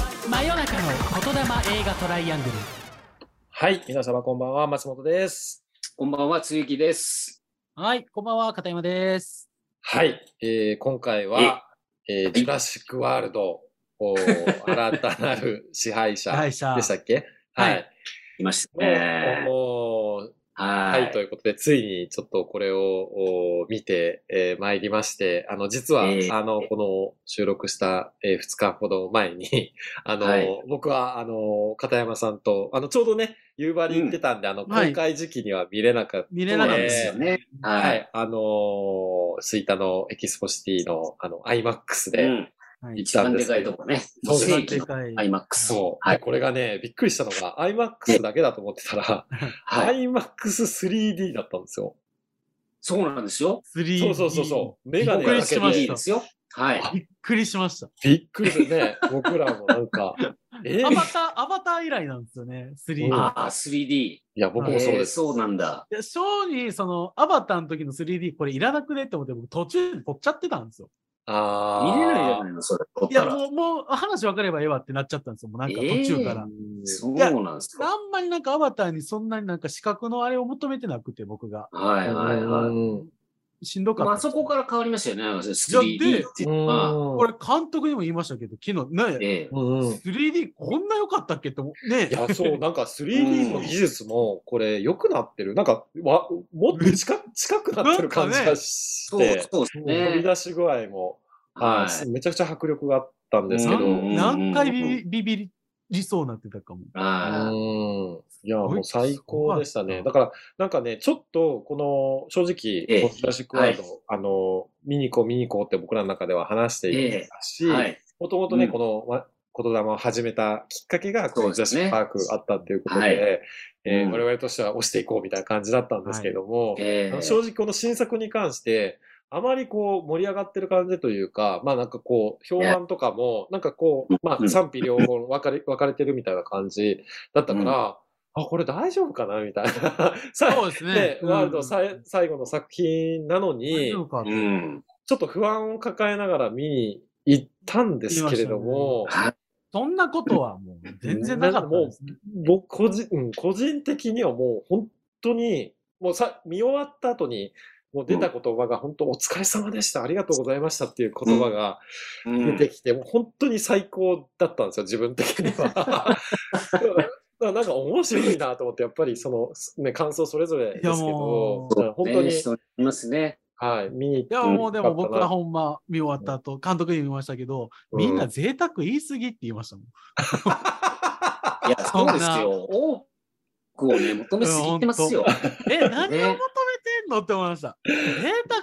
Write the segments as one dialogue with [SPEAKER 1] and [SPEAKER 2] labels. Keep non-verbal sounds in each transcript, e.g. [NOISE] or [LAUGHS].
[SPEAKER 1] 中の言霊映画トライアングル
[SPEAKER 2] はい、皆様こんばんは、松本です。
[SPEAKER 3] こんばんは、つゆきです。
[SPEAKER 1] はいこんばんは片山です
[SPEAKER 2] はい、えー今回は、えージュラシック・ワールド、おー新たなる支配者
[SPEAKER 1] はい
[SPEAKER 2] で
[SPEAKER 1] さ
[SPEAKER 2] したっけ
[SPEAKER 1] は
[SPEAKER 2] はいい。
[SPEAKER 3] いました
[SPEAKER 2] も
[SPEAKER 3] ね。
[SPEAKER 2] うもう
[SPEAKER 3] は
[SPEAKER 2] はい、
[SPEAKER 3] い
[SPEAKER 2] と。いうことで、ついにちょっとこれをおー見てま、えー参りまして、あの、実は、
[SPEAKER 3] えー
[SPEAKER 2] あの、この収録した、え2日ほど前に、 [LAUGHS] あの、
[SPEAKER 3] はい
[SPEAKER 2] 僕は、あの、片山さんと、あの、ちょうどね、夕張行ってたんで、あの、
[SPEAKER 1] はい
[SPEAKER 2] 公開時期には見れなかった
[SPEAKER 1] 見れなかったです
[SPEAKER 3] ですよね。は。
[SPEAKER 2] はいい、あのー、吹田のエキスポシティの、あの、IMAX
[SPEAKER 3] う
[SPEAKER 2] で
[SPEAKER 3] ん。
[SPEAKER 1] はい
[SPEAKER 2] 行っ
[SPEAKER 3] 一
[SPEAKER 2] た
[SPEAKER 3] 番
[SPEAKER 2] んで
[SPEAKER 3] です
[SPEAKER 2] け
[SPEAKER 3] か
[SPEAKER 2] ど、
[SPEAKER 3] いとこね。
[SPEAKER 2] そうです
[SPEAKER 3] 正規の
[SPEAKER 1] かい
[SPEAKER 3] アイマックス。
[SPEAKER 2] そう。
[SPEAKER 3] は
[SPEAKER 2] で
[SPEAKER 3] い。
[SPEAKER 2] これがね、びっくりしたのが、IMAX だけだと思ってたら、
[SPEAKER 3] はい。
[SPEAKER 2] IMAX3D だったんですよ。
[SPEAKER 3] そうなんですよ。
[SPEAKER 1] 3D
[SPEAKER 2] そうそうそうそう。メガ
[SPEAKER 1] びっ
[SPEAKER 2] ネ
[SPEAKER 1] く
[SPEAKER 2] だ
[SPEAKER 1] りし
[SPEAKER 2] け
[SPEAKER 1] ま
[SPEAKER 2] で
[SPEAKER 1] し
[SPEAKER 3] いい
[SPEAKER 1] た
[SPEAKER 3] ですよ。はい。
[SPEAKER 1] びっくりしました
[SPEAKER 2] びっくりするね。僕らもなん
[SPEAKER 3] [LAUGHS]
[SPEAKER 2] か、え
[SPEAKER 1] アバターアバター以来なんですよね 3D
[SPEAKER 2] うん
[SPEAKER 3] ああ、3D。
[SPEAKER 2] いや、僕もそう
[SPEAKER 3] え
[SPEAKER 2] で
[SPEAKER 3] ー
[SPEAKER 2] す。
[SPEAKER 3] そうなんだ。
[SPEAKER 1] いや正直そのアバターの時の 3D これいらなくねって思って僕途中で取っちゃってたんですよ
[SPEAKER 2] あ
[SPEAKER 3] 見
[SPEAKER 2] ー
[SPEAKER 3] れないじゃないの、それ。撮っ
[SPEAKER 1] いや
[SPEAKER 3] たら。
[SPEAKER 1] もうもう話分かればええわってなっちゃったんですよもうなんか途中から、
[SPEAKER 2] うん
[SPEAKER 3] そうなんですよ。
[SPEAKER 1] あんまりなんかアバターにそんなになんか資格のあれを求めてなくて僕が
[SPEAKER 3] はいはいはい。
[SPEAKER 2] うん
[SPEAKER 1] しんどかっ
[SPEAKER 3] ま
[SPEAKER 1] た
[SPEAKER 3] あ、そこから変わりましたよね。3D っていうのは。
[SPEAKER 1] これ監督にも言いましたけど、昨日ね、
[SPEAKER 3] ええ
[SPEAKER 2] うんうん
[SPEAKER 1] 3D こんな良かったっけって思う
[SPEAKER 2] い
[SPEAKER 1] ね、
[SPEAKER 2] や、そう、なんか 3D の技術も、これ、良くなってる。なんか、わもっと近く近くなってる感じがし
[SPEAKER 3] そう
[SPEAKER 2] て、
[SPEAKER 3] そうです
[SPEAKER 2] 飛び
[SPEAKER 3] ね。
[SPEAKER 2] 出し具合も、はい、めちゃくちゃ迫力があったんですけど、
[SPEAKER 3] う
[SPEAKER 2] うん
[SPEAKER 3] ん
[SPEAKER 1] 何回ビビビビりそうなってたかも。
[SPEAKER 3] はい
[SPEAKER 2] や、もう最高でしたね。だから、なんかね、ちょっと、この、正直、
[SPEAKER 3] ええ
[SPEAKER 2] ジュラシックワールド、あの、見に行こう、見に行こうって僕らの中では話していたし、
[SPEAKER 3] い。はい。
[SPEAKER 2] もともとね、
[SPEAKER 3] うん
[SPEAKER 2] このわ言霊を始めたきっかけが、こ
[SPEAKER 3] そう
[SPEAKER 2] の
[SPEAKER 3] です
[SPEAKER 2] ジュラ
[SPEAKER 3] ね
[SPEAKER 2] シックパークあったっていうことで、
[SPEAKER 3] はい
[SPEAKER 2] えー
[SPEAKER 3] うん
[SPEAKER 2] 我々としては押していこうみたいな感じだったんですけれども、
[SPEAKER 3] え
[SPEAKER 2] あの
[SPEAKER 3] え
[SPEAKER 2] 正直この新作に関して、あまりこう盛り上がってる感じというか、まあなんかこう、評判とかも、なんかこう、ま
[SPEAKER 3] う
[SPEAKER 2] あ
[SPEAKER 3] ん
[SPEAKER 2] 賛否両方分
[SPEAKER 3] [LAUGHS]
[SPEAKER 2] かれ分かれてるみたいな感じだったか
[SPEAKER 3] うん
[SPEAKER 2] ら、あ、これ大丈夫かなみ [LAUGHS] たいな。さ
[SPEAKER 1] うです
[SPEAKER 2] ね、ワールドさ
[SPEAKER 1] 最
[SPEAKER 2] い最後の作品なのに、
[SPEAKER 1] かった
[SPEAKER 3] うん。
[SPEAKER 2] ちょっと不安を抱えながら見に行ったんですけれども、
[SPEAKER 3] はい。
[SPEAKER 1] そんなことはもう全然なかったですね。
[SPEAKER 2] 僕個人、うん個人的にはもう本当に、もうさ、見終わった後に、もう出た言葉が本当お疲れ様でした、ありがとうございましたっていう言葉が出てきて、もう本当に最高だったんですよ、自分的には。だ
[SPEAKER 1] [LAUGHS]
[SPEAKER 2] からなんか面白いなと思って、やっぱりその、ね、感想それぞれですけ
[SPEAKER 1] いやも
[SPEAKER 2] ど、
[SPEAKER 1] う
[SPEAKER 2] うん本当に、
[SPEAKER 3] 人いますね。
[SPEAKER 2] はい、見に行っ
[SPEAKER 1] い
[SPEAKER 2] て
[SPEAKER 1] や、もうでも僕は
[SPEAKER 2] よかっ
[SPEAKER 1] ほんま見終わった後、監督にも言いましたけど、
[SPEAKER 2] うん
[SPEAKER 1] みんな贅沢言い過ぎって言いましたもん。
[SPEAKER 3] いや、そうですよ。多くをね、求めすぎてますよ。
[SPEAKER 2] [LAUGHS]
[SPEAKER 1] え、何を求めてんのって思いました。贅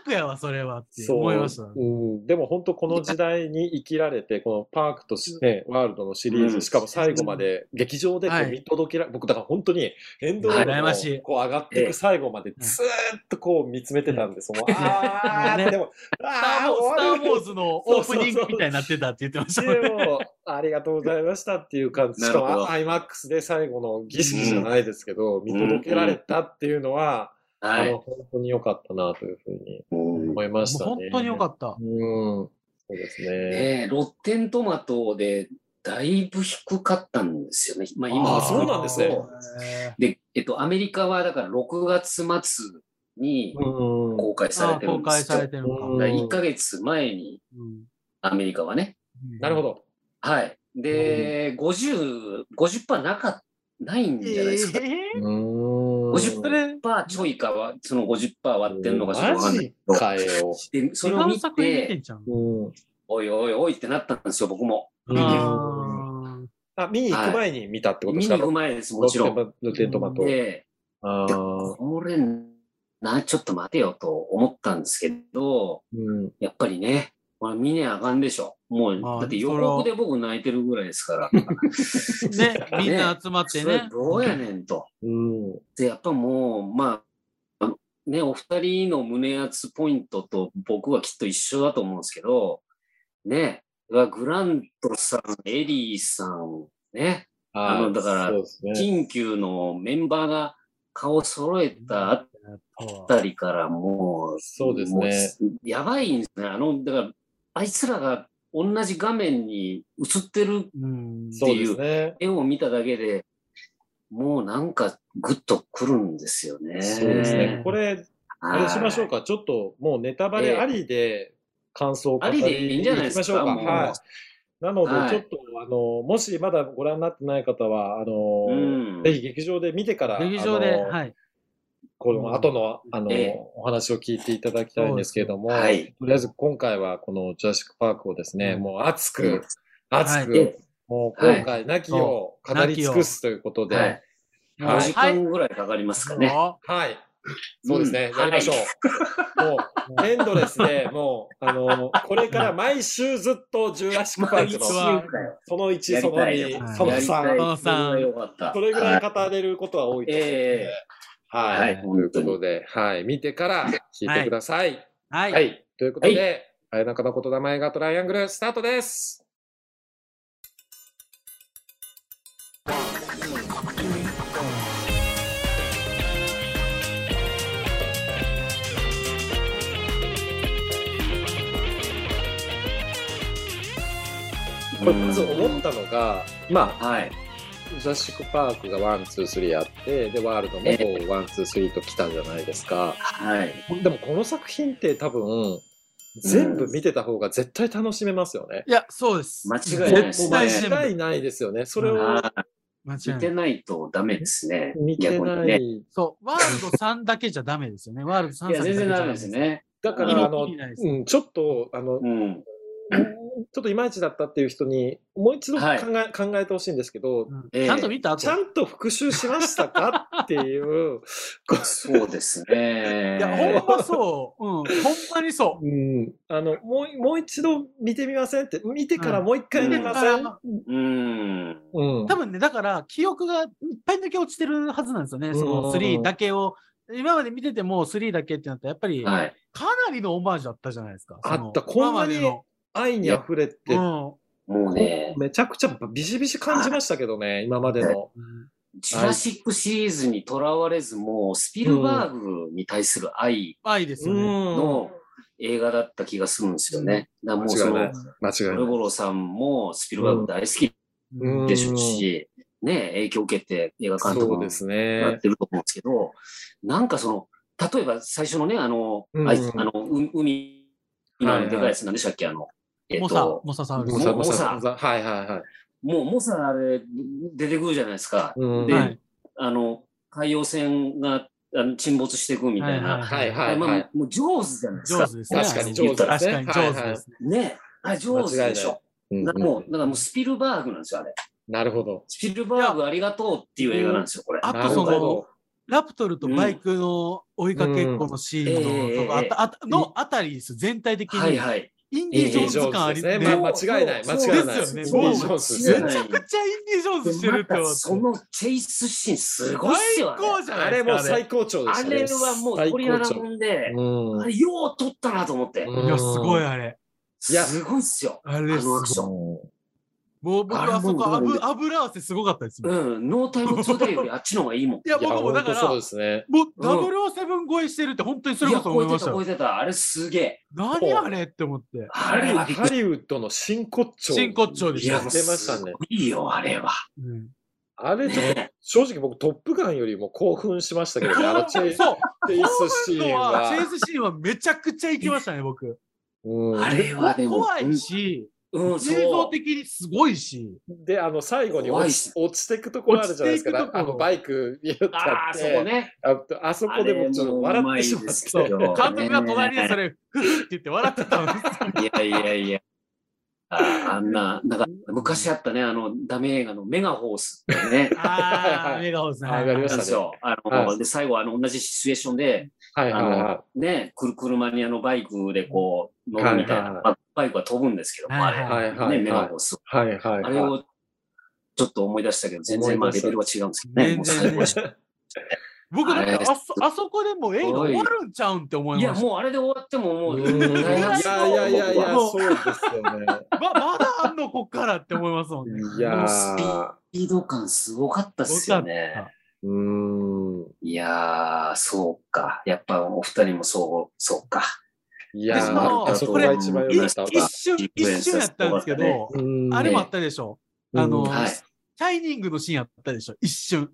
[SPEAKER 1] 沢やわ、それはって
[SPEAKER 2] そう
[SPEAKER 1] 思いました。
[SPEAKER 2] うん、でも本当この時代に生きられて、このパークとして、ワールドのシリーズ、
[SPEAKER 3] うん
[SPEAKER 2] しかも最後まで劇場でこ
[SPEAKER 1] は
[SPEAKER 2] う
[SPEAKER 1] い
[SPEAKER 2] 見届けられ、僕だから本当にエンドロール
[SPEAKER 1] 羨ましい
[SPEAKER 2] のこう上がっていく最後までずーっとこう見つめてたんです。もう、あ
[SPEAKER 1] [LAUGHS] ね
[SPEAKER 2] ー、でも、
[SPEAKER 1] スター
[SPEAKER 2] あー、
[SPEAKER 1] ウォースタ
[SPEAKER 2] 終わる
[SPEAKER 1] ー・ウォーズのオープニングみたいになってたって言ってましたもんね。
[SPEAKER 2] でも、ありがとうございましたっていう感じ。し
[SPEAKER 3] な
[SPEAKER 2] か
[SPEAKER 3] るほど
[SPEAKER 2] も、IMAX で最後の儀式じゃないですけど、見届けられたっていうのは、あ
[SPEAKER 3] はい
[SPEAKER 2] の、。本当に良かったなというふうに
[SPEAKER 3] ね
[SPEAKER 2] 思いま
[SPEAKER 1] も
[SPEAKER 2] し
[SPEAKER 1] う
[SPEAKER 2] たね。
[SPEAKER 1] 本当に良かった。
[SPEAKER 2] うん。そうですね。
[SPEAKER 3] え、ロッテントマトで、だいぶ低かったんですよね。まあ、今
[SPEAKER 2] あーそうなんですね
[SPEAKER 1] ね。
[SPEAKER 3] で、えっと、アメリカはだから6月末に
[SPEAKER 2] うん
[SPEAKER 3] 公開さ
[SPEAKER 1] あ
[SPEAKER 3] れ
[SPEAKER 1] あ
[SPEAKER 3] てる
[SPEAKER 1] 公
[SPEAKER 3] んで
[SPEAKER 1] 開
[SPEAKER 3] す
[SPEAKER 1] され
[SPEAKER 3] よ。
[SPEAKER 1] てるのか。
[SPEAKER 2] うん
[SPEAKER 3] 1ヶ月前に、アメリカはね。
[SPEAKER 2] なるほ
[SPEAKER 1] ど。
[SPEAKER 2] ど。
[SPEAKER 3] はい。で、50、50%なか、ないんじゃないですか。
[SPEAKER 1] え
[SPEAKER 2] うーん
[SPEAKER 3] 50
[SPEAKER 1] それ、
[SPEAKER 3] 50%ちょいかは、その50%割ってんのか、ちょっとわかんないけ
[SPEAKER 2] マ
[SPEAKER 3] ど
[SPEAKER 2] ジかよ。
[SPEAKER 3] で、そ
[SPEAKER 1] 違
[SPEAKER 3] れを
[SPEAKER 1] う
[SPEAKER 3] 見
[SPEAKER 1] 作品見て
[SPEAKER 3] て、
[SPEAKER 1] んちゃう
[SPEAKER 2] うん
[SPEAKER 3] おいおいおいってなったんですよ、僕も。
[SPEAKER 2] あ
[SPEAKER 1] あー
[SPEAKER 2] 見に行く前に見たってことで
[SPEAKER 3] 見
[SPEAKER 2] すか
[SPEAKER 3] に行く前です、もちろん。
[SPEAKER 2] ロッテントマト。
[SPEAKER 3] で、
[SPEAKER 2] あー
[SPEAKER 3] これ、な、ちょっと待てよと思ったんですけど、
[SPEAKER 2] うん
[SPEAKER 3] やっぱりね、これ見ねあかんでしょ。もう、
[SPEAKER 1] あー
[SPEAKER 3] だって予告で僕泣いてるぐらいですから。
[SPEAKER 1] ね、みんな集まって
[SPEAKER 3] それ
[SPEAKER 1] ね。
[SPEAKER 3] どうやねんと。
[SPEAKER 2] うん
[SPEAKER 3] で、やっぱもう、まあ、あのね、お二人の胸熱ポイントと僕はきっと一緒だと思うんですけど、ね、うわグラントさん、エリーさん、ね、
[SPEAKER 2] あー
[SPEAKER 3] あのだから
[SPEAKER 2] そうですね。
[SPEAKER 3] 緊急のメンバーが顔揃えたあたりからもう、
[SPEAKER 2] そうですね。
[SPEAKER 3] もうやばいんですね。あの、だから、あいつらが同じ画面に映ってる
[SPEAKER 1] うん。
[SPEAKER 2] そうですね。
[SPEAKER 3] 絵を見ただけでもうなんかグッとくるんですよね。
[SPEAKER 2] そうですね。これ、あ
[SPEAKER 3] はい
[SPEAKER 2] れしましょうか。ちょっともうネタバレありで感想を語
[SPEAKER 3] ありでいいんじゃない
[SPEAKER 2] い
[SPEAKER 3] で
[SPEAKER 2] きますしょ
[SPEAKER 3] か。
[SPEAKER 2] うか。
[SPEAKER 3] もう
[SPEAKER 2] はい。なので、
[SPEAKER 3] はい
[SPEAKER 2] ちょっと、あの、もしまだご覧になってない方は、あ
[SPEAKER 3] う
[SPEAKER 2] の、
[SPEAKER 3] ん
[SPEAKER 2] ぜひ劇場で見てから、
[SPEAKER 1] 劇場で、
[SPEAKER 2] あの
[SPEAKER 1] はい。
[SPEAKER 2] この後の、あの
[SPEAKER 3] ええ、
[SPEAKER 2] お話を聞いていただきたいんですけれども、
[SPEAKER 3] そうですねはい
[SPEAKER 2] とりあえず今回はこのジュラシックパークをですね、
[SPEAKER 1] うん
[SPEAKER 2] もう熱
[SPEAKER 3] う
[SPEAKER 2] く
[SPEAKER 3] ん、
[SPEAKER 2] 熱く、
[SPEAKER 3] で
[SPEAKER 2] もう今回、なきを語り尽くすということで、
[SPEAKER 3] は
[SPEAKER 2] はいい。
[SPEAKER 1] はい
[SPEAKER 3] 5時間ぐらいかかりますかね。
[SPEAKER 1] も
[SPEAKER 2] そうですね、
[SPEAKER 3] うん
[SPEAKER 2] やりましょう。
[SPEAKER 3] は
[SPEAKER 2] もう、エンドレスで、もう、あの、これから毎週ずっとジュラシックパーク
[SPEAKER 1] 毎
[SPEAKER 2] の、
[SPEAKER 1] 週
[SPEAKER 2] そ
[SPEAKER 1] は
[SPEAKER 2] の1、その
[SPEAKER 3] やりたい
[SPEAKER 1] よ
[SPEAKER 2] 2、その
[SPEAKER 1] やり
[SPEAKER 2] 3、
[SPEAKER 1] そのさん
[SPEAKER 3] よかった。
[SPEAKER 2] それぐらい
[SPEAKER 3] は
[SPEAKER 2] 語れることは多いと思うの
[SPEAKER 3] え
[SPEAKER 2] で
[SPEAKER 3] え、
[SPEAKER 2] は
[SPEAKER 3] はい
[SPEAKER 2] い。ということで、はい。見てから聞いてください。
[SPEAKER 1] う、はい。
[SPEAKER 2] はい。ということで、あやなかのこと名前がトライアングル、スタートです。これ、まず思ったのが、まあ、
[SPEAKER 3] はい。
[SPEAKER 2] ジュラシック・パークがワン、ツー、スリーあって、で、ワールドもワン、ツー、スリーと来たんじゃないですか。
[SPEAKER 3] はい。
[SPEAKER 2] でもこの作品って多分、全部見てた方が絶対楽しめますよね。
[SPEAKER 1] いや、そうです。
[SPEAKER 3] 間違いないです
[SPEAKER 1] 絶
[SPEAKER 2] 間
[SPEAKER 1] 対
[SPEAKER 3] ね
[SPEAKER 1] 全部
[SPEAKER 2] 違いないですよね。それを
[SPEAKER 3] あ
[SPEAKER 1] 間違い
[SPEAKER 3] ー見
[SPEAKER 1] ない
[SPEAKER 3] て。ないとダメですね。
[SPEAKER 2] 見て
[SPEAKER 3] 逆
[SPEAKER 2] な
[SPEAKER 3] にね。
[SPEAKER 2] い。
[SPEAKER 1] そう、ワールド3だけじゃダメですよね。ワールド3
[SPEAKER 3] いや、全然ダメです。ね。
[SPEAKER 2] だか
[SPEAKER 1] 意味
[SPEAKER 2] ら、あの、
[SPEAKER 1] 意味ないです
[SPEAKER 2] うん、ちょっと、あの、
[SPEAKER 3] うん。
[SPEAKER 2] ちょっといまいちだったっていう人に、もう一度考え,、
[SPEAKER 3] はい
[SPEAKER 2] 考えてほしいんですけど、
[SPEAKER 1] うん
[SPEAKER 3] ええ
[SPEAKER 1] ちゃんと見た後
[SPEAKER 2] ちゃんと復習しましたかっていう、こ
[SPEAKER 3] そうですね。
[SPEAKER 1] いや、ほんまそう。うん、ほんまにそう。
[SPEAKER 2] うん、あのもうもう一度見てみませんって、見てからもう一回見ません、
[SPEAKER 3] うん。
[SPEAKER 2] うん
[SPEAKER 1] 多分ね、だから、記憶がいっぱいだけ落ちてるはずなんですよね。そ
[SPEAKER 2] うんうんう
[SPEAKER 1] の
[SPEAKER 2] ん
[SPEAKER 1] 3だけを。今まで見てても3だけってなったら、やっぱり、か
[SPEAKER 3] はい。
[SPEAKER 1] なりのオマージュだったじゃないですか。
[SPEAKER 2] あった
[SPEAKER 1] その
[SPEAKER 2] こんなに
[SPEAKER 1] 今ま
[SPEAKER 2] 愛に溢れて、
[SPEAKER 1] での
[SPEAKER 3] もうね、
[SPEAKER 2] めちゃくちゃビシビシ感じましたけどね、今までの。
[SPEAKER 1] うん。
[SPEAKER 3] ジュラシックシリーズにとらわれず、もうスピルバーグに対する愛
[SPEAKER 1] 愛ですよね。
[SPEAKER 3] の映画だった気がするんですよね。だからもうそ
[SPEAKER 2] 間違い間
[SPEAKER 3] の、
[SPEAKER 2] 違い
[SPEAKER 3] ル
[SPEAKER 2] ない。
[SPEAKER 3] ゴロさんもスピルバーグ大好き
[SPEAKER 2] うん
[SPEAKER 3] でしょうし、ね、影響を受けて映画監督
[SPEAKER 2] そう
[SPEAKER 3] に
[SPEAKER 2] です
[SPEAKER 3] なっ
[SPEAKER 2] ね。
[SPEAKER 3] てると思うんですけど、なんかその、例えば最初のね、あの、
[SPEAKER 2] うん
[SPEAKER 3] あいあのう海、今のでかいやつなんでしたっけ、あの、えっ
[SPEAKER 1] モサ
[SPEAKER 3] と、、
[SPEAKER 1] モササウルス
[SPEAKER 2] モ。サ
[SPEAKER 3] モ
[SPEAKER 2] モ
[SPEAKER 3] サ
[SPEAKER 2] サモサはいはいはい。
[SPEAKER 3] もうモサあれ出てくるじゃないですか。
[SPEAKER 2] うん
[SPEAKER 3] で、
[SPEAKER 1] はい
[SPEAKER 3] あの、海洋船があの沈没していくみたいな。
[SPEAKER 2] はい
[SPEAKER 3] あ
[SPEAKER 2] は
[SPEAKER 3] れ
[SPEAKER 2] い
[SPEAKER 3] まあ
[SPEAKER 2] はい。
[SPEAKER 3] もう上手じゃないですか。
[SPEAKER 1] 上手ですね。
[SPEAKER 2] 確かに
[SPEAKER 1] 上
[SPEAKER 2] 上
[SPEAKER 1] 手
[SPEAKER 2] 手
[SPEAKER 1] で
[SPEAKER 2] ですす
[SPEAKER 1] ね。確
[SPEAKER 2] ね
[SPEAKER 1] かに上手ですね。
[SPEAKER 3] ね。あれ上手でしょ。
[SPEAKER 2] うん
[SPEAKER 3] だからもう、だ
[SPEAKER 2] うん
[SPEAKER 3] からもうスピルバーグなんですよ、あれ。
[SPEAKER 2] なるほど。
[SPEAKER 3] スピルバーグありがとうっていう映画なんですよ、これ。
[SPEAKER 1] あと
[SPEAKER 2] なる
[SPEAKER 1] そ
[SPEAKER 2] ほ
[SPEAKER 1] の
[SPEAKER 2] ど。
[SPEAKER 1] ラプトルとバイクの追いかけっこのシーンのとか、
[SPEAKER 3] うんええ
[SPEAKER 1] あたあたのあたりです、全体的に。
[SPEAKER 3] はいはい。
[SPEAKER 1] インディ・ジョーンズ感あり
[SPEAKER 2] ええ
[SPEAKER 1] ね
[SPEAKER 2] まあ間違いない
[SPEAKER 3] そう
[SPEAKER 2] 間違
[SPEAKER 1] いない
[SPEAKER 3] そう
[SPEAKER 1] ですよね
[SPEAKER 3] そう
[SPEAKER 1] もう
[SPEAKER 2] そう
[SPEAKER 1] めちゃくちゃインディ・ジョーンズ [LAUGHS] してるって
[SPEAKER 3] で
[SPEAKER 1] 思
[SPEAKER 3] またそ
[SPEAKER 1] って。
[SPEAKER 3] のチェイスシーンすごいっす
[SPEAKER 1] 最
[SPEAKER 3] よ。
[SPEAKER 1] 高じゃな
[SPEAKER 2] あ
[SPEAKER 1] いで
[SPEAKER 2] れ
[SPEAKER 1] すか。
[SPEAKER 2] もう最高潮で
[SPEAKER 3] あ
[SPEAKER 2] した
[SPEAKER 3] れ
[SPEAKER 2] ね。
[SPEAKER 3] あれはもう
[SPEAKER 2] 最
[SPEAKER 3] 鳥肌
[SPEAKER 2] 高潮
[SPEAKER 3] もんで、
[SPEAKER 2] うん
[SPEAKER 3] あれよう撮ったなと思って。
[SPEAKER 2] う
[SPEAKER 1] い
[SPEAKER 2] ん
[SPEAKER 1] や、すごいあれ。
[SPEAKER 2] いや
[SPEAKER 3] すごいっすよ。
[SPEAKER 1] あれすごい
[SPEAKER 3] あのアクション
[SPEAKER 1] もう僕
[SPEAKER 3] あれも
[SPEAKER 1] あそこ
[SPEAKER 3] もう
[SPEAKER 1] 油油合わせすごかったですもん。い
[SPEAKER 3] うん、ノータイムツーデイよりあっちの方がいいもん。
[SPEAKER 1] や、
[SPEAKER 2] いや、
[SPEAKER 1] 僕もだか
[SPEAKER 2] 本当
[SPEAKER 1] ら、
[SPEAKER 2] そう
[SPEAKER 1] も
[SPEAKER 2] で
[SPEAKER 1] う
[SPEAKER 2] すね。
[SPEAKER 1] 007超えしてるって本当にそれこそ思い
[SPEAKER 3] いや
[SPEAKER 1] まし
[SPEAKER 3] 超えて
[SPEAKER 1] た
[SPEAKER 3] た、
[SPEAKER 1] よ
[SPEAKER 3] 超え。てた。あれすげえ。
[SPEAKER 1] 何あれって思って。
[SPEAKER 3] あ
[SPEAKER 2] ハリ
[SPEAKER 3] れはびっくり
[SPEAKER 2] ウッドの真骨頂。
[SPEAKER 1] 真骨頂で
[SPEAKER 3] い
[SPEAKER 1] し
[SPEAKER 3] や、
[SPEAKER 1] た
[SPEAKER 2] 出
[SPEAKER 3] も
[SPEAKER 2] ま
[SPEAKER 3] う
[SPEAKER 2] したね。
[SPEAKER 3] いいよ、あれは。
[SPEAKER 1] うん
[SPEAKER 2] あれちょっと、正直僕、トップガンよりも興奮しましたけどね、あのチェイス
[SPEAKER 1] そう。
[SPEAKER 2] シ
[SPEAKER 1] 今
[SPEAKER 2] ーン
[SPEAKER 1] 度は、チェイ
[SPEAKER 2] は。
[SPEAKER 1] スシーンはめちゃくちゃ行きましたね、僕。
[SPEAKER 2] うん
[SPEAKER 3] あれはでも。
[SPEAKER 1] 怖いし、
[SPEAKER 3] うん、うん、
[SPEAKER 1] 映像
[SPEAKER 3] そう。
[SPEAKER 1] 的にすごいし。
[SPEAKER 2] で、あの、最後に落ち落ちていくところあるじゃないです
[SPEAKER 1] 落ちていく
[SPEAKER 2] か。
[SPEAKER 1] とこ
[SPEAKER 2] あ
[SPEAKER 1] ろ
[SPEAKER 2] の、バイクに言っ
[SPEAKER 3] ああ、そ
[SPEAKER 2] て
[SPEAKER 3] こね。
[SPEAKER 2] あとあそこでもちょっと笑ってしまって。
[SPEAKER 3] あれもうまいですけど
[SPEAKER 1] 監督が隣でそれ、ふふって言って笑ってたの。
[SPEAKER 3] いやいやいや。あーあんな、なんか昔あったね、あの、ダメ映画のメガホースってね。
[SPEAKER 1] ああ、目が欲しい。
[SPEAKER 2] あーやりま
[SPEAKER 3] な
[SPEAKER 2] し
[SPEAKER 3] ん
[SPEAKER 2] た
[SPEAKER 3] ですよ。あの、
[SPEAKER 2] はい
[SPEAKER 3] で、最後、あの、同じシチュエーションで、
[SPEAKER 2] はいはいは
[SPEAKER 3] ね、くるくるマニアのバイクでこう、乗るみたいな、
[SPEAKER 2] はいはい。
[SPEAKER 3] まあバイクは飛ぶんですけども、あれ、
[SPEAKER 1] はい
[SPEAKER 2] はい
[SPEAKER 3] ね、
[SPEAKER 2] はい
[SPEAKER 3] メ
[SPEAKER 2] は
[SPEAKER 3] ガ
[SPEAKER 2] い
[SPEAKER 3] ホース。
[SPEAKER 2] はいはいはい。
[SPEAKER 3] あれを、ちょっと思い出したけど、全然、まあ、
[SPEAKER 2] 思い出
[SPEAKER 3] レ
[SPEAKER 2] し
[SPEAKER 3] ベ
[SPEAKER 2] た
[SPEAKER 3] ルは違うんですけどね。もう最後でし
[SPEAKER 1] 僕だって
[SPEAKER 3] あれ
[SPEAKER 1] あそ、あそこでもう映画終わるんちゃうんって思
[SPEAKER 3] た
[SPEAKER 1] い
[SPEAKER 3] いや、
[SPEAKER 1] ました。
[SPEAKER 3] もうあれで終わっても、もう、
[SPEAKER 2] うんい
[SPEAKER 3] 大
[SPEAKER 1] や
[SPEAKER 3] 学
[SPEAKER 2] や
[SPEAKER 3] 生
[SPEAKER 2] いやいやいや、
[SPEAKER 1] もう
[SPEAKER 2] そうですよね。
[SPEAKER 1] ままだあんの、こっからって思いますも
[SPEAKER 2] [LAUGHS]
[SPEAKER 1] んね。
[SPEAKER 2] いやー、
[SPEAKER 3] スピード感すごかったっすよ
[SPEAKER 1] すごかっ
[SPEAKER 3] ね。
[SPEAKER 2] うーん。
[SPEAKER 3] いやー、そうか。やっぱお二人もそう、そうか。
[SPEAKER 2] いや
[SPEAKER 1] でそ
[SPEAKER 2] ー、
[SPEAKER 1] の
[SPEAKER 2] あそこが一番良かった。
[SPEAKER 3] こ
[SPEAKER 1] 一瞬、
[SPEAKER 3] インフルエ
[SPEAKER 1] 一
[SPEAKER 3] ン
[SPEAKER 1] 瞬
[SPEAKER 3] サー
[SPEAKER 1] やったんですけ
[SPEAKER 3] とかね
[SPEAKER 1] ど、
[SPEAKER 2] うん
[SPEAKER 1] あれもあったでしょ。
[SPEAKER 2] うん
[SPEAKER 1] あの、
[SPEAKER 2] うん
[SPEAKER 3] はい
[SPEAKER 1] シャイニングのシーンあったでしょ、一瞬。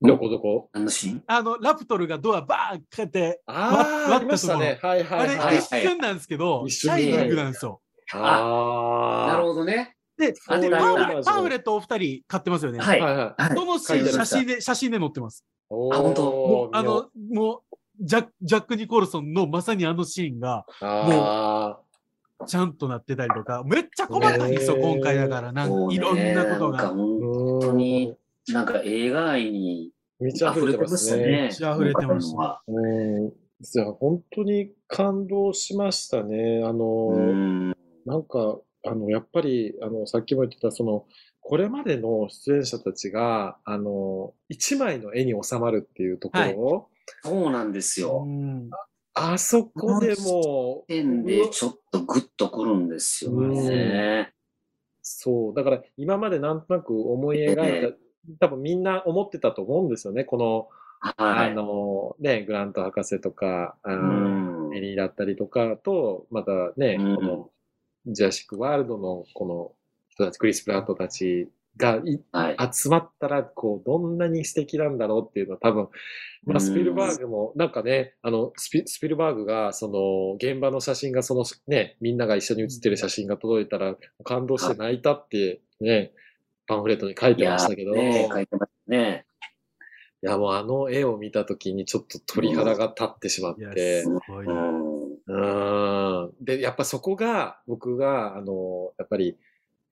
[SPEAKER 2] どこどこ
[SPEAKER 3] あのシーン
[SPEAKER 1] あの、ラプトルがドアバーン開けて、
[SPEAKER 2] あ
[SPEAKER 1] わ
[SPEAKER 2] あ、ありましたね。はいは
[SPEAKER 1] あ
[SPEAKER 2] い
[SPEAKER 1] れ
[SPEAKER 2] は
[SPEAKER 3] はい
[SPEAKER 2] い
[SPEAKER 1] 一。瞬なんですけど、
[SPEAKER 2] 一
[SPEAKER 1] シ
[SPEAKER 2] 瞬
[SPEAKER 1] ャ
[SPEAKER 3] で
[SPEAKER 1] イニングなんですよ。
[SPEAKER 2] ああ。
[SPEAKER 3] なるほどね。
[SPEAKER 1] で、でパ
[SPEAKER 2] あ
[SPEAKER 1] ンフ
[SPEAKER 2] れ
[SPEAKER 1] レ
[SPEAKER 2] あれ
[SPEAKER 1] パンフレットお二人買ってますよね。
[SPEAKER 3] はい。
[SPEAKER 2] は
[SPEAKER 3] はい
[SPEAKER 2] いはい。
[SPEAKER 1] そのシ
[SPEAKER 2] 書い
[SPEAKER 1] ーン
[SPEAKER 2] てあり
[SPEAKER 1] 写
[SPEAKER 2] ま
[SPEAKER 1] 真で、写真で載ってます。
[SPEAKER 2] おー
[SPEAKER 3] あ本当
[SPEAKER 1] もう、あ
[SPEAKER 2] 見よ
[SPEAKER 1] の、もう、ジャックジャック・ニコルソンのまさにあのシーンが
[SPEAKER 2] うあ
[SPEAKER 1] ちゃんとなってたりとか、めっちゃ細かいんですよ、
[SPEAKER 2] ね
[SPEAKER 1] 今回だから、なん
[SPEAKER 3] そ
[SPEAKER 1] か
[SPEAKER 3] うね
[SPEAKER 1] いろんなこと
[SPEAKER 3] なんか
[SPEAKER 1] が。
[SPEAKER 2] ー
[SPEAKER 3] も
[SPEAKER 2] 本
[SPEAKER 3] 当にうなんか映画愛に
[SPEAKER 2] 満ち溢れ
[SPEAKER 3] 溢れ
[SPEAKER 2] て
[SPEAKER 3] て
[SPEAKER 2] ま
[SPEAKER 3] ますした
[SPEAKER 2] ね。
[SPEAKER 3] ね。
[SPEAKER 1] ち溢れてました
[SPEAKER 2] うん。じゃあ本当に感動しましたね。あの、
[SPEAKER 3] うん。
[SPEAKER 2] なんか、あの、やっぱり、あの、さっきも言ってた、その、これまでの出演者たちが、あの、一枚の絵に収まるっていうところを、
[SPEAKER 3] そうなんですよ。
[SPEAKER 1] うん
[SPEAKER 2] あそこでもう、
[SPEAKER 3] 点でちょっとグッとくるんですよね。
[SPEAKER 2] そう、だから今までなんとなく思い描いた、多分みんな思ってたと思うんですよね、この、
[SPEAKER 3] は
[SPEAKER 2] あ
[SPEAKER 3] い。
[SPEAKER 2] の、ね、グラント博士とか、あ
[SPEAKER 3] う
[SPEAKER 2] の
[SPEAKER 3] ん
[SPEAKER 2] エリーだったりとかと、またね、
[SPEAKER 3] うん
[SPEAKER 2] この、ジュラシックワールドのこの人たち、クリス・プラットたちがい
[SPEAKER 3] はい。
[SPEAKER 2] 集まったら、こう、どんなに素敵なんだろうっていうのは多分、まあ、
[SPEAKER 3] うん
[SPEAKER 2] スピルバーグも、なんかね、あの、スピ、スピルバーグが、その、現場の写真が、その、ね、みんなが一緒に写ってる写真が届いたら、感動して泣いたって、ね、パンフレットに書い
[SPEAKER 3] い
[SPEAKER 2] て
[SPEAKER 3] や
[SPEAKER 2] ましたけど、
[SPEAKER 3] ね書いてましたね。
[SPEAKER 2] いや、もうあの絵を見た時にちょっと鳥肌が立ってしまっ
[SPEAKER 1] いや、
[SPEAKER 2] て
[SPEAKER 1] す、ごい。
[SPEAKER 3] うん
[SPEAKER 2] うん。で、やっぱそこが、僕が、あの、やっぱり、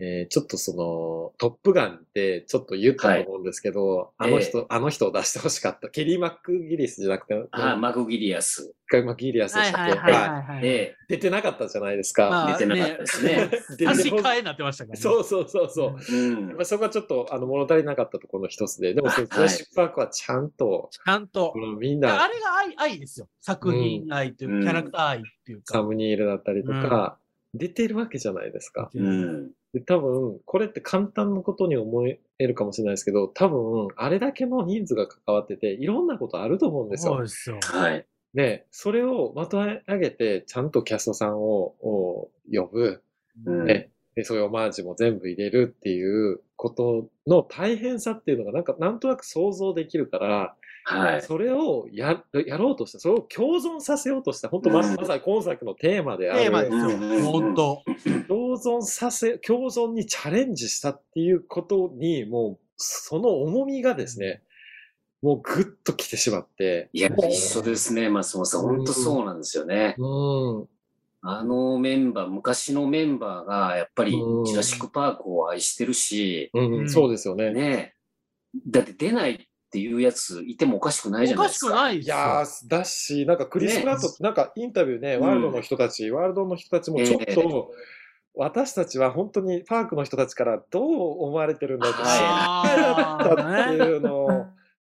[SPEAKER 2] えーちょっとその、トップガンってちょっと言ったと思うんですけど、
[SPEAKER 3] はい
[SPEAKER 2] あの人、あの人を出してほしかった。ケリー・マックギリスじゃなくて、
[SPEAKER 3] はい。マグギリアス。
[SPEAKER 2] マックギリアスで
[SPEAKER 1] は
[SPEAKER 2] し
[SPEAKER 1] い
[SPEAKER 2] たっ
[SPEAKER 1] はい
[SPEAKER 2] け、
[SPEAKER 1] はい
[SPEAKER 2] はい
[SPEAKER 1] はいはい。
[SPEAKER 3] で、
[SPEAKER 2] 出てなかったじゃないですか。
[SPEAKER 1] まあ
[SPEAKER 3] 出てなかったですね。
[SPEAKER 2] 出て
[SPEAKER 1] 足
[SPEAKER 2] ほ
[SPEAKER 1] 替えになってましたからね。
[SPEAKER 2] そうそうそうそう。
[SPEAKER 3] うん
[SPEAKER 2] まあ、そこはちょっと、あの、物足りなかったところの一つで、でも、その、ジュラシックパークはちゃんと、
[SPEAKER 1] ちゃんと
[SPEAKER 2] こ。のみん
[SPEAKER 1] で
[SPEAKER 2] な
[SPEAKER 1] あ、れが愛愛ですよ。作品愛という
[SPEAKER 3] うん
[SPEAKER 1] か、キャラクター愛っていう
[SPEAKER 2] サ
[SPEAKER 1] か。
[SPEAKER 2] ムニールだったりとか、出てるわけじゃないですか。
[SPEAKER 3] うん。
[SPEAKER 2] で多分、これって簡単なことに思えるかもしれないですけど、多分、あれだけの人数が関わってて、いろんなことあると思うんです
[SPEAKER 1] そう
[SPEAKER 2] よ。
[SPEAKER 1] ですよ。
[SPEAKER 3] はい。
[SPEAKER 2] ね、それをまとめ上げて、ちゃんとキャストさんをを呼ぶ、
[SPEAKER 3] うん
[SPEAKER 2] ねで、そういうオマージュも全部入れるっていうことの大変さっていうのが、なんか、なんとなく想像できるから、
[SPEAKER 3] はい。
[SPEAKER 2] それをややろうとした、それを共存させようとした、本当ま
[SPEAKER 3] うん
[SPEAKER 2] まさに今作のテーマである。
[SPEAKER 1] テーマです
[SPEAKER 3] うんうんう
[SPEAKER 1] よ。
[SPEAKER 3] ん
[SPEAKER 1] 本当。
[SPEAKER 2] 共存させ、共存にチャレンジしたっていうことに、もう、その重みがですね、もうぐっと来てしまって、
[SPEAKER 3] いや、一緒ですね、松本さん。本当そうなんですよね。
[SPEAKER 2] うん、
[SPEAKER 3] あのメンバー、昔のメンバーが、やっぱり、ジ
[SPEAKER 2] うん
[SPEAKER 3] ュラシック・パークを愛してるし、
[SPEAKER 2] うん、
[SPEAKER 1] うん
[SPEAKER 2] そうですよね。
[SPEAKER 3] ねえだって出ないっていうやついてもおかしくないじゃ
[SPEAKER 1] お
[SPEAKER 3] ない
[SPEAKER 1] か
[SPEAKER 3] で
[SPEAKER 1] し
[SPEAKER 3] す
[SPEAKER 1] く
[SPEAKER 3] か。
[SPEAKER 1] ないで
[SPEAKER 2] い
[SPEAKER 1] すよ。
[SPEAKER 2] やー、だし、なんかクリス・
[SPEAKER 3] ね
[SPEAKER 2] プラットって、なんかインタビューね、
[SPEAKER 3] うん
[SPEAKER 2] ワールドの人たち、ワールドの人たちもちょっ
[SPEAKER 3] え
[SPEAKER 2] と、私たちは本当にパークの人たちからどう思われてるんだろうと
[SPEAKER 1] あ
[SPEAKER 2] だったって
[SPEAKER 1] ーね
[SPEAKER 2] いうのを、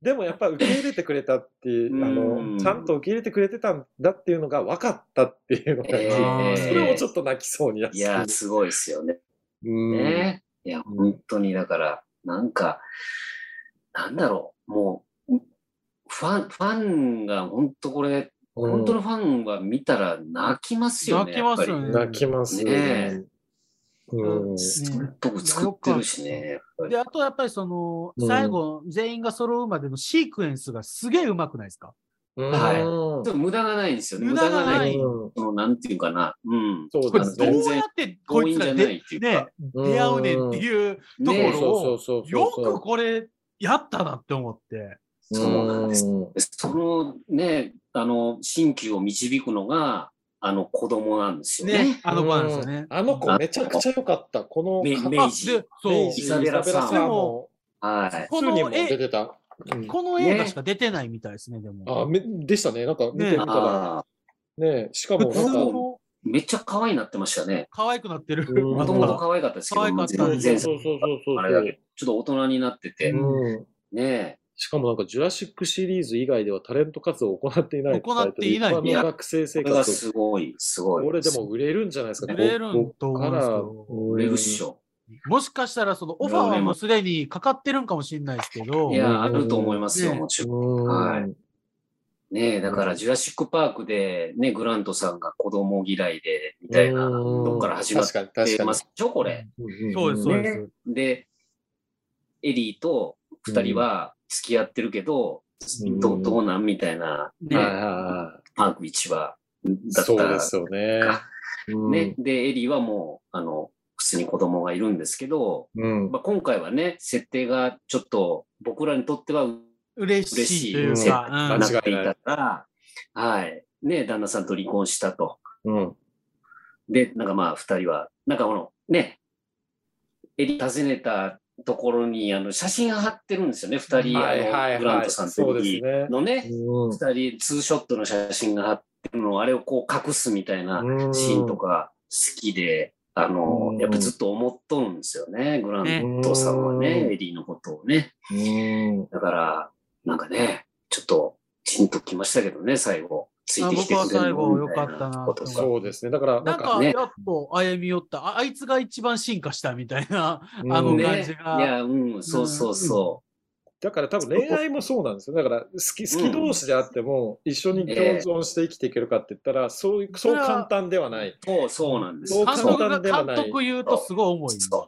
[SPEAKER 2] でもやっぱ受け入れてくれたっていう、あ
[SPEAKER 3] う
[SPEAKER 2] の、
[SPEAKER 3] ん
[SPEAKER 2] ちゃんと受け入れてくれてたんだっていうのが分かったっていうのが、
[SPEAKER 3] え
[SPEAKER 1] え
[SPEAKER 2] それもちょっと泣きそうになっ
[SPEAKER 3] い
[SPEAKER 2] て
[SPEAKER 3] や、すごいですよね。
[SPEAKER 2] うん
[SPEAKER 3] ねいや、本当に、だから、なんか、なんだろう、もう、ファン、ファンが、本当これ、
[SPEAKER 2] うん
[SPEAKER 3] 本当のファンは見たら泣きますよね。
[SPEAKER 1] 泣きますよね
[SPEAKER 3] やっ
[SPEAKER 2] 泣きます
[SPEAKER 3] ね
[SPEAKER 2] うん。
[SPEAKER 3] ぱり
[SPEAKER 1] うん
[SPEAKER 3] 僕作ってるしね。やっぱり
[SPEAKER 1] で、あとやっぱりその
[SPEAKER 2] うん、
[SPEAKER 1] 最後、全員が揃うまでのシークエンスがすげえうまくないですか
[SPEAKER 3] はい
[SPEAKER 2] うん
[SPEAKER 3] ちょっと無駄がないんですよね。
[SPEAKER 1] 無駄がない
[SPEAKER 3] 無
[SPEAKER 2] うん
[SPEAKER 3] その、なんていうかな。うん。
[SPEAKER 2] そう
[SPEAKER 1] これ
[SPEAKER 2] で
[SPEAKER 1] ど
[SPEAKER 2] す
[SPEAKER 3] 全然
[SPEAKER 2] ね。
[SPEAKER 1] うやってこいつ
[SPEAKER 3] 強
[SPEAKER 1] が
[SPEAKER 3] 引じゃな
[SPEAKER 1] で
[SPEAKER 3] いっていうか
[SPEAKER 1] ね、出会うねんっていう、とこ
[SPEAKER 3] ね
[SPEAKER 1] ろ
[SPEAKER 2] そうそうそうそう
[SPEAKER 1] よくこれやったなって思って。
[SPEAKER 3] そうなんです
[SPEAKER 2] うん
[SPEAKER 3] そのね、あの、新旧を導くのが、あの、子供なんですよね。
[SPEAKER 1] ね、あの子なんですよね。
[SPEAKER 2] あの子めちゃくちゃ良かった。この
[SPEAKER 3] め
[SPEAKER 2] か
[SPEAKER 3] め
[SPEAKER 1] あ
[SPEAKER 3] 明治
[SPEAKER 1] で、
[SPEAKER 2] 明
[SPEAKER 1] そう
[SPEAKER 2] 治
[SPEAKER 3] イ。ザベラさん
[SPEAKER 2] イザも、
[SPEAKER 3] はい。
[SPEAKER 1] こ
[SPEAKER 2] 普通にも
[SPEAKER 1] の
[SPEAKER 2] 出
[SPEAKER 1] 絵、
[SPEAKER 2] てた。うん
[SPEAKER 1] この映画しか出てないみたいですね、でも。
[SPEAKER 2] あ、めでしたね。なんか見てみたら。
[SPEAKER 3] ああ、
[SPEAKER 2] ねしか
[SPEAKER 1] 普
[SPEAKER 2] もな
[SPEAKER 1] 通
[SPEAKER 2] んか、
[SPEAKER 1] の
[SPEAKER 3] めっちゃ可愛いなってましたね。
[SPEAKER 1] 可愛くなってる。
[SPEAKER 2] うん
[SPEAKER 3] もともと可愛かったですけ
[SPEAKER 1] 可愛か
[SPEAKER 3] ど、
[SPEAKER 1] った
[SPEAKER 2] そう
[SPEAKER 3] 全然、ち
[SPEAKER 2] そ
[SPEAKER 3] ょ
[SPEAKER 2] うそうそうそう。
[SPEAKER 3] あれだけっと大人になってて、
[SPEAKER 2] うん
[SPEAKER 3] ね
[SPEAKER 2] しかもなんか、ジュラシックシリーズ以外ではタレント活動を行っていない。
[SPEAKER 1] 行っていない
[SPEAKER 2] 一般の学生
[SPEAKER 3] こ
[SPEAKER 2] 生
[SPEAKER 3] れが
[SPEAKER 2] 活
[SPEAKER 3] すごい、すごい。
[SPEAKER 2] これでも売れるんじゃないですか。
[SPEAKER 1] 売れるんと思うんですけど
[SPEAKER 2] ここ
[SPEAKER 3] 売
[SPEAKER 2] から
[SPEAKER 3] れるっし。ょ。
[SPEAKER 1] もしかしたらそのオファーはもうすでにかかってるんかもしれないですけど
[SPEAKER 3] い、や、あると思いますよ、もちろん。
[SPEAKER 2] うん
[SPEAKER 3] はいねえ、だから、ジュラシック・パークで、ね、グラントさんが子供嫌いで、みたいな、
[SPEAKER 2] うん
[SPEAKER 3] どっから始まっ
[SPEAKER 2] 確かに確
[SPEAKER 3] て
[SPEAKER 2] か
[SPEAKER 3] ま
[SPEAKER 2] に
[SPEAKER 3] すでしょ、これ。
[SPEAKER 1] そうです、そうです。
[SPEAKER 3] で、エリーと二人は付き合ってるけど、
[SPEAKER 2] うん
[SPEAKER 3] どどうなんみたいな、
[SPEAKER 1] ね
[SPEAKER 2] はいはいは
[SPEAKER 3] パーク一話
[SPEAKER 2] い
[SPEAKER 3] だった
[SPEAKER 2] そう
[SPEAKER 3] ら
[SPEAKER 2] ですよね。うん
[SPEAKER 3] ね。で、エリーはもう、あの、普通に子供がいるんですけど、
[SPEAKER 2] うん。
[SPEAKER 3] まあ、今回はね、設定がちょっと僕らにとっては
[SPEAKER 1] 嬉
[SPEAKER 3] 嬉し
[SPEAKER 1] しい
[SPEAKER 3] い
[SPEAKER 1] という
[SPEAKER 3] 設定
[SPEAKER 1] か、
[SPEAKER 3] が
[SPEAKER 1] うん
[SPEAKER 3] なっていたから、はい。ね、旦那さんと離婚したと。
[SPEAKER 2] うん。
[SPEAKER 3] で、なんかまあ、二人は、なんかこの、ね、エリ訪ねたところに、あの、写真が貼ってるんですよね、二人、
[SPEAKER 2] はいはい
[SPEAKER 3] あの、グラン
[SPEAKER 2] は
[SPEAKER 3] ト
[SPEAKER 2] い。
[SPEAKER 3] さん
[SPEAKER 2] そ
[SPEAKER 3] と
[SPEAKER 2] う
[SPEAKER 3] エ
[SPEAKER 2] で
[SPEAKER 3] リ
[SPEAKER 2] すね。
[SPEAKER 3] のね、
[SPEAKER 2] うん
[SPEAKER 3] 二人、ツーショットの写真が貼ってるのを、あれをこう隠すみたいな
[SPEAKER 2] うん
[SPEAKER 3] シーンとか好きで、あ
[SPEAKER 2] う
[SPEAKER 3] の
[SPEAKER 2] ん、
[SPEAKER 3] やっぱずっと思っとるんですよね、グラントさんは
[SPEAKER 2] うん
[SPEAKER 3] ね、エリーのことをね。
[SPEAKER 2] うん
[SPEAKER 3] だから、なんかね、ちょっと、チンときましたけどね、最後。ついてきてくれる
[SPEAKER 1] あ僕は最後良かったな
[SPEAKER 3] ことが
[SPEAKER 2] そうですね。だから、
[SPEAKER 1] な
[SPEAKER 2] なんんか
[SPEAKER 1] か、
[SPEAKER 3] ね
[SPEAKER 1] やっと歩み寄ったあ、あいつが一番進化したみたいな、
[SPEAKER 2] うん
[SPEAKER 1] あの
[SPEAKER 3] ね
[SPEAKER 1] 感じが
[SPEAKER 3] いや、うん、そうそうそ
[SPEAKER 2] だから多分恋愛もそうなんですよ。だから好き、好き同士であっても、一緒に共存して生きていけるかって言ったら、そういう、そう簡単ではない。
[SPEAKER 3] う。そう、そうなんです
[SPEAKER 2] そ
[SPEAKER 3] よ。
[SPEAKER 2] う
[SPEAKER 1] 監督
[SPEAKER 2] 簡
[SPEAKER 3] そう
[SPEAKER 2] 単
[SPEAKER 1] が、
[SPEAKER 2] ではない
[SPEAKER 1] 監督言うとすごい重い、
[SPEAKER 3] そ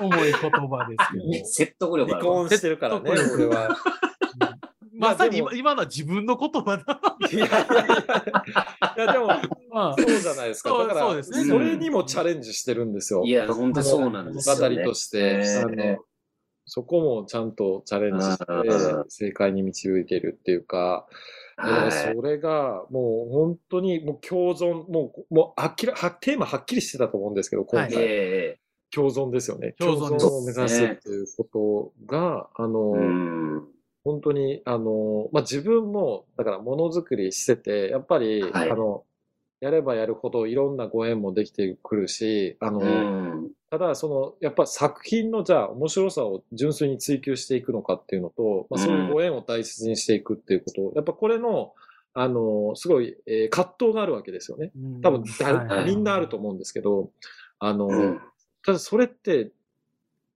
[SPEAKER 1] 重い言葉で
[SPEAKER 3] [LAUGHS] う。
[SPEAKER 1] す
[SPEAKER 3] 説得力あ
[SPEAKER 2] 離
[SPEAKER 3] る。
[SPEAKER 2] 婚してるからね、
[SPEAKER 1] そう
[SPEAKER 2] 俺は。
[SPEAKER 1] けど。 [LAUGHS] まさに
[SPEAKER 2] ま
[SPEAKER 1] 今
[SPEAKER 2] あで
[SPEAKER 1] 今のは自分の言葉だ。
[SPEAKER 2] いやいやいやいや、でも、 [LAUGHS]
[SPEAKER 1] まあ
[SPEAKER 2] そうじゃないですか。
[SPEAKER 1] そう
[SPEAKER 2] だか
[SPEAKER 1] そう
[SPEAKER 2] ら、
[SPEAKER 1] です
[SPEAKER 2] そ
[SPEAKER 1] ね
[SPEAKER 2] れにもチャレンジしてるんですよ。
[SPEAKER 3] いや、本当そうなんです
[SPEAKER 2] 物
[SPEAKER 3] よ、
[SPEAKER 2] 語
[SPEAKER 3] ね
[SPEAKER 2] と。して、あ
[SPEAKER 3] ええ
[SPEAKER 2] のそこもちゃんとチャレンジして
[SPEAKER 3] うん、
[SPEAKER 2] 正解に導いてるっていうか、
[SPEAKER 3] は
[SPEAKER 2] ね
[SPEAKER 3] い。
[SPEAKER 2] それがもう本当にもう共存、もう、もうあきらはテーマはっきりしてたと思うんですけど、今回、
[SPEAKER 1] はい
[SPEAKER 3] え
[SPEAKER 2] 共存ですよね。
[SPEAKER 1] 共存です
[SPEAKER 2] を目指すっていうことが、あの、
[SPEAKER 3] えうん。
[SPEAKER 2] 本当に、あの、まあ、自分も、だからものづくりしてて、やっぱり、
[SPEAKER 3] はい
[SPEAKER 2] あの、やればやるほどいろんなご縁もできてくるし、あの、
[SPEAKER 3] うん。
[SPEAKER 2] ただ、その、やっぱ作品の、じゃあ、面白さを純粋に追求していくのかっていうのと、まあ、
[SPEAKER 3] うん
[SPEAKER 2] そういうご縁を大切にしていくっていうこと、やっぱこれの、あの、すごい、えー葛藤があるわけですよね。多分、だ
[SPEAKER 3] はい
[SPEAKER 2] みんなあると思うんですけど、あの、
[SPEAKER 3] うん。
[SPEAKER 2] ただそれって、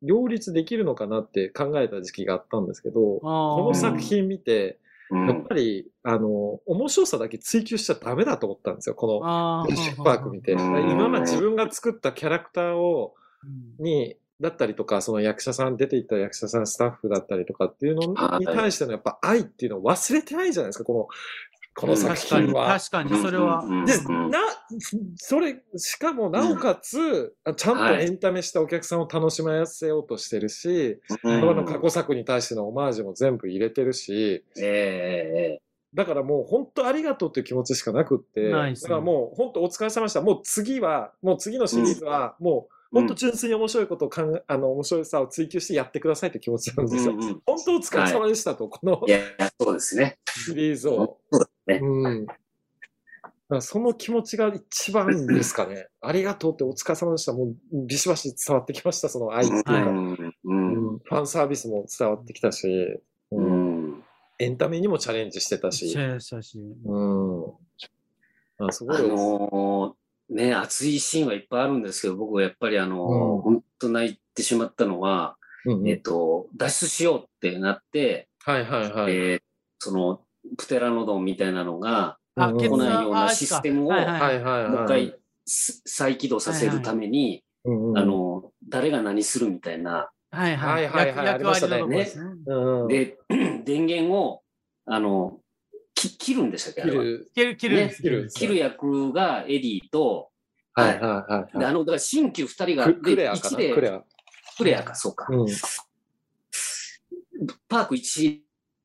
[SPEAKER 2] 両立できるのかなって考えた時期があったんですけど、こ
[SPEAKER 1] こ
[SPEAKER 2] の作品見て、
[SPEAKER 3] う
[SPEAKER 2] やっ
[SPEAKER 3] ん
[SPEAKER 2] ぱり、あの、面白さだけ追求しちゃダメだと思ったんですよ、この、シッパーク見て。
[SPEAKER 3] うん
[SPEAKER 2] 今まで自分が作ったキャラクターを、
[SPEAKER 1] うん
[SPEAKER 2] に、だったりとか、その役者さん、出ていった役者さん、スタッフだったりとかっていう
[SPEAKER 3] は
[SPEAKER 2] の
[SPEAKER 3] い
[SPEAKER 2] に対してのやっぱ愛っていうのを忘れてないじゃないですか、この、この作
[SPEAKER 1] 確かに、
[SPEAKER 2] 品は。
[SPEAKER 1] 確かに、それは。
[SPEAKER 3] うん
[SPEAKER 2] で、
[SPEAKER 3] うん
[SPEAKER 2] な、それ、しかも、なおかつ、ちゃんとエンタメしたお客さんを楽しませようとしてるし、
[SPEAKER 3] うん
[SPEAKER 2] この過去作に対してのオマージュも全部入れてるし、
[SPEAKER 3] ええ
[SPEAKER 2] だからもう本当ありがとうっていう気持ちしかなくって、
[SPEAKER 1] ないっ
[SPEAKER 2] だ
[SPEAKER 1] すね
[SPEAKER 2] からもう本当お疲れ様でした。もう次は、もう次のシリーズは、もう本当純粋に面白いことを考え、あの、面白さを追求してやってくださいって気持ちなんですよ。
[SPEAKER 3] うんうん
[SPEAKER 2] 本当お疲れ様でしたと、この
[SPEAKER 3] いや、いやそうですね。
[SPEAKER 2] シリーズを。
[SPEAKER 3] ね
[SPEAKER 2] うん。だからその気持ちが一番ですか
[SPEAKER 3] [LAUGHS]
[SPEAKER 2] ね。ありがとうってお疲れ様でした。もうビシバシ伝わってきました、その愛っていうか。
[SPEAKER 3] うんうん
[SPEAKER 2] うんファンサービスも伝わってきたし、
[SPEAKER 3] う
[SPEAKER 2] うん
[SPEAKER 3] ん。
[SPEAKER 2] エンタメにもチャレンジしてたし。
[SPEAKER 1] シェアしたし
[SPEAKER 2] うん。あ、すごい
[SPEAKER 3] あ
[SPEAKER 2] です。
[SPEAKER 3] のーね、熱いシーンはいっぱいあるんですけど、僕はやっぱりあのー
[SPEAKER 2] うん
[SPEAKER 3] 本当泣いてしまったのは、
[SPEAKER 2] うんうん
[SPEAKER 3] えっと、脱出しようってなって、
[SPEAKER 2] はいはいはい。
[SPEAKER 3] えーその、プテラノドンみたいなのが、
[SPEAKER 1] あ、
[SPEAKER 2] うん
[SPEAKER 1] 決
[SPEAKER 3] こ
[SPEAKER 1] 断
[SPEAKER 3] ないような
[SPEAKER 1] あ
[SPEAKER 3] システムを
[SPEAKER 1] はいはいは
[SPEAKER 2] はいいはいはい。
[SPEAKER 3] もう一回す再起動させるために、
[SPEAKER 2] うんうん、
[SPEAKER 3] あのー誰が何するみたいな、
[SPEAKER 1] はいはい
[SPEAKER 2] はいはいはい
[SPEAKER 1] 役役割のとこ
[SPEAKER 3] ありま
[SPEAKER 1] で
[SPEAKER 3] し
[SPEAKER 1] すね。
[SPEAKER 2] うんうん、
[SPEAKER 3] で、 [CLEARS THROAT] 電源を、あのき切るんでしたっけあ
[SPEAKER 2] 切
[SPEAKER 3] れは
[SPEAKER 2] る。
[SPEAKER 1] 切る、切るんです
[SPEAKER 2] ね
[SPEAKER 1] るんです
[SPEAKER 3] 切る役がエリーと、
[SPEAKER 2] はいはい
[SPEAKER 3] で
[SPEAKER 2] は
[SPEAKER 3] あの、だから新旧二人
[SPEAKER 2] い
[SPEAKER 3] が、
[SPEAKER 2] はい。ク
[SPEAKER 3] で
[SPEAKER 2] レアかな
[SPEAKER 3] 一で
[SPEAKER 2] クレア。
[SPEAKER 3] クレアか、そうか。
[SPEAKER 2] うん。
[SPEAKER 3] パーク1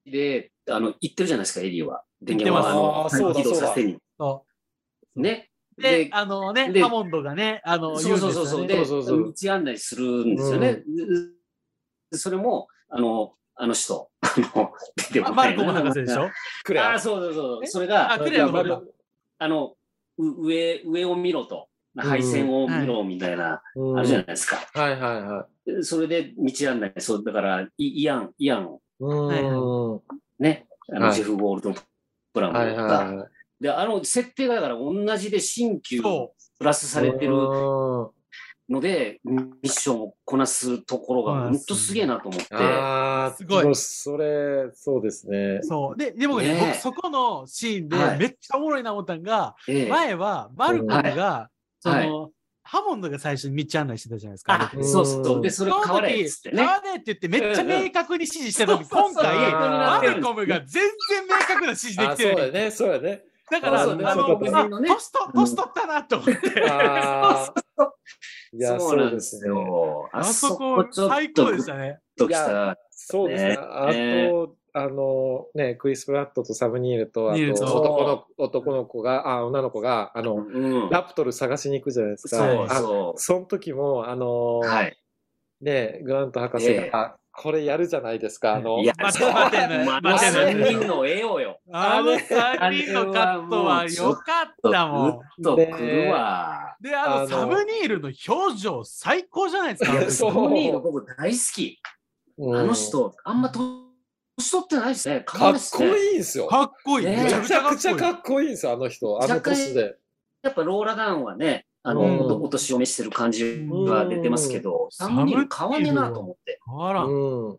[SPEAKER 3] で、あの、行ってるじゃないですか、エリーは。電源
[SPEAKER 1] 行って
[SPEAKER 3] は、あの、
[SPEAKER 2] ますあーそうだ
[SPEAKER 3] 起動させに。
[SPEAKER 1] そ
[SPEAKER 3] ね。
[SPEAKER 1] うで
[SPEAKER 3] で、
[SPEAKER 1] あのね、
[SPEAKER 3] で
[SPEAKER 1] ハモンドがね、あの、
[SPEAKER 3] そうそうそうそ
[SPEAKER 1] 言ん
[SPEAKER 3] う。で、
[SPEAKER 1] ですよね
[SPEAKER 2] そうそうそう
[SPEAKER 3] 道案内するんですよね。でそれも、あの、あの人、あの、出て
[SPEAKER 1] あ
[SPEAKER 3] も
[SPEAKER 1] マ
[SPEAKER 3] らえ
[SPEAKER 1] ルコム博士でしょ
[SPEAKER 2] クレ
[SPEAKER 3] あ
[SPEAKER 2] ア
[SPEAKER 3] あ、。そうそうそう。
[SPEAKER 1] え
[SPEAKER 3] それ
[SPEAKER 1] あ、
[SPEAKER 3] が、
[SPEAKER 1] クレアの
[SPEAKER 2] ま
[SPEAKER 1] 方
[SPEAKER 2] あまあ
[SPEAKER 1] だ。
[SPEAKER 3] あの、う上、上を見ろと。
[SPEAKER 2] ん
[SPEAKER 3] 配線を見ろみたいな、
[SPEAKER 2] うん
[SPEAKER 3] あるじゃないですか。
[SPEAKER 2] はいはいはい。
[SPEAKER 3] それで道案内、そう、だから、イイアン、イアン、
[SPEAKER 2] うん。
[SPEAKER 1] はい
[SPEAKER 3] ね、あの、
[SPEAKER 2] はい
[SPEAKER 3] ジェフ・ゴールド・プラン
[SPEAKER 2] はいはい
[SPEAKER 3] が、
[SPEAKER 2] は
[SPEAKER 3] で、あの、設定がだから同じで新旧
[SPEAKER 1] そ
[SPEAKER 3] プラス
[SPEAKER 2] い。
[SPEAKER 3] されてる。
[SPEAKER 2] うん
[SPEAKER 3] ので、ミッションをこなすところが、本当すげえなと思って。
[SPEAKER 2] ああ、
[SPEAKER 1] すごい
[SPEAKER 2] でもそれ、そうですね。
[SPEAKER 1] そう。で、でもね、
[SPEAKER 3] ねえ
[SPEAKER 1] 僕そこのシーンで
[SPEAKER 3] はい
[SPEAKER 1] めっちゃおもろいな思ったんが、
[SPEAKER 3] ええ
[SPEAKER 1] 前はマルコムが、そ
[SPEAKER 3] はい
[SPEAKER 1] の、ハモンドが最初に道案内してたじゃないですか。
[SPEAKER 3] あ、そうそう。で、そ
[SPEAKER 1] そ
[SPEAKER 3] れ
[SPEAKER 1] の
[SPEAKER 3] 変われっ
[SPEAKER 1] 時
[SPEAKER 3] つって
[SPEAKER 1] 変
[SPEAKER 3] ね。
[SPEAKER 1] われって言ってめっちゃ明確に指示してたのに、
[SPEAKER 3] うんうん
[SPEAKER 1] 今回
[SPEAKER 2] そうそうそう、
[SPEAKER 1] マルコムが全然明確な指示で
[SPEAKER 2] あ
[SPEAKER 1] き
[SPEAKER 2] そ
[SPEAKER 1] てな
[SPEAKER 2] うだ
[SPEAKER 1] い。
[SPEAKER 2] よね、そうだよね。
[SPEAKER 1] だから、あ
[SPEAKER 2] そう
[SPEAKER 1] の、
[SPEAKER 2] ね
[SPEAKER 1] あ
[SPEAKER 2] そうだね
[SPEAKER 1] 年と年取ったなと思って。
[SPEAKER 2] あーいや、
[SPEAKER 3] そう
[SPEAKER 2] そ
[SPEAKER 3] な
[SPEAKER 2] うん
[SPEAKER 3] で
[SPEAKER 2] です
[SPEAKER 3] す
[SPEAKER 2] ね。
[SPEAKER 3] よ。
[SPEAKER 1] あ
[SPEAKER 3] あ
[SPEAKER 1] そ
[SPEAKER 3] そ
[SPEAKER 1] こ
[SPEAKER 3] こちょっ
[SPEAKER 1] 最
[SPEAKER 3] と
[SPEAKER 1] 高
[SPEAKER 3] グ
[SPEAKER 1] で
[SPEAKER 3] ッ
[SPEAKER 1] したね。
[SPEAKER 3] ときた。
[SPEAKER 2] そうですね。
[SPEAKER 3] ね
[SPEAKER 2] あと、あの、ね、クリス・プラットとサム・ニールと、あ
[SPEAKER 1] ニール
[SPEAKER 2] と、
[SPEAKER 1] と
[SPEAKER 2] 男の男の子が、あ、女の子が、あの、
[SPEAKER 3] うん。
[SPEAKER 2] ラプトル探しに行くじゃないですか。
[SPEAKER 3] そう
[SPEAKER 2] あ
[SPEAKER 3] そ
[SPEAKER 2] その時も、あの、
[SPEAKER 3] う。はい。
[SPEAKER 2] ね、グラント博士が、
[SPEAKER 3] ええ
[SPEAKER 2] あこれやるじゃないですか、あの、
[SPEAKER 3] いや、
[SPEAKER 1] 待て
[SPEAKER 3] そう
[SPEAKER 1] 待てね
[SPEAKER 3] まあ
[SPEAKER 1] 待
[SPEAKER 2] てね
[SPEAKER 3] 3人の絵をよ。
[SPEAKER 1] あの3人のカットは良かったもん。
[SPEAKER 3] ちょっと来るわ。
[SPEAKER 1] で、あの、
[SPEAKER 2] あの
[SPEAKER 1] サムニールの表情最高じゃないですかあの時。
[SPEAKER 2] そ
[SPEAKER 3] ト
[SPEAKER 2] う
[SPEAKER 3] ニーが僕大好き。
[SPEAKER 2] うん
[SPEAKER 3] あの人、あんま年取ってないですね。変
[SPEAKER 2] か
[SPEAKER 3] わ
[SPEAKER 2] っ
[SPEAKER 3] らず
[SPEAKER 2] こ
[SPEAKER 3] ね
[SPEAKER 2] いいんですよ。
[SPEAKER 1] かっこいい。
[SPEAKER 3] ね
[SPEAKER 1] めちゃ
[SPEAKER 2] め
[SPEAKER 1] く
[SPEAKER 2] ち
[SPEAKER 1] ちゃ
[SPEAKER 2] ゃ
[SPEAKER 1] かっ
[SPEAKER 2] くちゃ
[SPEAKER 1] こい
[SPEAKER 2] か
[SPEAKER 1] い。
[SPEAKER 2] っこいいんですよ、あの人。あの年で。
[SPEAKER 3] やっぱローラダウンはね、あ
[SPEAKER 2] う
[SPEAKER 3] の、
[SPEAKER 2] ん
[SPEAKER 3] おとお年を召してる感じが出てますけど、
[SPEAKER 1] うん
[SPEAKER 3] サムニール変わんねえなと思って。
[SPEAKER 1] あら。
[SPEAKER 2] うん。
[SPEAKER 3] う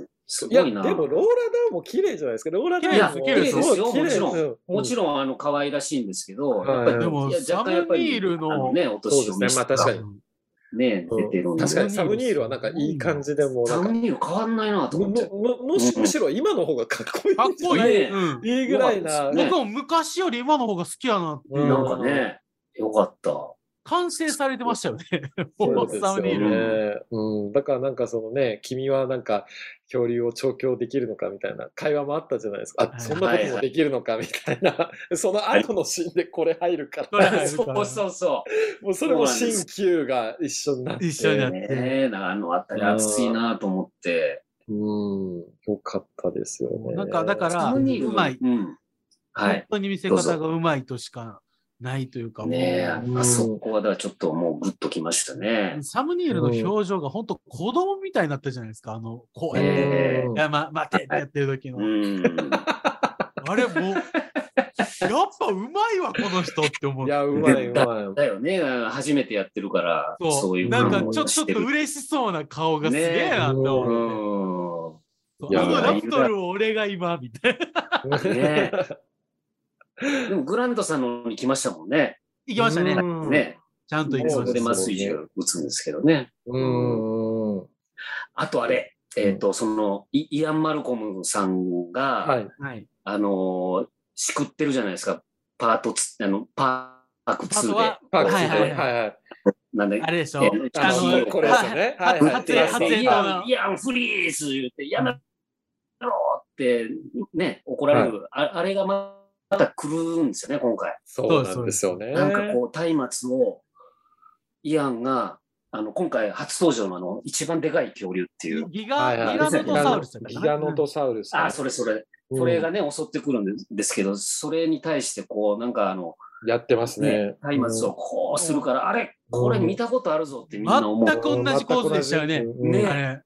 [SPEAKER 3] ん。す
[SPEAKER 2] いや、
[SPEAKER 3] ご
[SPEAKER 2] で
[SPEAKER 3] いな。
[SPEAKER 2] も、ローラダウンも綺麗じゃないですか。ローラダウンも
[SPEAKER 1] 綺麗です
[SPEAKER 3] 綺麗ですよ
[SPEAKER 2] 綺麗
[SPEAKER 3] もちろん
[SPEAKER 2] うん
[SPEAKER 3] もちろん、あの、可愛らしいんですけど、
[SPEAKER 2] はい
[SPEAKER 3] やっぱり、
[SPEAKER 1] でも
[SPEAKER 3] いや
[SPEAKER 1] サム
[SPEAKER 3] 若干やっぱり
[SPEAKER 1] ニールの
[SPEAKER 3] あね、お
[SPEAKER 2] そう
[SPEAKER 3] 年
[SPEAKER 2] で
[SPEAKER 3] を
[SPEAKER 2] すね
[SPEAKER 3] 召し。
[SPEAKER 2] まあ
[SPEAKER 3] た
[SPEAKER 2] 確かに。
[SPEAKER 3] ね、出てるんで。
[SPEAKER 2] 確かにサムニールはなんかいい感じでもうな
[SPEAKER 3] サ
[SPEAKER 2] ん
[SPEAKER 3] ム
[SPEAKER 2] か
[SPEAKER 3] ニール変わんないなと
[SPEAKER 2] む
[SPEAKER 3] 思って。
[SPEAKER 2] むむしむしろ今の方がかっこいい
[SPEAKER 1] かっこい
[SPEAKER 3] ね
[SPEAKER 1] い。
[SPEAKER 3] え
[SPEAKER 1] うん
[SPEAKER 2] いいぐらいな、
[SPEAKER 3] ね
[SPEAKER 1] 僕も昔より今の方が好きやなっていうう。
[SPEAKER 3] なんかね、よか
[SPEAKER 2] [LAUGHS]
[SPEAKER 3] った。
[SPEAKER 1] 完成されてましたよ [LAUGHS] ね。
[SPEAKER 2] そう
[SPEAKER 1] も
[SPEAKER 2] です
[SPEAKER 1] う
[SPEAKER 2] よ
[SPEAKER 1] サムニール。
[SPEAKER 2] ね、うん、だからなんかそのね君はなんか恐竜を調教できるのかみたいな会話もあったじゃないですか
[SPEAKER 1] は
[SPEAKER 2] あ
[SPEAKER 1] い
[SPEAKER 2] そんなこともできるのかみたい
[SPEAKER 1] [LAUGHS]
[SPEAKER 2] なその後のシーンでこれ入るか
[SPEAKER 1] これ
[SPEAKER 2] ら
[SPEAKER 1] 入る
[SPEAKER 3] そ
[SPEAKER 1] か
[SPEAKER 3] うそうそ
[SPEAKER 2] もうそれも新旧が一緒になって
[SPEAKER 1] 一緒
[SPEAKER 3] う。
[SPEAKER 1] になっ
[SPEAKER 3] ね
[SPEAKER 1] て。
[SPEAKER 3] え、あのあたり熱いなと思って。
[SPEAKER 2] うんよかったですよね
[SPEAKER 1] なんか、だから、
[SPEAKER 3] サ
[SPEAKER 1] う
[SPEAKER 3] ムニール
[SPEAKER 1] まい。
[SPEAKER 3] うん。は
[SPEAKER 1] 本
[SPEAKER 3] い。
[SPEAKER 1] 当に見せ方がうまいとしかないというか、も
[SPEAKER 3] ねえ、あ
[SPEAKER 1] う
[SPEAKER 2] うん
[SPEAKER 3] そこはだからちょっともうグッときましたね。
[SPEAKER 1] サムニールの表情が本当子供みたいになったじゃないですか。あの、こうやって、
[SPEAKER 3] え
[SPEAKER 2] うん
[SPEAKER 1] いや、ま、待てってやってる時の
[SPEAKER 3] う。ん。
[SPEAKER 1] あれもう、やっぱうまいわ、この人って思う
[SPEAKER 2] い。やうまいうまい
[SPEAKER 3] だよね、初めてやってるから、そういう
[SPEAKER 1] なんか
[SPEAKER 3] も
[SPEAKER 1] ちょちょっと嬉しそうな顔がすげえなって
[SPEAKER 3] う
[SPEAKER 1] 思う。
[SPEAKER 3] ん。
[SPEAKER 1] そう
[SPEAKER 2] いや
[SPEAKER 1] あのラプトルを俺が今、みたいな。
[SPEAKER 3] ねでもグランドさんのに来ましたもんね。
[SPEAKER 1] 行きましたね。
[SPEAKER 2] うん
[SPEAKER 3] ね。
[SPEAKER 1] ちゃんと行き
[SPEAKER 2] そ
[SPEAKER 1] ま
[SPEAKER 2] う
[SPEAKER 3] そ
[SPEAKER 1] し
[SPEAKER 3] こで
[SPEAKER 1] た。
[SPEAKER 3] 麻酔銃打つんですけどね。
[SPEAKER 2] [LAUGHS] うんうん
[SPEAKER 3] あとあれ、えっ、と、そのイ、イアン・マルコムさんが、
[SPEAKER 2] はい
[SPEAKER 1] はい。
[SPEAKER 3] あのーしくってるじゃないですか。パートツ、あの、パーク
[SPEAKER 1] あと
[SPEAKER 3] 2で
[SPEAKER 1] は。、
[SPEAKER 2] パーク
[SPEAKER 1] は
[SPEAKER 2] ス
[SPEAKER 1] い
[SPEAKER 2] で
[SPEAKER 1] は
[SPEAKER 2] はいい
[SPEAKER 1] は
[SPEAKER 2] はい
[SPEAKER 3] なんで
[SPEAKER 1] あ、れでしょ
[SPEAKER 3] え
[SPEAKER 2] あ
[SPEAKER 1] あ
[SPEAKER 3] の
[SPEAKER 2] の
[SPEAKER 1] の、
[SPEAKER 2] これですよね
[SPEAKER 1] は
[SPEAKER 2] はいはい
[SPEAKER 1] 発
[SPEAKER 3] で
[SPEAKER 1] 令発令
[SPEAKER 3] イ
[SPEAKER 1] の
[SPEAKER 3] ア
[SPEAKER 1] な
[SPEAKER 3] ン、イアンフリーズ言って、やめろって、ね、怒られる、あ。あれがまた来るんですよね、今回。
[SPEAKER 2] そうなんですよね
[SPEAKER 3] なんかこう、松明を、イアンが、あの、今回初登場のあの、一番でかい恐竜っていう。
[SPEAKER 1] ギ
[SPEAKER 2] は
[SPEAKER 1] ガ、
[SPEAKER 2] いはい
[SPEAKER 1] ギガノトサウルスだった
[SPEAKER 2] ギ
[SPEAKER 1] かな
[SPEAKER 2] ガノトサウルスね。
[SPEAKER 3] あ、それそれ。
[SPEAKER 2] うん
[SPEAKER 3] それがね、襲ってくるんでですけど、それに対して、こう、なんかあの、
[SPEAKER 2] やってますね。
[SPEAKER 3] 松明をこうするから、あれ、これ見たことあるぞってみんな思う。
[SPEAKER 1] 全く同じ構図でしたよね。
[SPEAKER 2] うん
[SPEAKER 3] ね
[SPEAKER 1] あれ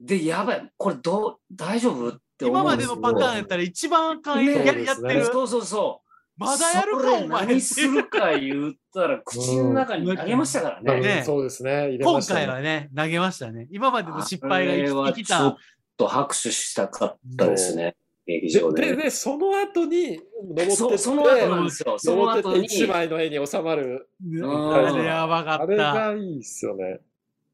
[SPEAKER 3] で、やばい、これどう、大丈夫って思
[SPEAKER 1] 今
[SPEAKER 3] う
[SPEAKER 1] ま
[SPEAKER 3] んで
[SPEAKER 1] ですの
[SPEAKER 3] よ。
[SPEAKER 1] パターンやったら一番簡易
[SPEAKER 3] ね
[SPEAKER 1] ややってる。
[SPEAKER 3] そうそうそう。
[SPEAKER 1] まだやる
[SPEAKER 3] そ
[SPEAKER 1] か、
[SPEAKER 3] れ
[SPEAKER 1] お前。
[SPEAKER 3] 何するか言ったら、口の中に投げましたから
[SPEAKER 2] うん
[SPEAKER 3] ね。
[SPEAKER 1] ね
[SPEAKER 2] そうですね。入れ
[SPEAKER 1] [LAUGHS]
[SPEAKER 2] ま
[SPEAKER 1] 今
[SPEAKER 2] したね
[SPEAKER 1] 回はね、投げましたね。今までの失敗が
[SPEAKER 3] あれは
[SPEAKER 1] 生き生き
[SPEAKER 3] ちょ
[SPEAKER 1] た
[SPEAKER 3] っ。と拍手したかったですね、劇場
[SPEAKER 2] で
[SPEAKER 3] で
[SPEAKER 2] で。で、その後に登ってって、
[SPEAKER 3] そうその後なんですよ。その
[SPEAKER 2] 登ってっ
[SPEAKER 3] 後
[SPEAKER 2] て
[SPEAKER 3] に、
[SPEAKER 2] 一枚の絵に収まる。
[SPEAKER 1] うんあれやばか
[SPEAKER 2] あ
[SPEAKER 1] っ
[SPEAKER 2] れ
[SPEAKER 1] た。
[SPEAKER 2] がいいですよね。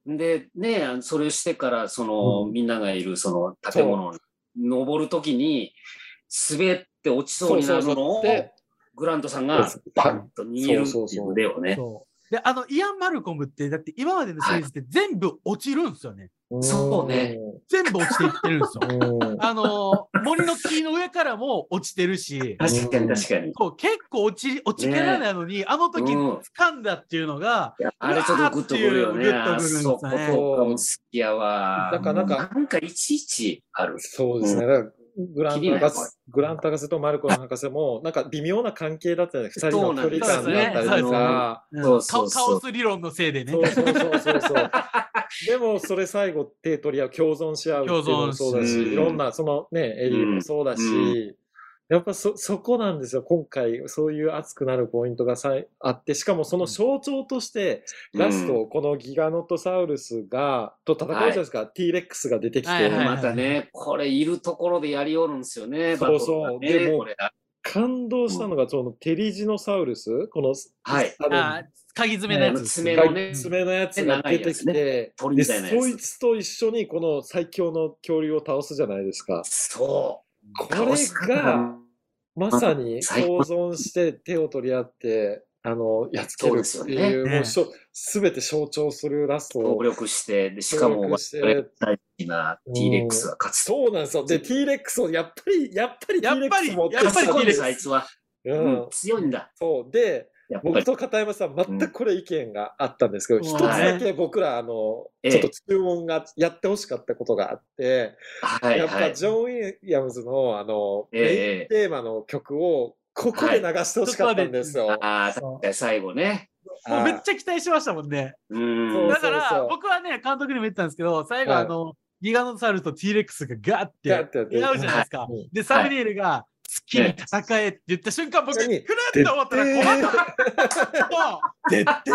[SPEAKER 3] で、ね、それをしてから、その、
[SPEAKER 2] うん
[SPEAKER 3] みんながいる、その、建物に登るときに、滑って落ちそうになるのを、
[SPEAKER 2] で、
[SPEAKER 3] グラントさんが
[SPEAKER 2] そうです
[SPEAKER 3] バンと逃げるっていう腕をね。
[SPEAKER 1] そうで、あの、イアン・マルコムって、だって今までのシリーズって全部落ちるんですよね。
[SPEAKER 3] そうね
[SPEAKER 1] 全部落ちていってるん
[SPEAKER 2] [LAUGHS]
[SPEAKER 1] ですよ。
[SPEAKER 2] うん。うん
[SPEAKER 1] あのー森の木の上からも落ちてるし、
[SPEAKER 3] 確かに確かに。
[SPEAKER 1] そう結構落ち、落ちキャラなのに、あの時
[SPEAKER 3] うん
[SPEAKER 1] 掴んだっていうのが、
[SPEAKER 3] いやあれちょっとグッとくるよ
[SPEAKER 1] う
[SPEAKER 3] ね。
[SPEAKER 1] わーっ
[SPEAKER 3] あ
[SPEAKER 1] ていう
[SPEAKER 3] そことかも好きやわ。
[SPEAKER 2] なんかなんか
[SPEAKER 3] なんかいちいちある。
[SPEAKER 2] そうですね。だからグラント博
[SPEAKER 3] 切りない
[SPEAKER 2] 士、グラント博士とマルコの博士も、なんか微妙な関係だったよね。二人
[SPEAKER 3] そう
[SPEAKER 2] の
[SPEAKER 3] なん
[SPEAKER 2] 距
[SPEAKER 3] です
[SPEAKER 2] 離感だった
[SPEAKER 1] そう
[SPEAKER 2] り
[SPEAKER 1] ですね
[SPEAKER 2] とか。
[SPEAKER 1] うん
[SPEAKER 3] そうそう
[SPEAKER 1] カオ
[SPEAKER 3] そう
[SPEAKER 1] カオス理論のせいでね
[SPEAKER 2] そ。うそうそうそうそう。でもそれ最後手取り合う共存し合うっていうのもそうだ
[SPEAKER 3] 共存
[SPEAKER 2] し、
[SPEAKER 3] し
[SPEAKER 2] いろんなそのねエリーもそうだし、
[SPEAKER 3] うん
[SPEAKER 2] やっぱそ、そこなんですよ。今回、そういう熱くなるポイントがさいあって、しかもその象徴として、ラスト、このギガノトサウルスが、と戦うじゃないですか。T レックスが出てきて、
[SPEAKER 1] はいはい
[SPEAKER 3] またね、これいるところでやりおるんですよね、
[SPEAKER 2] そうそう
[SPEAKER 3] バトルがね
[SPEAKER 2] でも
[SPEAKER 3] これあ
[SPEAKER 2] 感動したのが、そのテリジノサウルス、この、
[SPEAKER 3] はい
[SPEAKER 2] あの
[SPEAKER 1] あー、鍵詰めのやつですね。
[SPEAKER 3] 爪のね
[SPEAKER 2] 爪のやつが出てき
[SPEAKER 3] 長い
[SPEAKER 2] て、
[SPEAKER 3] 鳥
[SPEAKER 2] で
[SPEAKER 3] みたいなやつ
[SPEAKER 2] そいつと一緒にこの最強の恐竜を倒すじゃないですか。
[SPEAKER 3] そ
[SPEAKER 2] こ
[SPEAKER 3] う。
[SPEAKER 2] れ
[SPEAKER 3] 倒す方
[SPEAKER 2] が、まさに
[SPEAKER 3] 最
[SPEAKER 2] 共存して手を取り合って、あの、やっつける
[SPEAKER 3] そ
[SPEAKER 2] っ
[SPEAKER 3] う
[SPEAKER 2] て
[SPEAKER 3] です
[SPEAKER 2] い
[SPEAKER 3] よ
[SPEAKER 2] う、
[SPEAKER 1] ね
[SPEAKER 2] もうしょ、すべて象徴するラスト
[SPEAKER 3] 協
[SPEAKER 2] を。
[SPEAKER 3] 力して、でしか
[SPEAKER 2] 協、
[SPEAKER 3] も
[SPEAKER 2] 力して
[SPEAKER 3] 我々大好きな T レックスが勝つと。
[SPEAKER 2] そうなんですよ。で、T-Rex をやっぱり、やっぱり
[SPEAKER 1] やっぱり
[SPEAKER 2] T-Rex 持って
[SPEAKER 1] やっぱり
[SPEAKER 3] 強いんです
[SPEAKER 1] T-Rex
[SPEAKER 3] あいつは。
[SPEAKER 2] う
[SPEAKER 3] うんん、強いんだ。
[SPEAKER 2] そう。で、
[SPEAKER 3] やっぱ
[SPEAKER 2] 僕
[SPEAKER 3] り。
[SPEAKER 2] と片山さん、全くこれ意見があったんですけ
[SPEAKER 1] う
[SPEAKER 2] ど、
[SPEAKER 1] ん
[SPEAKER 2] 一つだけ僕ら、あの、
[SPEAKER 3] ええ
[SPEAKER 2] ちょっと注文が、やってほしかったことがあって、
[SPEAKER 3] はい
[SPEAKER 2] やっ
[SPEAKER 3] は
[SPEAKER 2] ぱ
[SPEAKER 3] い
[SPEAKER 2] ジ。ョン・ウィリアムズの、あの、
[SPEAKER 3] ええ
[SPEAKER 2] メインテーマの曲を、ここで流してほしかったんですよ。
[SPEAKER 3] ああ、確かに最後ね。
[SPEAKER 1] もうめっちゃ期待しましたもんね。
[SPEAKER 3] うん。
[SPEAKER 2] そう
[SPEAKER 1] だから
[SPEAKER 2] そうそう
[SPEAKER 1] 僕はね、監督にも言ってたんですけど、最後、
[SPEAKER 2] はい
[SPEAKER 1] あの、ギガノサウルスと T レックスがガーって
[SPEAKER 2] ガーってやって
[SPEAKER 1] 出会うじゃないですか。
[SPEAKER 2] はい
[SPEAKER 1] で、サムニエルが、月に戦えって言った瞬間、僕、
[SPEAKER 2] は
[SPEAKER 1] 来
[SPEAKER 2] い
[SPEAKER 1] るって思ったら、困ったでってーって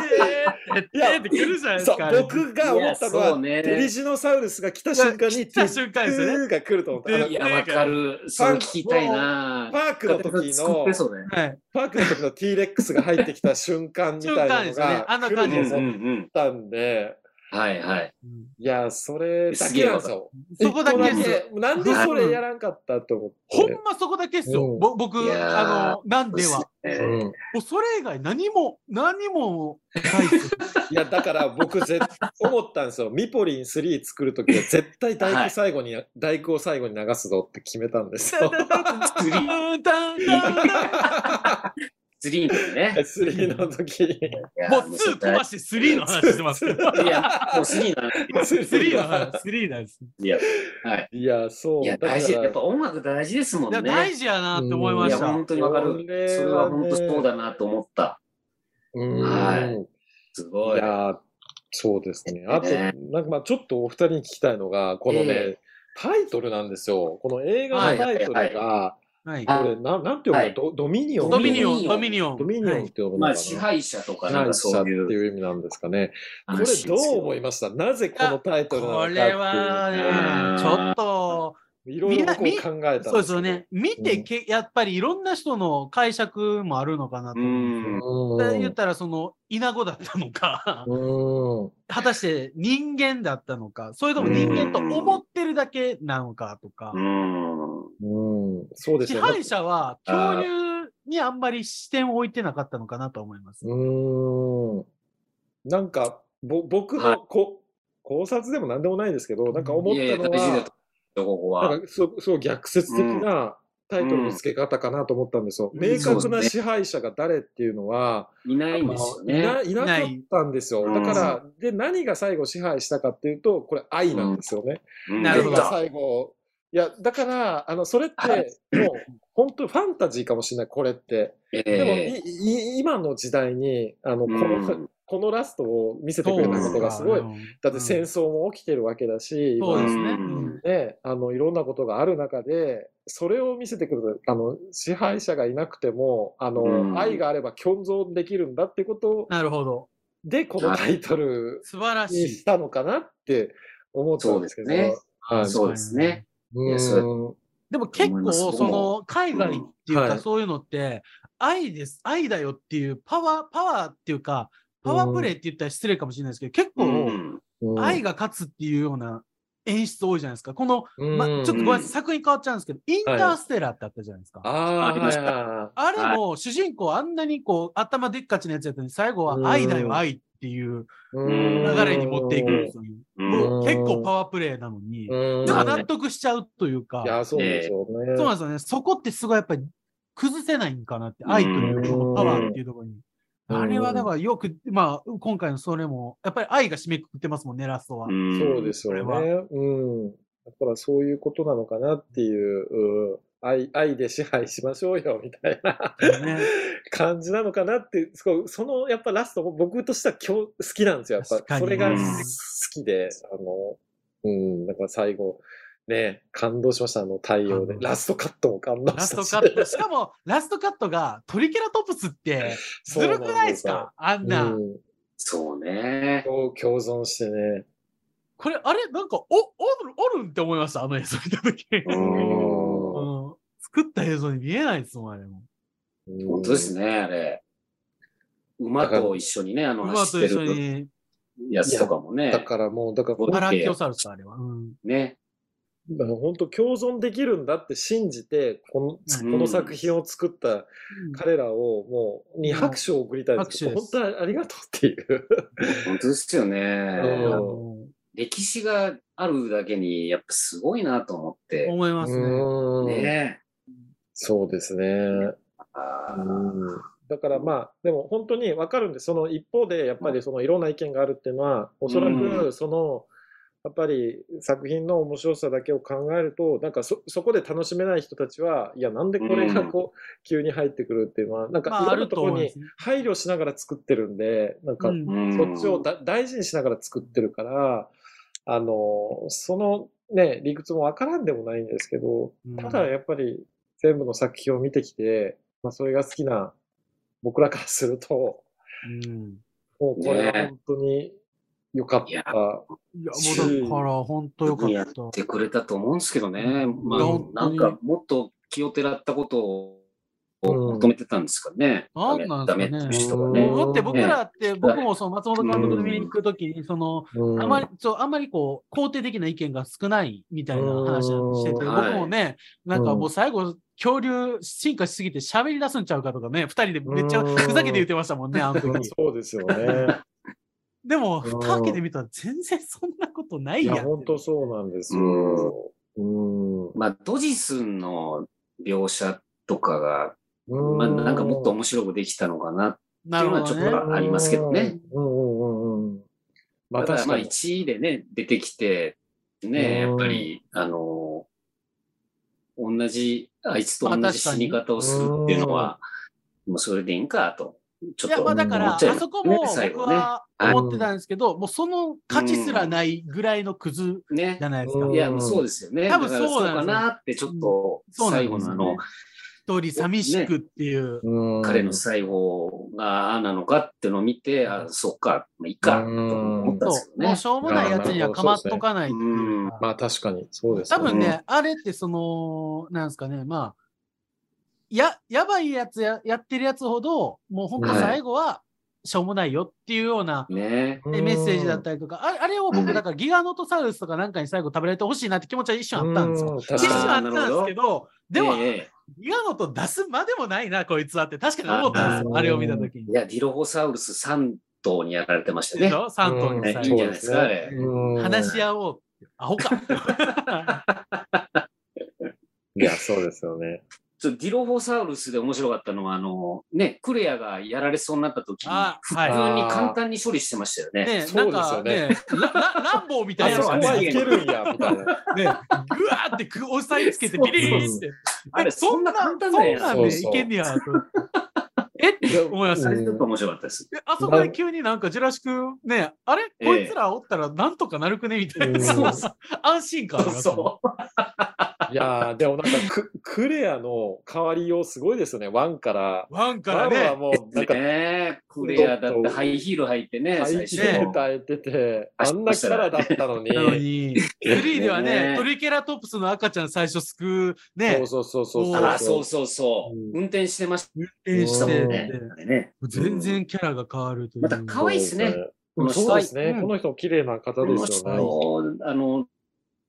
[SPEAKER 1] ーって来るじゃないです
[SPEAKER 2] そう
[SPEAKER 1] か。、
[SPEAKER 2] 僕が思ったの
[SPEAKER 3] いやそう
[SPEAKER 2] は、
[SPEAKER 3] ね
[SPEAKER 2] テリジノサウルスが来た瞬間に、
[SPEAKER 1] 来た瞬間ですよね
[SPEAKER 2] ティーが来ると思った。あの
[SPEAKER 1] で
[SPEAKER 3] いや、わかる。それ聞きたいな
[SPEAKER 2] パ。ークの時
[SPEAKER 3] 作っ
[SPEAKER 2] の
[SPEAKER 3] て、そうだよね。
[SPEAKER 1] はい、
[SPEAKER 2] パークの時の T レックスが入ってきた瞬間みたい
[SPEAKER 1] [LAUGHS]
[SPEAKER 2] な
[SPEAKER 1] 瞬
[SPEAKER 2] の
[SPEAKER 1] 間ですねあん
[SPEAKER 2] が
[SPEAKER 1] な
[SPEAKER 2] 来
[SPEAKER 1] 感じで
[SPEAKER 2] る
[SPEAKER 1] す
[SPEAKER 2] と
[SPEAKER 3] うん
[SPEAKER 2] 思っ
[SPEAKER 3] うん
[SPEAKER 2] たんで、
[SPEAKER 3] うん。はいはい。
[SPEAKER 1] うん
[SPEAKER 2] いや、それだけなんですよ。
[SPEAKER 1] そこだけです
[SPEAKER 2] 一
[SPEAKER 1] よ
[SPEAKER 2] 個。なんでそれやらんかったと思って。
[SPEAKER 1] ほんまそこだけですよ。
[SPEAKER 2] うん
[SPEAKER 1] ぼ僕、
[SPEAKER 3] いやー
[SPEAKER 1] あの、なんでは。
[SPEAKER 3] え
[SPEAKER 2] う
[SPEAKER 3] ー
[SPEAKER 2] ん
[SPEAKER 1] もうそれ以外何も、何もない
[SPEAKER 2] [LAUGHS]
[SPEAKER 1] ですよ。
[SPEAKER 2] いやだから僕絶思ったんですよミポリン3作る時は絶対大工最後に、大工を最後に流すぞって決めたんですよ。
[SPEAKER 3] スリースリーのね。
[SPEAKER 2] 3の時に。
[SPEAKER 3] いや
[SPEAKER 1] もう2飛ばして3の話してますけど。
[SPEAKER 3] いや、もうスリーの話。
[SPEAKER 1] 3の話、3なんです。
[SPEAKER 3] いや、はい。
[SPEAKER 2] いや、そう。
[SPEAKER 3] いや、
[SPEAKER 2] だから
[SPEAKER 3] 大事。やっぱ音楽大事ですもん
[SPEAKER 1] いや
[SPEAKER 3] ね。
[SPEAKER 1] 大事やなって思いま
[SPEAKER 3] い
[SPEAKER 1] し
[SPEAKER 3] や、
[SPEAKER 1] た。
[SPEAKER 3] 本当にわか
[SPEAKER 2] こ
[SPEAKER 3] る。
[SPEAKER 2] れはね
[SPEAKER 3] それは本当そうだなと思った。
[SPEAKER 2] うん
[SPEAKER 3] はす
[SPEAKER 2] い
[SPEAKER 3] ごい。
[SPEAKER 2] やー、そうですね。あと、
[SPEAKER 3] ね
[SPEAKER 2] なんかまあちょっとお二人に聞きたいのが、このね、
[SPEAKER 3] え
[SPEAKER 2] タイトルなんですよ。この映画のタイトルが、
[SPEAKER 3] はいはい
[SPEAKER 1] はい。
[SPEAKER 2] これな、なんていうの、
[SPEAKER 3] はい
[SPEAKER 2] ドドミニオン
[SPEAKER 1] ドミニ
[SPEAKER 3] ドミニ
[SPEAKER 1] オン、
[SPEAKER 3] オン
[SPEAKER 1] ドミニオン。
[SPEAKER 2] ドミニオ
[SPEAKER 1] は
[SPEAKER 2] ンっ
[SPEAKER 1] い
[SPEAKER 2] ていうのか
[SPEAKER 3] まあ、
[SPEAKER 2] な
[SPEAKER 3] 支配者とか、なん
[SPEAKER 2] 何者
[SPEAKER 3] かそ
[SPEAKER 2] っ
[SPEAKER 3] う
[SPEAKER 2] て
[SPEAKER 3] いう
[SPEAKER 2] いう意味なんですかね。これ
[SPEAKER 3] 話です
[SPEAKER 2] ど
[SPEAKER 3] よ。
[SPEAKER 2] う思いましたなぜこのタイトルなのか
[SPEAKER 1] こ
[SPEAKER 2] って
[SPEAKER 1] れはね、ちょっと、
[SPEAKER 2] いう。いろいろ僕も考えたんですけ
[SPEAKER 1] そ
[SPEAKER 2] ど
[SPEAKER 1] うですよね。。見てけ、やっぱりいろんな人の解釈もあるのかなと
[SPEAKER 3] う
[SPEAKER 1] 思うん
[SPEAKER 3] ん。
[SPEAKER 1] ですよ。言っ
[SPEAKER 2] う
[SPEAKER 1] たら、その、イナゴだったのか、
[SPEAKER 2] ん。うん。
[SPEAKER 1] 果たして人間だったのか、それとも人間と思ってるだけなのかとか
[SPEAKER 3] う。ん。
[SPEAKER 2] うん、そうです
[SPEAKER 1] 支
[SPEAKER 2] よ
[SPEAKER 1] 配者は恐竜にあんまり視点を置いてなかったのかなと思います。
[SPEAKER 2] うーん。なんか、ぼ、僕
[SPEAKER 3] は
[SPEAKER 2] のこ、考察でも何でもないですけど、なんか思っ
[SPEAKER 3] いや
[SPEAKER 2] た
[SPEAKER 3] いや
[SPEAKER 2] の
[SPEAKER 3] 大事だ
[SPEAKER 2] は
[SPEAKER 3] と、ここ
[SPEAKER 2] な
[SPEAKER 3] は
[SPEAKER 2] ん。かそう、そう逆説的なタイトルの付け方かなと思ったんですよ。
[SPEAKER 1] うん
[SPEAKER 2] 明確
[SPEAKER 3] そう
[SPEAKER 2] な
[SPEAKER 3] です
[SPEAKER 2] 支配者が誰っていうのは、
[SPEAKER 3] いないん
[SPEAKER 2] あ
[SPEAKER 3] ですよ
[SPEAKER 2] のいな
[SPEAKER 3] ね。
[SPEAKER 2] いなかったんですよ。
[SPEAKER 3] う
[SPEAKER 2] だ
[SPEAKER 3] ん
[SPEAKER 2] から、で、何が最後支配したかっていうと、これ愛なんですよね。
[SPEAKER 3] うん
[SPEAKER 1] なるほど
[SPEAKER 2] 愛が最後、いや、だから、あの、それって、もう、本当ファンタジーかもしれない、これって。
[SPEAKER 3] え
[SPEAKER 2] でも、
[SPEAKER 3] え
[SPEAKER 2] いい今の時代に、あの、この、
[SPEAKER 3] うん
[SPEAKER 2] このラストを見せて
[SPEAKER 1] そ
[SPEAKER 2] く
[SPEAKER 1] う
[SPEAKER 2] れ
[SPEAKER 1] で
[SPEAKER 2] た
[SPEAKER 1] す
[SPEAKER 2] こ
[SPEAKER 1] か
[SPEAKER 2] とがすごい。
[SPEAKER 1] うん
[SPEAKER 2] だって戦争も起きてるわけだし、
[SPEAKER 1] そうです
[SPEAKER 3] う
[SPEAKER 1] ね。
[SPEAKER 3] ん
[SPEAKER 2] ね、あの、いろんなことがある中で、それを見せてくれた、あの、支配者がいなくても、あの、
[SPEAKER 3] うん
[SPEAKER 2] 愛があれば共存できるんだってこと
[SPEAKER 1] なるほど。
[SPEAKER 2] で、このタイトル
[SPEAKER 1] 素晴らし
[SPEAKER 2] に
[SPEAKER 1] い
[SPEAKER 2] し。たのかなって思ったんですけど。
[SPEAKER 3] そうですね
[SPEAKER 2] はい。
[SPEAKER 3] そうですね。
[SPEAKER 2] う
[SPEAKER 3] いやそ
[SPEAKER 2] ん
[SPEAKER 3] れ
[SPEAKER 1] でも結構、その、海外っていう
[SPEAKER 2] うんは
[SPEAKER 1] か、
[SPEAKER 2] い
[SPEAKER 1] そういうのって、愛です、愛だよっていう、パワー、パワーっていうか、パワープレイって言ったら失礼かもしれないですけど、結
[SPEAKER 3] う
[SPEAKER 1] 構、
[SPEAKER 3] ん
[SPEAKER 2] うん
[SPEAKER 1] 愛が勝つっていうような演出多いじゃないですか。この、ま、ちょっとごめんなさい、作品変わっちゃうんですけど、インターステラーってあったじゃないですか。
[SPEAKER 2] ああ
[SPEAKER 3] ありました
[SPEAKER 2] は
[SPEAKER 1] あれも主人公あんなにこう頭でっかちなやつやったのに最後
[SPEAKER 2] うん
[SPEAKER 1] は愛だよ愛っていう
[SPEAKER 2] いはい
[SPEAKER 3] 流
[SPEAKER 1] 流れに持っていくんですよ。
[SPEAKER 3] うん
[SPEAKER 2] ん
[SPEAKER 1] 結構パワープレイなのに、
[SPEAKER 2] うん
[SPEAKER 1] ちょっと
[SPEAKER 3] だから
[SPEAKER 1] 納得しちゃうというか
[SPEAKER 2] い、や、そうでしょうね。
[SPEAKER 1] そうなんですよね。そこってすごいやっぱり崩せないんかなって、愛というこのパワーっていうところに。
[SPEAKER 2] うん
[SPEAKER 1] あれはだからよく、まあ今回のそれも、やっぱり愛が締めくくってますもんね、ラストは。
[SPEAKER 3] ん
[SPEAKER 2] そうですよ
[SPEAKER 1] こ
[SPEAKER 2] ね。うん。だからそういうことなのかなっていう、うん愛愛で支配しましょうよみたいな [LAUGHS]
[SPEAKER 1] ね
[SPEAKER 2] 感じなのかなって、すごいそのやっぱラストも僕としては今日好きなんですよ。やっ
[SPEAKER 1] 確か
[SPEAKER 2] ぱ
[SPEAKER 1] に
[SPEAKER 2] それが
[SPEAKER 3] う
[SPEAKER 2] 好
[SPEAKER 3] ん
[SPEAKER 2] きで、あの、うん、だから最後、ね、感動しました、あの対応で
[SPEAKER 1] 感。動
[SPEAKER 2] ラストカットも感動
[SPEAKER 1] ラ
[SPEAKER 2] し
[SPEAKER 1] ス
[SPEAKER 2] た
[SPEAKER 1] ト
[SPEAKER 2] し。
[SPEAKER 1] カット。しかも、ラストカットがトリケラトプスって、ずるくないですかあん
[SPEAKER 2] そうな
[SPEAKER 1] な。
[SPEAKER 2] んですよ
[SPEAKER 3] そうね。
[SPEAKER 2] うん、共存してね。
[SPEAKER 1] これ、あれなんか、お、おる、おるんって思いました、あの映像見た時。
[SPEAKER 3] う
[SPEAKER 1] うん
[SPEAKER 3] ん。
[SPEAKER 1] 作った映像に見えないですもん、あれも。
[SPEAKER 3] 本当です
[SPEAKER 2] ね。
[SPEAKER 3] ね、あれ。馬と一緒にね、あの、
[SPEAKER 1] 馬
[SPEAKER 3] 走っ
[SPEAKER 1] と
[SPEAKER 3] て
[SPEAKER 1] 一緒
[SPEAKER 3] る
[SPEAKER 1] に、
[SPEAKER 3] やつとかもね
[SPEAKER 2] だ。からもう、だから、
[SPEAKER 1] アラキオサウルスか、あれは。うん。
[SPEAKER 3] ね。
[SPEAKER 2] だから本当共存できるんだって信じて、この、
[SPEAKER 3] うん
[SPEAKER 2] この作品を作った彼らをもう、に拍手を送りたいですけど。
[SPEAKER 1] うん
[SPEAKER 2] 本
[SPEAKER 1] 拍手です
[SPEAKER 2] 当はありがとうっていう。
[SPEAKER 3] 本当ですよ
[SPEAKER 1] あ
[SPEAKER 3] ね
[SPEAKER 2] う。ん
[SPEAKER 1] の
[SPEAKER 3] 歴史があるだけに、やっぱすごいなと思って。
[SPEAKER 1] 思いますね。
[SPEAKER 2] うん
[SPEAKER 3] ね。
[SPEAKER 2] そうですね。
[SPEAKER 3] あー
[SPEAKER 2] うんだからまあ、でも本当にわかるんで、その一方でやっぱりそのいろんな意見があるっていうのは、おそら
[SPEAKER 3] う
[SPEAKER 2] くその、やっぱり作品の面白さだけを考えると、なんかそ、そこで楽しめない人たちは、いや、なんでこれがこう、急に入ってくるっていうのは、なんか
[SPEAKER 1] ま
[SPEAKER 2] い
[SPEAKER 1] あ、
[SPEAKER 2] ろ
[SPEAKER 1] あ
[SPEAKER 2] んな
[SPEAKER 1] る
[SPEAKER 2] と
[SPEAKER 1] と
[SPEAKER 2] ころ
[SPEAKER 1] 思いま
[SPEAKER 2] に
[SPEAKER 1] すね。
[SPEAKER 2] 配慮しながら作ってるんで、なんか
[SPEAKER 1] う、ん
[SPEAKER 3] うん
[SPEAKER 2] そっちをだ大事にしながら作ってるから、あの、そのね、理屈もわからんでもないんですけど
[SPEAKER 1] うん、
[SPEAKER 2] ただやっぱり全部の作品を見てきて、まあそれが好きな僕らからすると、
[SPEAKER 1] うん
[SPEAKER 2] もうこれは本当に良かっ
[SPEAKER 3] いや
[SPEAKER 2] た。
[SPEAKER 1] いや、もうだから、本当よか
[SPEAKER 3] や
[SPEAKER 1] っ。
[SPEAKER 3] ったてくれたと思うんですけどね。ま
[SPEAKER 1] いや本当
[SPEAKER 3] あ、な
[SPEAKER 1] に
[SPEAKER 3] んかもっと気をてらったことを
[SPEAKER 2] うん
[SPEAKER 3] 求めてたんですかね。
[SPEAKER 1] なんなん
[SPEAKER 3] ダメ
[SPEAKER 1] ですかね
[SPEAKER 3] ダメっていう人が
[SPEAKER 2] う
[SPEAKER 3] ね。
[SPEAKER 2] ん
[SPEAKER 1] だって僕らって、僕もその松本監督の見に行くときに、その、
[SPEAKER 2] うん
[SPEAKER 1] あまり、そう、あんまりこう、肯定的な意見が少ないみたいな話をしてて、
[SPEAKER 3] うん
[SPEAKER 1] 僕もね、なんかもう最後、恐竜進化しすぎて喋り出すんちゃうかとかね、二人でめっちゃ
[SPEAKER 2] うん
[SPEAKER 1] ふざけて言ってましたもんね、あの
[SPEAKER 2] うん
[SPEAKER 1] 時。
[SPEAKER 2] [LAUGHS] そうですよ
[SPEAKER 3] [LAUGHS]
[SPEAKER 2] ね。
[SPEAKER 1] でも、
[SPEAKER 2] うん
[SPEAKER 1] 蓋開けてみたら全然そんなことない
[SPEAKER 2] い
[SPEAKER 1] やん。
[SPEAKER 2] や、本当そうなんです
[SPEAKER 3] うん
[SPEAKER 2] よ。うん。
[SPEAKER 3] まあ、ドジスンの描写とかが、
[SPEAKER 2] うん
[SPEAKER 3] まあ、なんかもっと面白くできたのかなっ
[SPEAKER 1] なるほど
[SPEAKER 3] っていうのはちょっ
[SPEAKER 1] ね。
[SPEAKER 3] とありますけどね。
[SPEAKER 2] うんうんうんうん。まあ
[SPEAKER 3] ただ
[SPEAKER 2] 確
[SPEAKER 3] まあ
[SPEAKER 2] かに。
[SPEAKER 3] 1位でね、出てきて、ね、
[SPEAKER 2] うん
[SPEAKER 3] やっぱり、あのー同じ、あいつと
[SPEAKER 1] ま
[SPEAKER 3] 同
[SPEAKER 1] あ確
[SPEAKER 3] じ死
[SPEAKER 1] かに
[SPEAKER 3] に方をするっていうのは、もうそれでいいんかと。ちょ
[SPEAKER 1] い
[SPEAKER 3] っと
[SPEAKER 1] や、まあだから、
[SPEAKER 3] 思
[SPEAKER 1] あ
[SPEAKER 3] っちゃいます
[SPEAKER 1] そこ
[SPEAKER 3] ね
[SPEAKER 1] も
[SPEAKER 3] 最後
[SPEAKER 1] 僕
[SPEAKER 3] ね。
[SPEAKER 1] は思ってたんですけど、もうその価値すらないぐらいのクズ
[SPEAKER 3] ね
[SPEAKER 1] じ。ゃないですか
[SPEAKER 2] うん。
[SPEAKER 3] いや、もうそうですよね。
[SPEAKER 1] 多分
[SPEAKER 3] だから
[SPEAKER 1] そう
[SPEAKER 3] そ
[SPEAKER 1] な
[SPEAKER 3] うか
[SPEAKER 1] んですよ
[SPEAKER 3] なって、ちょっと、
[SPEAKER 1] そうなん
[SPEAKER 3] 最
[SPEAKER 1] です
[SPEAKER 3] 後
[SPEAKER 1] よね
[SPEAKER 3] のあの、
[SPEAKER 1] 一人寂しくっていう。
[SPEAKER 2] うん
[SPEAKER 3] 彼の最後が、ああなのかっていうのを見て、あそっか、まあいいか、と思ったん
[SPEAKER 1] そ
[SPEAKER 3] ですけ
[SPEAKER 1] う、
[SPEAKER 3] ど
[SPEAKER 1] も
[SPEAKER 3] ね
[SPEAKER 1] う。しょうもないやつにはかまっとかないっていうか。
[SPEAKER 2] まあ確かに、そうです
[SPEAKER 1] 多
[SPEAKER 2] よ
[SPEAKER 1] 分ね、あれってその、なんですかね、まあ、や、やばいやつや、やってるやつほど、もう本当
[SPEAKER 3] はい
[SPEAKER 1] 最後は、しょうもないよっていうような、
[SPEAKER 3] ね。
[SPEAKER 1] えメッセージだったりとか、ああれを僕、
[SPEAKER 3] はい
[SPEAKER 1] だからギガノトサウルスとかなんかに最後食べられてほしいなって気持ちは一瞬あったんですよ。
[SPEAKER 2] す
[SPEAKER 3] ん
[SPEAKER 1] 一
[SPEAKER 3] 確
[SPEAKER 1] 瞬
[SPEAKER 3] かに
[SPEAKER 1] あったんですけど、でも、
[SPEAKER 3] ええ
[SPEAKER 1] ギガノト出すまでもないな、こいつはって確かに思ったんですよ。
[SPEAKER 2] あー
[SPEAKER 1] あれを見たときに
[SPEAKER 3] い。や、ディロホサウルス3頭にやられてました
[SPEAKER 1] で
[SPEAKER 3] ね
[SPEAKER 1] し。ょ ?3 頭に
[SPEAKER 3] ね
[SPEAKER 1] 最
[SPEAKER 3] いいん
[SPEAKER 1] 後
[SPEAKER 3] じゃないですかあれ
[SPEAKER 1] 話し合おうって。アホか。
[SPEAKER 2] いや、そうですよね。
[SPEAKER 3] ちょっとディロホサウルスで面白かったのは、あの、ね、クレアがやられそうになった時に、
[SPEAKER 1] あ
[SPEAKER 3] 普
[SPEAKER 1] はい
[SPEAKER 3] 通に簡単に処理してましたよね。
[SPEAKER 1] ね、
[SPEAKER 2] そ
[SPEAKER 1] なん
[SPEAKER 2] うです
[SPEAKER 1] か
[SPEAKER 2] よね
[SPEAKER 1] ね、ララランボーみた
[SPEAKER 2] あ
[SPEAKER 1] いな
[SPEAKER 2] そ
[SPEAKER 1] の
[SPEAKER 2] こ
[SPEAKER 1] が
[SPEAKER 2] は
[SPEAKER 1] ね、
[SPEAKER 2] いけるんや、みたい
[SPEAKER 1] ね、
[SPEAKER 2] な。
[SPEAKER 1] ぐわーってく押さえつけてビリビリって。
[SPEAKER 3] あれ、そんな簡単だよ。
[SPEAKER 1] そ
[SPEAKER 3] あ
[SPEAKER 1] んなん
[SPEAKER 2] そう
[SPEAKER 1] で
[SPEAKER 2] そ
[SPEAKER 1] いうけんねやと。えって思いました
[SPEAKER 3] れ
[SPEAKER 1] ね。
[SPEAKER 3] ちょっと面白かったです。
[SPEAKER 1] えあそこで急になんかジュラシック、ね、あれ
[SPEAKER 3] ええ
[SPEAKER 1] こいつらおったらなんとかなるくねみたいな。
[SPEAKER 2] うん
[SPEAKER 1] [LAUGHS] 安心感あ
[SPEAKER 3] そ
[SPEAKER 1] る
[SPEAKER 3] うそう。
[SPEAKER 2] いやーでもなんかク、クレアの変わりようすごいですよね、ワンから。
[SPEAKER 1] ワンから
[SPEAKER 2] ワンは
[SPEAKER 1] ね。
[SPEAKER 2] もう、なんか、
[SPEAKER 3] ねクレアだってハイヒール履いてね、
[SPEAKER 2] ハイ
[SPEAKER 3] 最
[SPEAKER 2] ヒ
[SPEAKER 3] 初
[SPEAKER 2] ール耐えてて、あんなキャラだったの
[SPEAKER 1] なの
[SPEAKER 2] に。
[SPEAKER 1] に、3では
[SPEAKER 3] ね
[SPEAKER 1] ね、トリケラトプスの赤ちゃん最初救う、ね
[SPEAKER 2] そう、そうそうそう。
[SPEAKER 1] も
[SPEAKER 3] あら、そうそうそう。
[SPEAKER 2] うん
[SPEAKER 3] 運転してまし
[SPEAKER 1] 運転して
[SPEAKER 2] うん
[SPEAKER 1] ね、
[SPEAKER 3] たね。
[SPEAKER 1] 全然キャラが変わるという。
[SPEAKER 3] また可愛いっすね。
[SPEAKER 2] うんそうですね
[SPEAKER 1] う。ん
[SPEAKER 2] この人も綺麗な方
[SPEAKER 3] こ
[SPEAKER 2] で
[SPEAKER 3] の
[SPEAKER 2] す
[SPEAKER 3] 人
[SPEAKER 2] よね。
[SPEAKER 3] あの、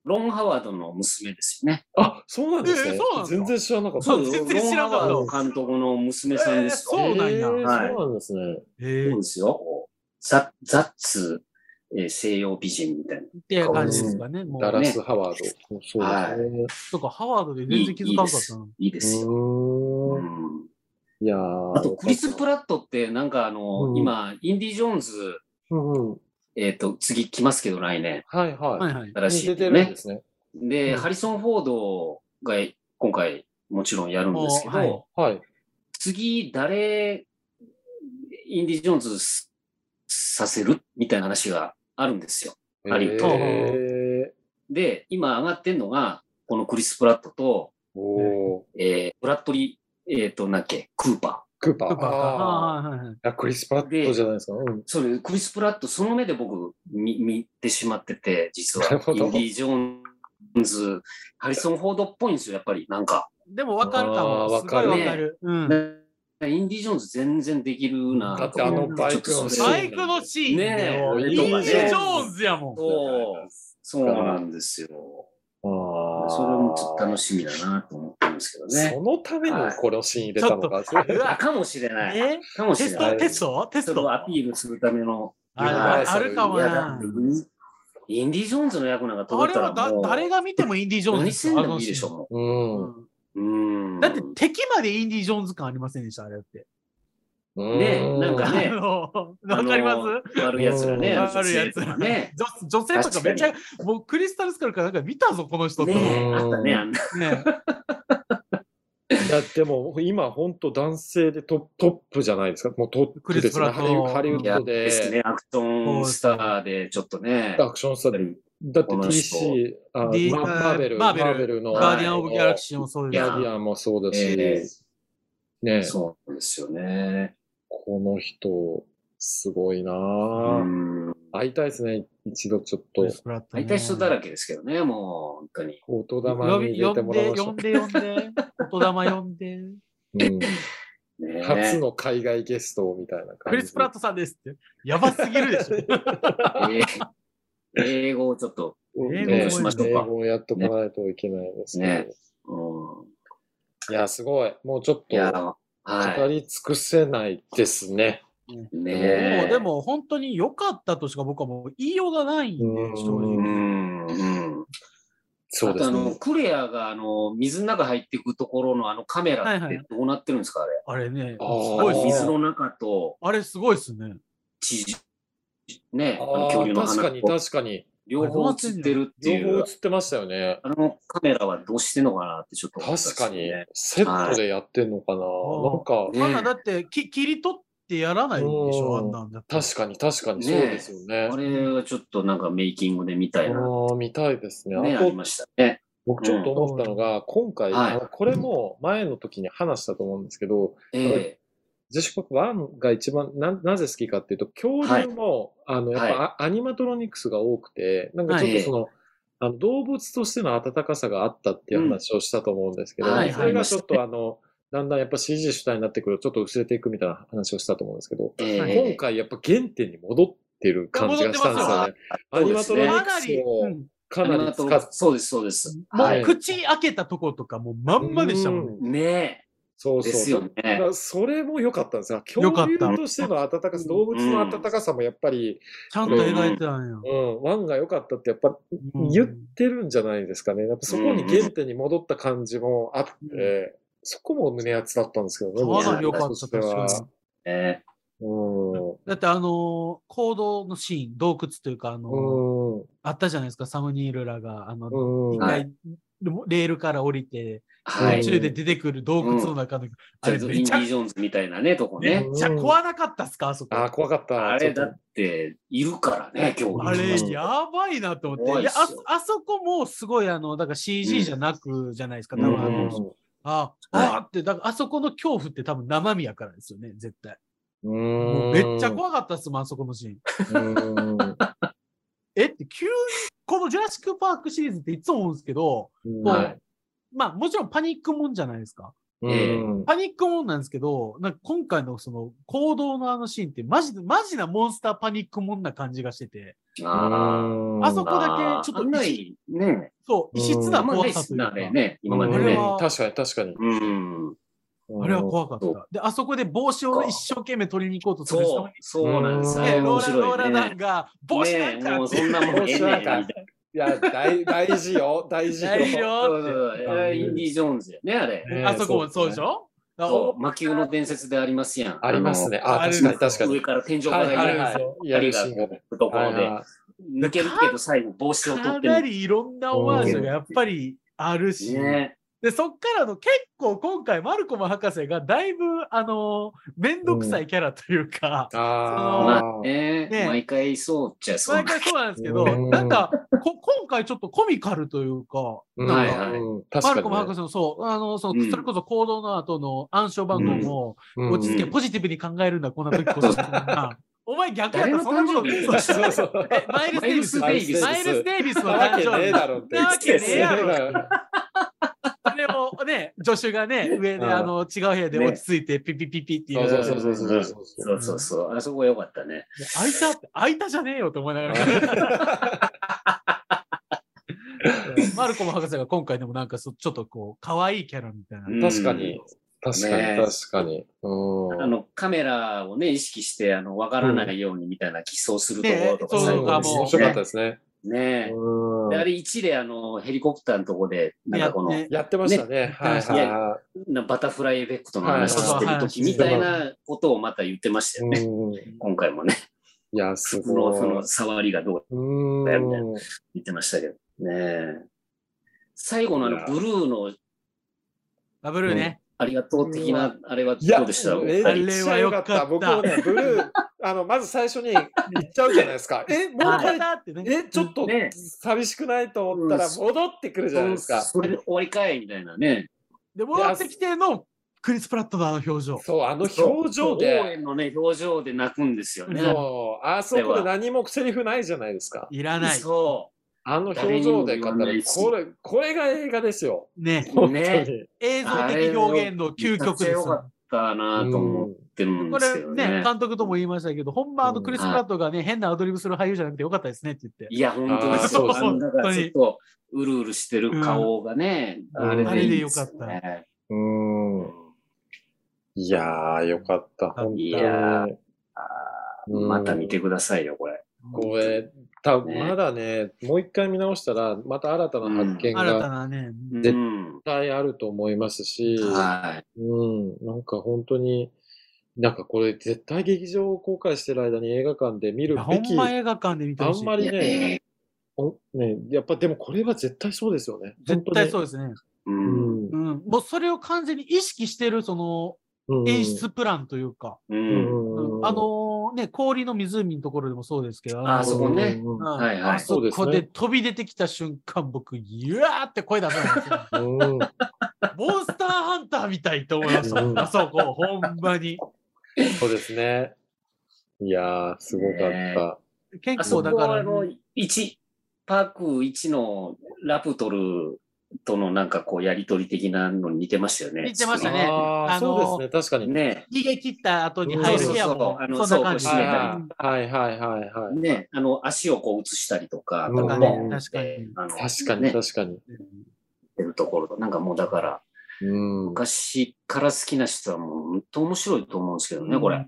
[SPEAKER 3] ロン・ハワードの娘ですよね。
[SPEAKER 2] あ、そうなんです
[SPEAKER 1] え
[SPEAKER 2] ね
[SPEAKER 1] ーそうなん。ですか
[SPEAKER 2] 全然知らなかった。
[SPEAKER 1] そう全然知らなかった
[SPEAKER 3] ロン・ハワード監督の娘さんですよ。
[SPEAKER 1] そうなんや
[SPEAKER 2] えー
[SPEAKER 3] はい
[SPEAKER 2] そうなんですね。
[SPEAKER 1] ええ
[SPEAKER 3] そうですよ。ザザッツ、えー西洋美人みたいな。
[SPEAKER 1] っていう感じですかね。も
[SPEAKER 2] ダ
[SPEAKER 1] う
[SPEAKER 2] ラ
[SPEAKER 1] ね。
[SPEAKER 2] ス・ハワード。そうですね。
[SPEAKER 3] はい
[SPEAKER 1] とか、ハワードで
[SPEAKER 3] い
[SPEAKER 1] 全
[SPEAKER 3] い
[SPEAKER 1] 然気
[SPEAKER 3] い
[SPEAKER 1] づ
[SPEAKER 3] い
[SPEAKER 1] かん
[SPEAKER 3] で
[SPEAKER 1] かった
[SPEAKER 3] す
[SPEAKER 1] な。。
[SPEAKER 3] いいですよ。
[SPEAKER 2] う
[SPEAKER 3] う
[SPEAKER 2] ーん
[SPEAKER 3] ん
[SPEAKER 2] いやー
[SPEAKER 3] あと、クリス・プラットって、なんかあ
[SPEAKER 2] う
[SPEAKER 3] の、
[SPEAKER 2] ん
[SPEAKER 3] 今、インディ・ジョーンズ、
[SPEAKER 2] うんうん
[SPEAKER 3] えっと、次来ますけど、来年、
[SPEAKER 2] はいは
[SPEAKER 1] はい
[SPEAKER 2] い。
[SPEAKER 1] はい。
[SPEAKER 3] 新しい
[SPEAKER 2] 似
[SPEAKER 3] って
[SPEAKER 2] て
[SPEAKER 3] いう
[SPEAKER 2] るん
[SPEAKER 3] ね
[SPEAKER 2] で。すね。
[SPEAKER 3] で、
[SPEAKER 2] うん
[SPEAKER 3] ハリソン・フォードが今回、もちろんやるんですけど、
[SPEAKER 1] おはい
[SPEAKER 2] はい。
[SPEAKER 3] 次、誰、インディ・ジョーンズさせるみたいな話があるんですよ。ハリウッド
[SPEAKER 2] え
[SPEAKER 3] で、今上がってんのが、このクリス・プラットと、
[SPEAKER 2] おー
[SPEAKER 3] えー、ブラッドリー、えっ、と、なんだっけ、クーパー。
[SPEAKER 2] クーパー。
[SPEAKER 1] とか
[SPEAKER 2] あ
[SPEAKER 1] あーはいはいはい
[SPEAKER 2] ーあクリス・プラットじゃないですか。うん。
[SPEAKER 3] それ、クリス・プラット、その目で僕、見、見てしまってて、実は。
[SPEAKER 2] なるほ
[SPEAKER 3] イン
[SPEAKER 2] ど
[SPEAKER 3] ディ・ジョーンズ、ハリソン・フォードっぽいんですよ、やっぱり。なんか。
[SPEAKER 1] でも分かるか
[SPEAKER 2] あー
[SPEAKER 1] も。
[SPEAKER 2] 分
[SPEAKER 1] す
[SPEAKER 2] か
[SPEAKER 1] ごい分
[SPEAKER 2] る
[SPEAKER 1] かる。うん
[SPEAKER 3] インディ・ジョーンズ全然できるな
[SPEAKER 2] だって
[SPEAKER 3] と
[SPEAKER 2] あ
[SPEAKER 3] 思
[SPEAKER 2] のバイク
[SPEAKER 3] ちょっ
[SPEAKER 2] の
[SPEAKER 3] と
[SPEAKER 2] シ
[SPEAKER 3] そ
[SPEAKER 2] ーン
[SPEAKER 3] れ
[SPEAKER 1] バイクのシーン
[SPEAKER 3] ね
[SPEAKER 1] ね
[SPEAKER 3] え。
[SPEAKER 1] もうインディ・ジョーンズやもん。
[SPEAKER 3] そう、そうなんですよ。
[SPEAKER 2] ああ。
[SPEAKER 3] それもちょっと楽しみだなと思ってるんですけどね。
[SPEAKER 2] そのためにこのシーン入れたのか。
[SPEAKER 1] ちょっとうわ
[SPEAKER 3] かもしれない。
[SPEAKER 1] え
[SPEAKER 3] かもし
[SPEAKER 1] テ
[SPEAKER 3] れ
[SPEAKER 1] ス
[SPEAKER 3] な
[SPEAKER 1] ト
[SPEAKER 3] い。
[SPEAKER 1] テストテ
[SPEAKER 3] そ
[SPEAKER 1] ス
[SPEAKER 3] れをア
[SPEAKER 1] ト
[SPEAKER 3] ピールするための。
[SPEAKER 1] ああるかも
[SPEAKER 3] いやだ
[SPEAKER 1] な
[SPEAKER 3] って。インディ・ジョーンズの役なんか
[SPEAKER 1] あ
[SPEAKER 3] 取
[SPEAKER 1] れ
[SPEAKER 3] った
[SPEAKER 1] は
[SPEAKER 3] ら
[SPEAKER 1] だ
[SPEAKER 3] もう
[SPEAKER 1] 誰が見てもインディ・ジョーンズ
[SPEAKER 3] 何
[SPEAKER 1] です
[SPEAKER 3] せ
[SPEAKER 1] よ
[SPEAKER 3] んでもいいでしょ、も
[SPEAKER 1] あ
[SPEAKER 2] う
[SPEAKER 1] のシーン
[SPEAKER 2] ん。
[SPEAKER 3] う。うん。
[SPEAKER 1] だって敵までインディ・ジョーンズ感ありませんでした、あれだって。
[SPEAKER 2] うん
[SPEAKER 3] ね、なんか
[SPEAKER 1] あ
[SPEAKER 3] ね、
[SPEAKER 1] の、わ
[SPEAKER 3] あの
[SPEAKER 1] かります
[SPEAKER 3] 悪いやつがね、
[SPEAKER 2] うん
[SPEAKER 1] 悪いやつ
[SPEAKER 3] 女性とかね。
[SPEAKER 1] 女女性とかめっちゃ、もうクリスタルスカルかなんか見たぞ、この人と。ね
[SPEAKER 3] ねあったね、あんな。
[SPEAKER 2] いや、でも今、本当男性でトップトップじゃないですか。もうトップで
[SPEAKER 1] ク
[SPEAKER 2] すね。
[SPEAKER 1] リスプラット
[SPEAKER 2] ハリウハリウ
[SPEAKER 3] い
[SPEAKER 2] ッ
[SPEAKER 3] や
[SPEAKER 2] ドで
[SPEAKER 3] で、すね、アクションスターで、ちょっとね。
[SPEAKER 2] アクションスターで。だって
[SPEAKER 3] この人
[SPEAKER 2] DC、あマ
[SPEAKER 1] D-
[SPEAKER 2] マーベル、
[SPEAKER 1] マーベル
[SPEAKER 2] の。
[SPEAKER 1] ガーディアン・オブ・ギャラクシーもそうです
[SPEAKER 2] ガー
[SPEAKER 1] し
[SPEAKER 2] ディアンもそうだ
[SPEAKER 3] え
[SPEAKER 2] し、ね、
[SPEAKER 3] そうなんですよね。
[SPEAKER 2] この人、すごいな
[SPEAKER 3] う
[SPEAKER 2] ぁ、
[SPEAKER 3] ん。
[SPEAKER 2] 会いたいですね、一度ちょっ
[SPEAKER 1] ク
[SPEAKER 2] と
[SPEAKER 1] リ。スプラットね
[SPEAKER 3] 会いたい人だらけですけどね、もう、本当に。
[SPEAKER 2] 音
[SPEAKER 1] 呼
[SPEAKER 2] 玉に
[SPEAKER 1] び
[SPEAKER 2] 入れ
[SPEAKER 1] 呼
[SPEAKER 2] て
[SPEAKER 1] ん
[SPEAKER 2] もらい
[SPEAKER 1] で、
[SPEAKER 2] まし
[SPEAKER 1] 呼んで、呼んで、音玉呼んで、
[SPEAKER 2] た。うん
[SPEAKER 3] ね
[SPEAKER 2] 初の海外ゲストみたいな感じ。
[SPEAKER 1] クリス・プラットさんですって。やばすぎるでしょ。
[SPEAKER 3] えー英語をちょっと、
[SPEAKER 2] うん
[SPEAKER 1] 英
[SPEAKER 3] 語
[SPEAKER 2] ね
[SPEAKER 3] をしましょうか
[SPEAKER 2] 英語をやっとかないといけないですね。
[SPEAKER 3] ねうん、
[SPEAKER 2] いや、すごい。もうちょっ
[SPEAKER 3] い
[SPEAKER 2] と
[SPEAKER 3] や、
[SPEAKER 2] 語
[SPEAKER 3] は
[SPEAKER 2] り尽くせないですね。
[SPEAKER 3] い。
[SPEAKER 1] も
[SPEAKER 3] ね
[SPEAKER 1] うでも本当に良かったとしか僕はもう言いようがないんで、正
[SPEAKER 2] う
[SPEAKER 3] う
[SPEAKER 1] 直。
[SPEAKER 3] ん、うん。
[SPEAKER 2] そう
[SPEAKER 3] あ
[SPEAKER 2] で
[SPEAKER 3] とあ
[SPEAKER 2] す
[SPEAKER 3] の、
[SPEAKER 2] ね。
[SPEAKER 3] クレアが、あの、水の中入っていくところの、あの、カメラっ
[SPEAKER 1] はいは
[SPEAKER 3] て
[SPEAKER 1] い
[SPEAKER 3] どうなってるんですか、あれ。
[SPEAKER 1] あれね、す
[SPEAKER 2] あ
[SPEAKER 3] あ
[SPEAKER 1] ご
[SPEAKER 2] ー
[SPEAKER 1] い
[SPEAKER 3] の
[SPEAKER 1] っ
[SPEAKER 3] 水
[SPEAKER 1] すね。
[SPEAKER 3] の中と、
[SPEAKER 1] あれすごいっすね。
[SPEAKER 3] 地上ね、
[SPEAKER 2] あ
[SPEAKER 3] あの恐竜
[SPEAKER 2] ー
[SPEAKER 3] の
[SPEAKER 2] 確か
[SPEAKER 3] 鼻
[SPEAKER 2] に
[SPEAKER 3] と
[SPEAKER 2] 確かに。
[SPEAKER 3] 両方映ってるって
[SPEAKER 2] 情
[SPEAKER 3] い
[SPEAKER 2] 報映
[SPEAKER 3] う
[SPEAKER 2] っ、てましたよね。
[SPEAKER 3] あのカメラはどうしてんのかなってちょっと思ったんです
[SPEAKER 2] 確か
[SPEAKER 3] よ
[SPEAKER 2] に
[SPEAKER 3] ね。。
[SPEAKER 2] セットでやってんのかな、
[SPEAKER 1] はい
[SPEAKER 2] なんか、
[SPEAKER 3] ね
[SPEAKER 1] あんなだってき切り取ってやらないでしょ、あ
[SPEAKER 2] うん
[SPEAKER 1] んなんだって。
[SPEAKER 2] 確かに確かにそう
[SPEAKER 3] ね
[SPEAKER 2] ですよね。
[SPEAKER 3] あれはちょっとなんかメイキングで見たいな、
[SPEAKER 2] ああ、見たいですね。
[SPEAKER 3] ね、
[SPEAKER 2] あ
[SPEAKER 3] あり
[SPEAKER 2] と、
[SPEAKER 3] ましたね。
[SPEAKER 2] 僕ちょっと思ったのが、今回、
[SPEAKER 3] はい
[SPEAKER 2] あのこれも前の時に話したと思うんですけど、
[SPEAKER 3] え
[SPEAKER 2] ジェシコワンが一番な、なぜ好きかっていうと、恐竜も、あの、やっぱ、
[SPEAKER 3] は
[SPEAKER 2] あアニマトロニクスが多くて、なんかちょっとその、あの動物としての温かさがあったっていう話をしたと思うんですけど、
[SPEAKER 3] うん
[SPEAKER 1] はい
[SPEAKER 2] それがちょっとあの、だんだんやっぱ CG 主体になってくるとちょっと薄れていくみたいな話をしたと思うんですけど、
[SPEAKER 3] えええ
[SPEAKER 2] 今回やっぱ原点に戻ってる感じがしたんですよね。アニ
[SPEAKER 3] 戻
[SPEAKER 2] マト
[SPEAKER 3] ってます
[SPEAKER 2] ロニ
[SPEAKER 3] よ
[SPEAKER 1] か
[SPEAKER 2] ク
[SPEAKER 1] な
[SPEAKER 2] ス
[SPEAKER 1] り、う
[SPEAKER 2] を
[SPEAKER 1] ん
[SPEAKER 2] かなり使
[SPEAKER 3] あ
[SPEAKER 2] っ
[SPEAKER 3] りがとうそうです、そうです。
[SPEAKER 1] も
[SPEAKER 3] は
[SPEAKER 1] う
[SPEAKER 3] い。
[SPEAKER 1] 口開けたとことかもうまんまでしたもんね。
[SPEAKER 2] う
[SPEAKER 3] ねえ。
[SPEAKER 2] そうそう。
[SPEAKER 3] ですよ
[SPEAKER 2] だ
[SPEAKER 3] ね
[SPEAKER 2] か。らそれも良かったんですが、恐
[SPEAKER 1] 良かっ
[SPEAKER 2] 竜
[SPEAKER 1] た
[SPEAKER 2] としての温かさ、動物の温かさもやっぱり、
[SPEAKER 1] ちゃんと描いてたんや。
[SPEAKER 2] うん、ワンが良かったってやっぱ
[SPEAKER 1] うん
[SPEAKER 2] 言ってるんじゃないですかね。やっぱそこに原点に戻った感じもあって、
[SPEAKER 1] う
[SPEAKER 2] そこも胸熱だったんですけどね。
[SPEAKER 1] か
[SPEAKER 2] 僕
[SPEAKER 1] なり良かっ
[SPEAKER 2] としたて
[SPEAKER 1] 確か
[SPEAKER 2] は
[SPEAKER 1] に。
[SPEAKER 3] ね
[SPEAKER 2] うん。
[SPEAKER 1] だってあのー、行動のシーン、洞窟というか、あの
[SPEAKER 2] う
[SPEAKER 1] ー、
[SPEAKER 2] ん。
[SPEAKER 1] あったじゃないですか、サムニールらが、あの、
[SPEAKER 2] うん。
[SPEAKER 1] 一
[SPEAKER 3] はい
[SPEAKER 1] 回、レールから降りて、
[SPEAKER 3] は
[SPEAKER 1] 途
[SPEAKER 3] い。
[SPEAKER 1] 中で出てくる洞窟の中の、あ
[SPEAKER 3] ちょ
[SPEAKER 1] れ
[SPEAKER 3] っと
[SPEAKER 1] め
[SPEAKER 3] イン
[SPEAKER 1] ち
[SPEAKER 3] デ
[SPEAKER 1] ゃ
[SPEAKER 3] ィ・ジョーンズみたいなね、とこね。
[SPEAKER 1] めっちゃ怖なかったっすか、あそこ。
[SPEAKER 2] あー、怖かった。
[SPEAKER 3] あれ
[SPEAKER 2] ちょ
[SPEAKER 3] だ
[SPEAKER 2] っ
[SPEAKER 3] って、いるからね、恐
[SPEAKER 1] あ
[SPEAKER 3] 竜
[SPEAKER 1] れ
[SPEAKER 3] たち。、
[SPEAKER 1] やばいなと思っ
[SPEAKER 3] 怖
[SPEAKER 1] て。い
[SPEAKER 3] いっ
[SPEAKER 1] や
[SPEAKER 3] すよ
[SPEAKER 1] あそ、あそこもすごい、あの、だから CG じゃなく、じゃないですか、
[SPEAKER 3] う
[SPEAKER 1] 多
[SPEAKER 2] と。
[SPEAKER 1] 分
[SPEAKER 3] ん
[SPEAKER 1] あの、あ、
[SPEAKER 3] はい
[SPEAKER 1] あーって、だからあそこの恐怖って多分生身やからですよね、絶対。
[SPEAKER 2] うん。
[SPEAKER 1] もうめっちゃ怖かったっすもん、あそこのシーン。
[SPEAKER 2] うん。
[SPEAKER 1] えって、急に、このジュラシック・パークシリーズっていつも思うんですけど、
[SPEAKER 2] うん
[SPEAKER 1] もう
[SPEAKER 3] はい
[SPEAKER 1] まあもちろんパニックもんじゃないですか。
[SPEAKER 2] うん。
[SPEAKER 1] パニックもんなんですけど、なんか今回のその行動のあのシーンってマジで、マジなモンスターパニックもんな感じがしてて、
[SPEAKER 3] あ
[SPEAKER 1] あそ
[SPEAKER 3] あ。
[SPEAKER 1] こだけちょっと
[SPEAKER 3] な
[SPEAKER 1] 異質
[SPEAKER 3] い、ね。
[SPEAKER 1] そう、異質
[SPEAKER 3] あ
[SPEAKER 1] なん
[SPEAKER 3] まな
[SPEAKER 1] 怖
[SPEAKER 3] いっ
[SPEAKER 1] さと
[SPEAKER 3] す
[SPEAKER 1] いう
[SPEAKER 3] な
[SPEAKER 1] か、
[SPEAKER 3] ね、ね、今
[SPEAKER 2] あ
[SPEAKER 3] まで
[SPEAKER 1] あれ
[SPEAKER 3] ね。
[SPEAKER 1] は
[SPEAKER 2] 確かに確かに。
[SPEAKER 3] うん。
[SPEAKER 1] あれは怖かっ
[SPEAKER 3] そ
[SPEAKER 1] た。で、あそこで帽子を一生懸命取りに行こうとする人
[SPEAKER 3] そう
[SPEAKER 1] も、
[SPEAKER 3] そうなんです。
[SPEAKER 2] うん
[SPEAKER 3] あ
[SPEAKER 1] ね
[SPEAKER 3] れ
[SPEAKER 1] ロ
[SPEAKER 3] 面
[SPEAKER 1] ーラ、ロー
[SPEAKER 3] 白
[SPEAKER 1] ラ
[SPEAKER 3] い
[SPEAKER 1] ダ
[SPEAKER 3] ね
[SPEAKER 1] ン。が、帽子なん
[SPEAKER 3] ね
[SPEAKER 1] か
[SPEAKER 3] もう
[SPEAKER 1] って
[SPEAKER 3] そんなもんええねんみた
[SPEAKER 2] 帽子なん
[SPEAKER 3] い
[SPEAKER 2] か
[SPEAKER 3] な。
[SPEAKER 2] いや、大大事よ。大事よ。
[SPEAKER 1] 大事
[SPEAKER 3] そ
[SPEAKER 1] よ
[SPEAKER 3] うそうそうあれインディ・ジョーンズやね、あれ。
[SPEAKER 1] って。あそこもそうでし
[SPEAKER 2] ょ
[SPEAKER 1] ょだから
[SPEAKER 3] そ
[SPEAKER 1] お
[SPEAKER 3] う魔球の伝説でありますやん。
[SPEAKER 2] ありますね。あ、
[SPEAKER 1] あの
[SPEAKER 2] 確かに確
[SPEAKER 3] あ
[SPEAKER 2] か
[SPEAKER 3] の。上
[SPEAKER 2] に。
[SPEAKER 3] から天井か
[SPEAKER 2] はい
[SPEAKER 3] ら
[SPEAKER 2] は
[SPEAKER 1] あ
[SPEAKER 2] い
[SPEAKER 1] るんです
[SPEAKER 2] は
[SPEAKER 1] よ
[SPEAKER 2] い。やるシーンがね。
[SPEAKER 3] ところ
[SPEAKER 2] はい
[SPEAKER 3] で、
[SPEAKER 2] はい
[SPEAKER 3] 抜けるけど最後帽子を取
[SPEAKER 1] か
[SPEAKER 3] って
[SPEAKER 1] な
[SPEAKER 3] る。
[SPEAKER 1] りいろんなオマージュがやっぱりあるし、
[SPEAKER 3] ね。
[SPEAKER 1] で、そっからの結構今回、マルコム博士がだいぶ、あの、めんどくさいキャラというか、
[SPEAKER 2] あ
[SPEAKER 3] まあね
[SPEAKER 1] ね
[SPEAKER 3] 毎回そうっちゃそう
[SPEAKER 1] 毎回そうなんですけど、
[SPEAKER 2] うん
[SPEAKER 1] なんか、こ今回ちょっとコミカルというか、
[SPEAKER 2] うん
[SPEAKER 3] はいはい
[SPEAKER 2] うん
[SPEAKER 1] マ
[SPEAKER 2] 確
[SPEAKER 1] ルコム
[SPEAKER 2] かに
[SPEAKER 1] 博
[SPEAKER 2] ね。
[SPEAKER 1] 士のそう、あの、そう
[SPEAKER 3] うん
[SPEAKER 1] それこそ行動の後の暗証番号も、
[SPEAKER 2] うん
[SPEAKER 1] 落ち着け、
[SPEAKER 3] うん
[SPEAKER 1] ポジティブに考えるんだ、こんな時こそ。そんなお前逆やった
[SPEAKER 3] 誰
[SPEAKER 1] ら
[SPEAKER 3] の
[SPEAKER 1] そんなこと
[SPEAKER 3] 誕生日
[SPEAKER 2] そうそう。
[SPEAKER 1] えマイルス・デイビス。
[SPEAKER 3] マ
[SPEAKER 1] マ
[SPEAKER 3] イ
[SPEAKER 1] イ
[SPEAKER 3] ル
[SPEAKER 1] ル
[SPEAKER 3] スデ
[SPEAKER 1] スデイ
[SPEAKER 3] イビス・
[SPEAKER 1] ビスの
[SPEAKER 2] な
[SPEAKER 1] 誕
[SPEAKER 2] わけねえ
[SPEAKER 1] 生
[SPEAKER 2] だ
[SPEAKER 1] 日。
[SPEAKER 2] ろって。
[SPEAKER 1] なわけねえやろ
[SPEAKER 2] だろ。
[SPEAKER 1] それをね、助手がね、上で、
[SPEAKER 2] うん
[SPEAKER 1] あの、違う部屋で落ち着いて、ピピピピってい
[SPEAKER 2] そう
[SPEAKER 1] う。
[SPEAKER 2] そうそうそうそうそう
[SPEAKER 3] そ。うそうそう。あそこ良かったね。
[SPEAKER 1] で開いたって、開いたじゃねえよと思いながら。マルコム博士が今回でもなんかそちょっとこう可愛いキャラみたいな、
[SPEAKER 3] うん
[SPEAKER 2] 確かに。確か
[SPEAKER 3] ね
[SPEAKER 2] に、確かに。うん
[SPEAKER 3] あの、カメラをね、意識して、あの、わからないようにみたいな偽装するところとか
[SPEAKER 1] ねそう
[SPEAKER 3] 最
[SPEAKER 1] いうのが
[SPEAKER 3] 後
[SPEAKER 1] もう
[SPEAKER 2] 面白かったですね。
[SPEAKER 3] すね。
[SPEAKER 2] うん
[SPEAKER 3] であれ1で、あの、ヘリコプターのとこで、なんかこの、
[SPEAKER 1] ね
[SPEAKER 2] やってましたね。はいはいは
[SPEAKER 3] なバタフライエフェクトの話してる時
[SPEAKER 2] はい
[SPEAKER 3] みたいなことをまた言ってました
[SPEAKER 2] い。
[SPEAKER 3] よね。
[SPEAKER 2] うんい
[SPEAKER 3] 今回もね。
[SPEAKER 2] や、す
[SPEAKER 3] その、そ
[SPEAKER 2] ごい
[SPEAKER 3] の、。触りがどう
[SPEAKER 2] う
[SPEAKER 3] やみたい
[SPEAKER 2] ん。
[SPEAKER 3] 言ってましたけど。ねえ最後のあ
[SPEAKER 2] い
[SPEAKER 3] の、
[SPEAKER 2] や
[SPEAKER 3] ブルーの
[SPEAKER 1] ダブルーね、
[SPEAKER 3] ありがとう的
[SPEAKER 2] う
[SPEAKER 3] な、あれはい
[SPEAKER 2] や、
[SPEAKER 3] どうでした
[SPEAKER 2] め
[SPEAKER 1] あれ
[SPEAKER 2] っちゃ良かった。
[SPEAKER 1] あれは良
[SPEAKER 2] 僕
[SPEAKER 1] かった
[SPEAKER 2] もね、ブルー、あの、まず最初に行っちゃうじゃないです
[SPEAKER 3] [LAUGHS]
[SPEAKER 2] か。え、もう
[SPEAKER 1] もう
[SPEAKER 2] 帰
[SPEAKER 1] 帰
[SPEAKER 2] っ
[SPEAKER 1] ったってね
[SPEAKER 2] え、ちょっと
[SPEAKER 3] ね
[SPEAKER 2] 寂しくないと思ったら
[SPEAKER 3] うん
[SPEAKER 2] 戻ってくるじゃないですか。
[SPEAKER 3] それで終わりかいみたいなね。
[SPEAKER 1] で戻ってきてのクリス・プラットのあの表情
[SPEAKER 2] そう、あの表情
[SPEAKER 3] 応
[SPEAKER 2] で、
[SPEAKER 3] 援のね、表情で泣くんですよね。
[SPEAKER 2] そう、あそこで何もセリフないじゃないですか。
[SPEAKER 1] いらない
[SPEAKER 3] そ
[SPEAKER 2] あの表情で語
[SPEAKER 3] 誰にも言わな
[SPEAKER 2] る
[SPEAKER 3] い。し
[SPEAKER 2] これ、これが映画ですよ。
[SPEAKER 1] ね
[SPEAKER 3] う。
[SPEAKER 2] 本当
[SPEAKER 3] ね。
[SPEAKER 2] に。
[SPEAKER 1] 映像的表現の究極です
[SPEAKER 3] めっちゃ良か
[SPEAKER 1] よ
[SPEAKER 3] ったなと思ってるん
[SPEAKER 1] こ
[SPEAKER 3] ですけ
[SPEAKER 1] れ
[SPEAKER 3] ど
[SPEAKER 1] ね
[SPEAKER 3] ね。
[SPEAKER 1] 監督とも言いましたけど、本場のクリス・プラットがね、変なアドリブする俳優じゃなくてよかったですねって言って。
[SPEAKER 3] いや、本当ですよ。
[SPEAKER 1] あー
[SPEAKER 3] あ
[SPEAKER 1] そう
[SPEAKER 3] のだから
[SPEAKER 1] 本当
[SPEAKER 3] ち
[SPEAKER 1] に
[SPEAKER 3] ょっと、うるうるしてる顔がね、
[SPEAKER 2] うん
[SPEAKER 3] あれでいいんですよ
[SPEAKER 1] あれ
[SPEAKER 3] ね。
[SPEAKER 2] うん。いやー、よかった。本当に。
[SPEAKER 3] いやーあー
[SPEAKER 2] うん
[SPEAKER 3] また見てくださいよ、これ。
[SPEAKER 2] これ、多分
[SPEAKER 3] ね
[SPEAKER 2] まだね、もう一回見直したら、また新たな発見
[SPEAKER 1] 新た
[SPEAKER 2] が
[SPEAKER 1] なね、うん
[SPEAKER 2] で
[SPEAKER 3] うん。
[SPEAKER 2] 絶対あると思いますし、
[SPEAKER 3] はい。
[SPEAKER 2] うん、なんか本当に、なんかこれ絶対劇場を公開してる間に映画館で見る
[SPEAKER 1] ほ
[SPEAKER 2] べ
[SPEAKER 1] ん
[SPEAKER 2] き、
[SPEAKER 1] ま映画館で見てほしい。
[SPEAKER 2] あんまり
[SPEAKER 3] いや
[SPEAKER 2] ねおね、やっぱでもこれは絶対そうですよね。
[SPEAKER 1] 絶対そう
[SPEAKER 2] う。
[SPEAKER 1] ですね。
[SPEAKER 3] う。
[SPEAKER 2] うんん
[SPEAKER 1] う。ん。もうそれを完全に意識してる、その
[SPEAKER 2] うん
[SPEAKER 1] 演出プランというか、
[SPEAKER 3] う。
[SPEAKER 2] うんん
[SPEAKER 1] あのね、氷の湖のところでもそうですけど、の
[SPEAKER 3] あそこね
[SPEAKER 2] うん
[SPEAKER 1] うん
[SPEAKER 3] はいはい
[SPEAKER 1] あそ
[SPEAKER 2] そうです
[SPEAKER 1] こ
[SPEAKER 2] ね
[SPEAKER 1] で飛び出てきた瞬間、僕、いやーって声出したんですよ。
[SPEAKER 2] うん
[SPEAKER 1] モンスターハンターみたいと思いまし
[SPEAKER 2] うん
[SPEAKER 1] た。あそこ、ほんまに。
[SPEAKER 2] そうですね。いやー、すごかった。
[SPEAKER 3] あ
[SPEAKER 1] 結
[SPEAKER 3] そ
[SPEAKER 1] 構
[SPEAKER 3] こ
[SPEAKER 1] だか
[SPEAKER 3] は、あ
[SPEAKER 1] ら、
[SPEAKER 3] の、一パーク1のラプトルとのなんかこう、やりとり的なのに似てましたよね。
[SPEAKER 1] 似てましたね
[SPEAKER 2] あー
[SPEAKER 1] あのー
[SPEAKER 2] そうですね、確かに。
[SPEAKER 3] ね。
[SPEAKER 1] 逃げ切った後に入る部屋も
[SPEAKER 3] うん、そ
[SPEAKER 1] そ
[SPEAKER 3] うそ
[SPEAKER 1] ん
[SPEAKER 3] うそう
[SPEAKER 1] な
[SPEAKER 3] あ
[SPEAKER 1] 感
[SPEAKER 3] の
[SPEAKER 1] じ
[SPEAKER 3] そう
[SPEAKER 2] はい
[SPEAKER 1] と
[SPEAKER 2] はいはいは
[SPEAKER 3] そ
[SPEAKER 2] いはいはい。
[SPEAKER 3] ね、あの、足をこう映したりとか、
[SPEAKER 2] うん
[SPEAKER 1] か
[SPEAKER 2] うん
[SPEAKER 1] ね、確かに。
[SPEAKER 3] あの
[SPEAKER 2] 確かに
[SPEAKER 3] ね、
[SPEAKER 2] 確かに。
[SPEAKER 3] ってるところと、なんかもうだから、
[SPEAKER 2] うん。
[SPEAKER 3] 昔から好きな人はもう本当面白いと思うんですけどね、これ。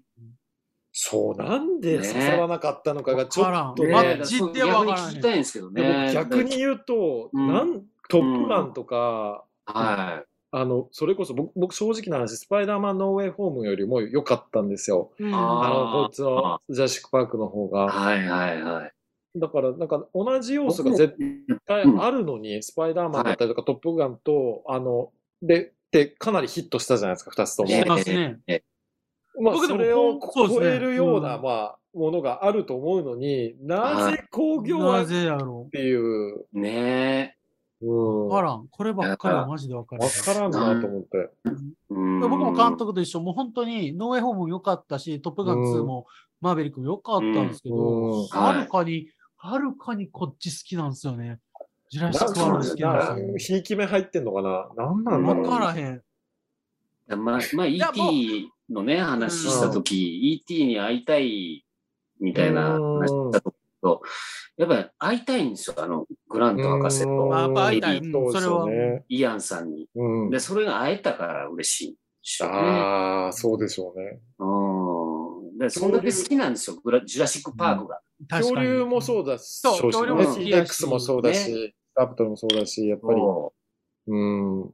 [SPEAKER 2] そう、なんで刺さらなかったのかがちょっと
[SPEAKER 1] ね
[SPEAKER 2] ね。
[SPEAKER 1] わからんま
[SPEAKER 3] ね
[SPEAKER 1] だ実態はわからへん
[SPEAKER 3] 逆に聞きたいんですけど
[SPEAKER 2] でも
[SPEAKER 3] ね。
[SPEAKER 2] 逆に言うと、
[SPEAKER 3] うん
[SPEAKER 2] なんトップマンとか、
[SPEAKER 3] は
[SPEAKER 2] あの、それこそ僕、僕正直な話、スパイダーマンノーウェイホームよりも良かったんですよ。
[SPEAKER 1] うん
[SPEAKER 3] あー
[SPEAKER 2] あの、こいつのジャシックパークの方
[SPEAKER 3] い。
[SPEAKER 2] が。
[SPEAKER 3] はいはいはい。
[SPEAKER 2] だから、なんか同じ要素が絶対
[SPEAKER 3] うん
[SPEAKER 2] あるのに、スパイダーマンだったりとか、トップガンと、あの、で、で、かなりヒットしたじゃないですか、二つとも。
[SPEAKER 1] してますね。
[SPEAKER 2] まあ、
[SPEAKER 1] 僕で
[SPEAKER 2] そ
[SPEAKER 1] も
[SPEAKER 2] れを
[SPEAKER 1] こうそう
[SPEAKER 2] 超
[SPEAKER 1] ですね
[SPEAKER 2] えるような、
[SPEAKER 1] うん
[SPEAKER 2] まあ、ものがあると思うのに、なぜ工業は
[SPEAKER 1] な
[SPEAKER 2] っ
[SPEAKER 1] ぜやろ
[SPEAKER 2] ていう、
[SPEAKER 3] ね
[SPEAKER 2] うん
[SPEAKER 1] う。わ
[SPEAKER 2] わ
[SPEAKER 1] からん。こればっかりはマジでわからん。
[SPEAKER 2] からんなと思って。
[SPEAKER 3] え。うん
[SPEAKER 1] 僕も監督と一緒、もう本当に、ノーウェイホームも良かったし、トップガン2も、マーベリックも良かったんですけ
[SPEAKER 2] うんう
[SPEAKER 1] ど
[SPEAKER 2] ん、
[SPEAKER 1] はるかに、はるかにこっち好きなんですよね。ジュラシッ
[SPEAKER 2] なん
[SPEAKER 1] クワールド好きなん
[SPEAKER 2] か
[SPEAKER 1] ですよ、。
[SPEAKER 2] ひいき目入ってんのかななんなんだ
[SPEAKER 1] わ
[SPEAKER 2] ろ
[SPEAKER 1] か
[SPEAKER 2] う。
[SPEAKER 1] らへん。
[SPEAKER 3] まあ、まあ、
[SPEAKER 1] やもう
[SPEAKER 3] ET のね、話したとき、ET に会いたいみたいな話したときと、やっぱり会いたいんですよ、あの、グラント博士
[SPEAKER 2] うん
[SPEAKER 3] と
[SPEAKER 1] まあやっぱ会いたい。
[SPEAKER 2] そううんですよ
[SPEAKER 1] それ
[SPEAKER 2] ね。
[SPEAKER 3] イアンさんに。
[SPEAKER 2] うん
[SPEAKER 3] で、。それが会えたから嬉しいんでしょうね。
[SPEAKER 2] ああ、そうでしょうね。
[SPEAKER 3] うん。で、そんだけ好きなんですよ、グラジュラシック・パークが。
[SPEAKER 1] 確
[SPEAKER 2] 恐
[SPEAKER 1] かに
[SPEAKER 2] 竜もそうだし、
[SPEAKER 1] そう
[SPEAKER 2] 少子
[SPEAKER 1] 恐
[SPEAKER 3] 竜も
[SPEAKER 2] ね
[SPEAKER 3] 好
[SPEAKER 1] き
[SPEAKER 2] T-Rex
[SPEAKER 1] だし
[SPEAKER 2] もそうだし、ラプトルもそうだし、やっぱり。
[SPEAKER 3] そ
[SPEAKER 2] うん。
[SPEAKER 3] う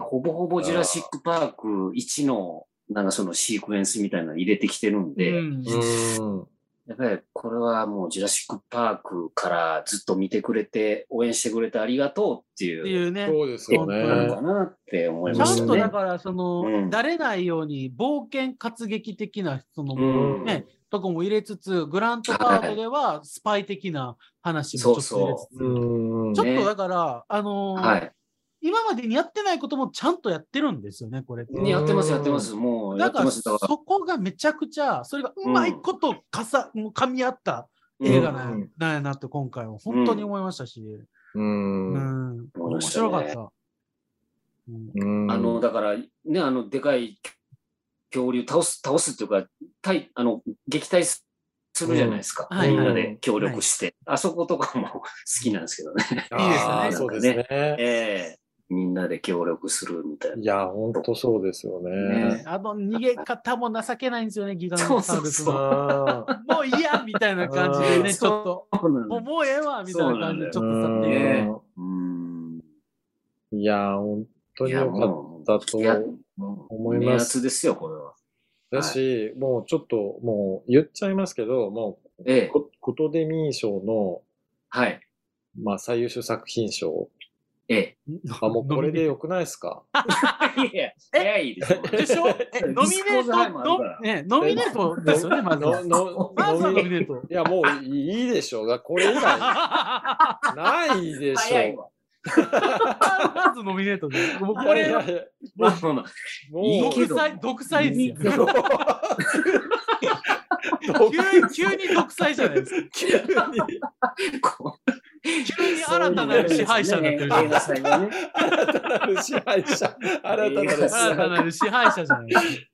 [SPEAKER 3] ほぼほぼジュラシック・パーク1の、なんかそのシークエンスみたいなの入れてきてるんで、
[SPEAKER 1] うん
[SPEAKER 2] うん。
[SPEAKER 3] やっぱりこれはもうジュラシック・パークからずっと見てくれて、応援してくれてありがとうってい
[SPEAKER 1] って
[SPEAKER 3] う
[SPEAKER 1] いうね。
[SPEAKER 2] そうですよ
[SPEAKER 3] ことなの
[SPEAKER 2] ね
[SPEAKER 3] か。なって思い
[SPEAKER 1] ち
[SPEAKER 3] ま
[SPEAKER 1] ゃ
[SPEAKER 3] した
[SPEAKER 1] んとだ
[SPEAKER 3] ね。
[SPEAKER 1] から、その、
[SPEAKER 3] うん
[SPEAKER 1] だれないように冒険活劇的な、その、
[SPEAKER 3] うん
[SPEAKER 1] ね、とこも入れつつ、グラントカートではスパイ的な話もちょっと入れつつ、
[SPEAKER 2] うん
[SPEAKER 1] ちょっとだから、あのー
[SPEAKER 3] はい。
[SPEAKER 1] 今までにやってないこともちゃんとやってるんですよね、これって。
[SPEAKER 2] うん
[SPEAKER 3] やってます、やってます。もう
[SPEAKER 1] だ
[SPEAKER 3] やっ
[SPEAKER 1] か
[SPEAKER 3] て
[SPEAKER 1] ら、
[SPEAKER 3] ます。だ
[SPEAKER 1] そ
[SPEAKER 3] から
[SPEAKER 1] こがめちゃくちゃ、それがうまいことかさ、もう噛み合った
[SPEAKER 3] うん
[SPEAKER 1] 映画なんや,、
[SPEAKER 2] うん
[SPEAKER 1] なんやなって今回は本当に思いましたし、
[SPEAKER 2] うん
[SPEAKER 1] うん、
[SPEAKER 3] 思い
[SPEAKER 1] 面
[SPEAKER 3] ましたね
[SPEAKER 1] 白かった。うん
[SPEAKER 2] うん
[SPEAKER 3] あの、だから、ね、あの、でかい恐竜倒す、倒すっていうか、対、あの、撃退すするじゃないですか。
[SPEAKER 1] うんはい
[SPEAKER 3] みんな
[SPEAKER 2] は
[SPEAKER 3] で
[SPEAKER 2] い
[SPEAKER 3] 協力して。あそことかも [LAUGHS] 好きなんですけどね。
[SPEAKER 2] あー
[SPEAKER 1] いいですね
[SPEAKER 2] そうですね。
[SPEAKER 3] ええみんなで協力するみたい
[SPEAKER 2] い
[SPEAKER 3] な。
[SPEAKER 2] や、本当そうですよね
[SPEAKER 3] ね。
[SPEAKER 1] あの逃げ方も情けないんですよね、ギガンサービス
[SPEAKER 3] そう
[SPEAKER 1] の。
[SPEAKER 2] あー
[SPEAKER 1] もういいやみたいな感じでね、ちょっと、
[SPEAKER 3] そうなんだ
[SPEAKER 1] もうもうええわみたいな感じで、ちょっと去っていく
[SPEAKER 3] ね
[SPEAKER 2] うん
[SPEAKER 3] うん。
[SPEAKER 2] いや、本当
[SPEAKER 3] い
[SPEAKER 2] に
[SPEAKER 3] や、
[SPEAKER 2] 良か
[SPEAKER 3] も
[SPEAKER 2] ったと
[SPEAKER 3] う、いや、思
[SPEAKER 2] 思います
[SPEAKER 3] ですよ、これは。
[SPEAKER 2] だし、もうちょっと、もう言っちゃいますけど、も
[SPEAKER 3] え
[SPEAKER 2] う
[SPEAKER 3] え、
[SPEAKER 2] こ、ことデミー賞の、
[SPEAKER 3] はい。
[SPEAKER 2] まあ、最優秀作品
[SPEAKER 3] [LAUGHS]
[SPEAKER 2] 賞。
[SPEAKER 1] [LAUGHS]
[SPEAKER 3] ええ。
[SPEAKER 2] あ、もうこれで良くないです
[SPEAKER 3] [LAUGHS]
[SPEAKER 2] か
[SPEAKER 3] いや、早いですよ。
[SPEAKER 1] でしょえノミネ
[SPEAKER 3] ディスコーズハイ
[SPEAKER 1] ー
[SPEAKER 3] も
[SPEAKER 1] トの
[SPEAKER 3] あるから、
[SPEAKER 1] ね、ノミネートですよね、まずは
[SPEAKER 2] の、。の、
[SPEAKER 1] まずは
[SPEAKER 2] の
[SPEAKER 1] ノミ
[SPEAKER 2] みい
[SPEAKER 1] ネート。 [LAUGHS]
[SPEAKER 2] や、もういいでしょうが、これ以外ないでし
[SPEAKER 3] 早い
[SPEAKER 2] ょ
[SPEAKER 3] わ。
[SPEAKER 1] まずノミネートで。もう
[SPEAKER 2] う。
[SPEAKER 1] これ
[SPEAKER 2] い
[SPEAKER 1] は
[SPEAKER 2] やいやいや
[SPEAKER 3] まあまあまあ。
[SPEAKER 2] もう、
[SPEAKER 3] いいけ
[SPEAKER 1] 独
[SPEAKER 3] ど
[SPEAKER 1] 裁、独裁ですよ。
[SPEAKER 3] いいけど
[SPEAKER 1] [LAUGHS] 急に急に独裁じゃないですか。
[SPEAKER 3] [LAUGHS]
[SPEAKER 2] 急に
[SPEAKER 3] こ
[SPEAKER 1] 急に新たなる支配者にな
[SPEAKER 3] [LAUGHS]
[SPEAKER 1] ってるじゃな
[SPEAKER 3] 映
[SPEAKER 1] いですか。
[SPEAKER 2] 新たな
[SPEAKER 3] 画祭がね。
[SPEAKER 2] る支配者、新たなる支
[SPEAKER 1] 新た
[SPEAKER 2] 配
[SPEAKER 1] なる支配者じゃないですか。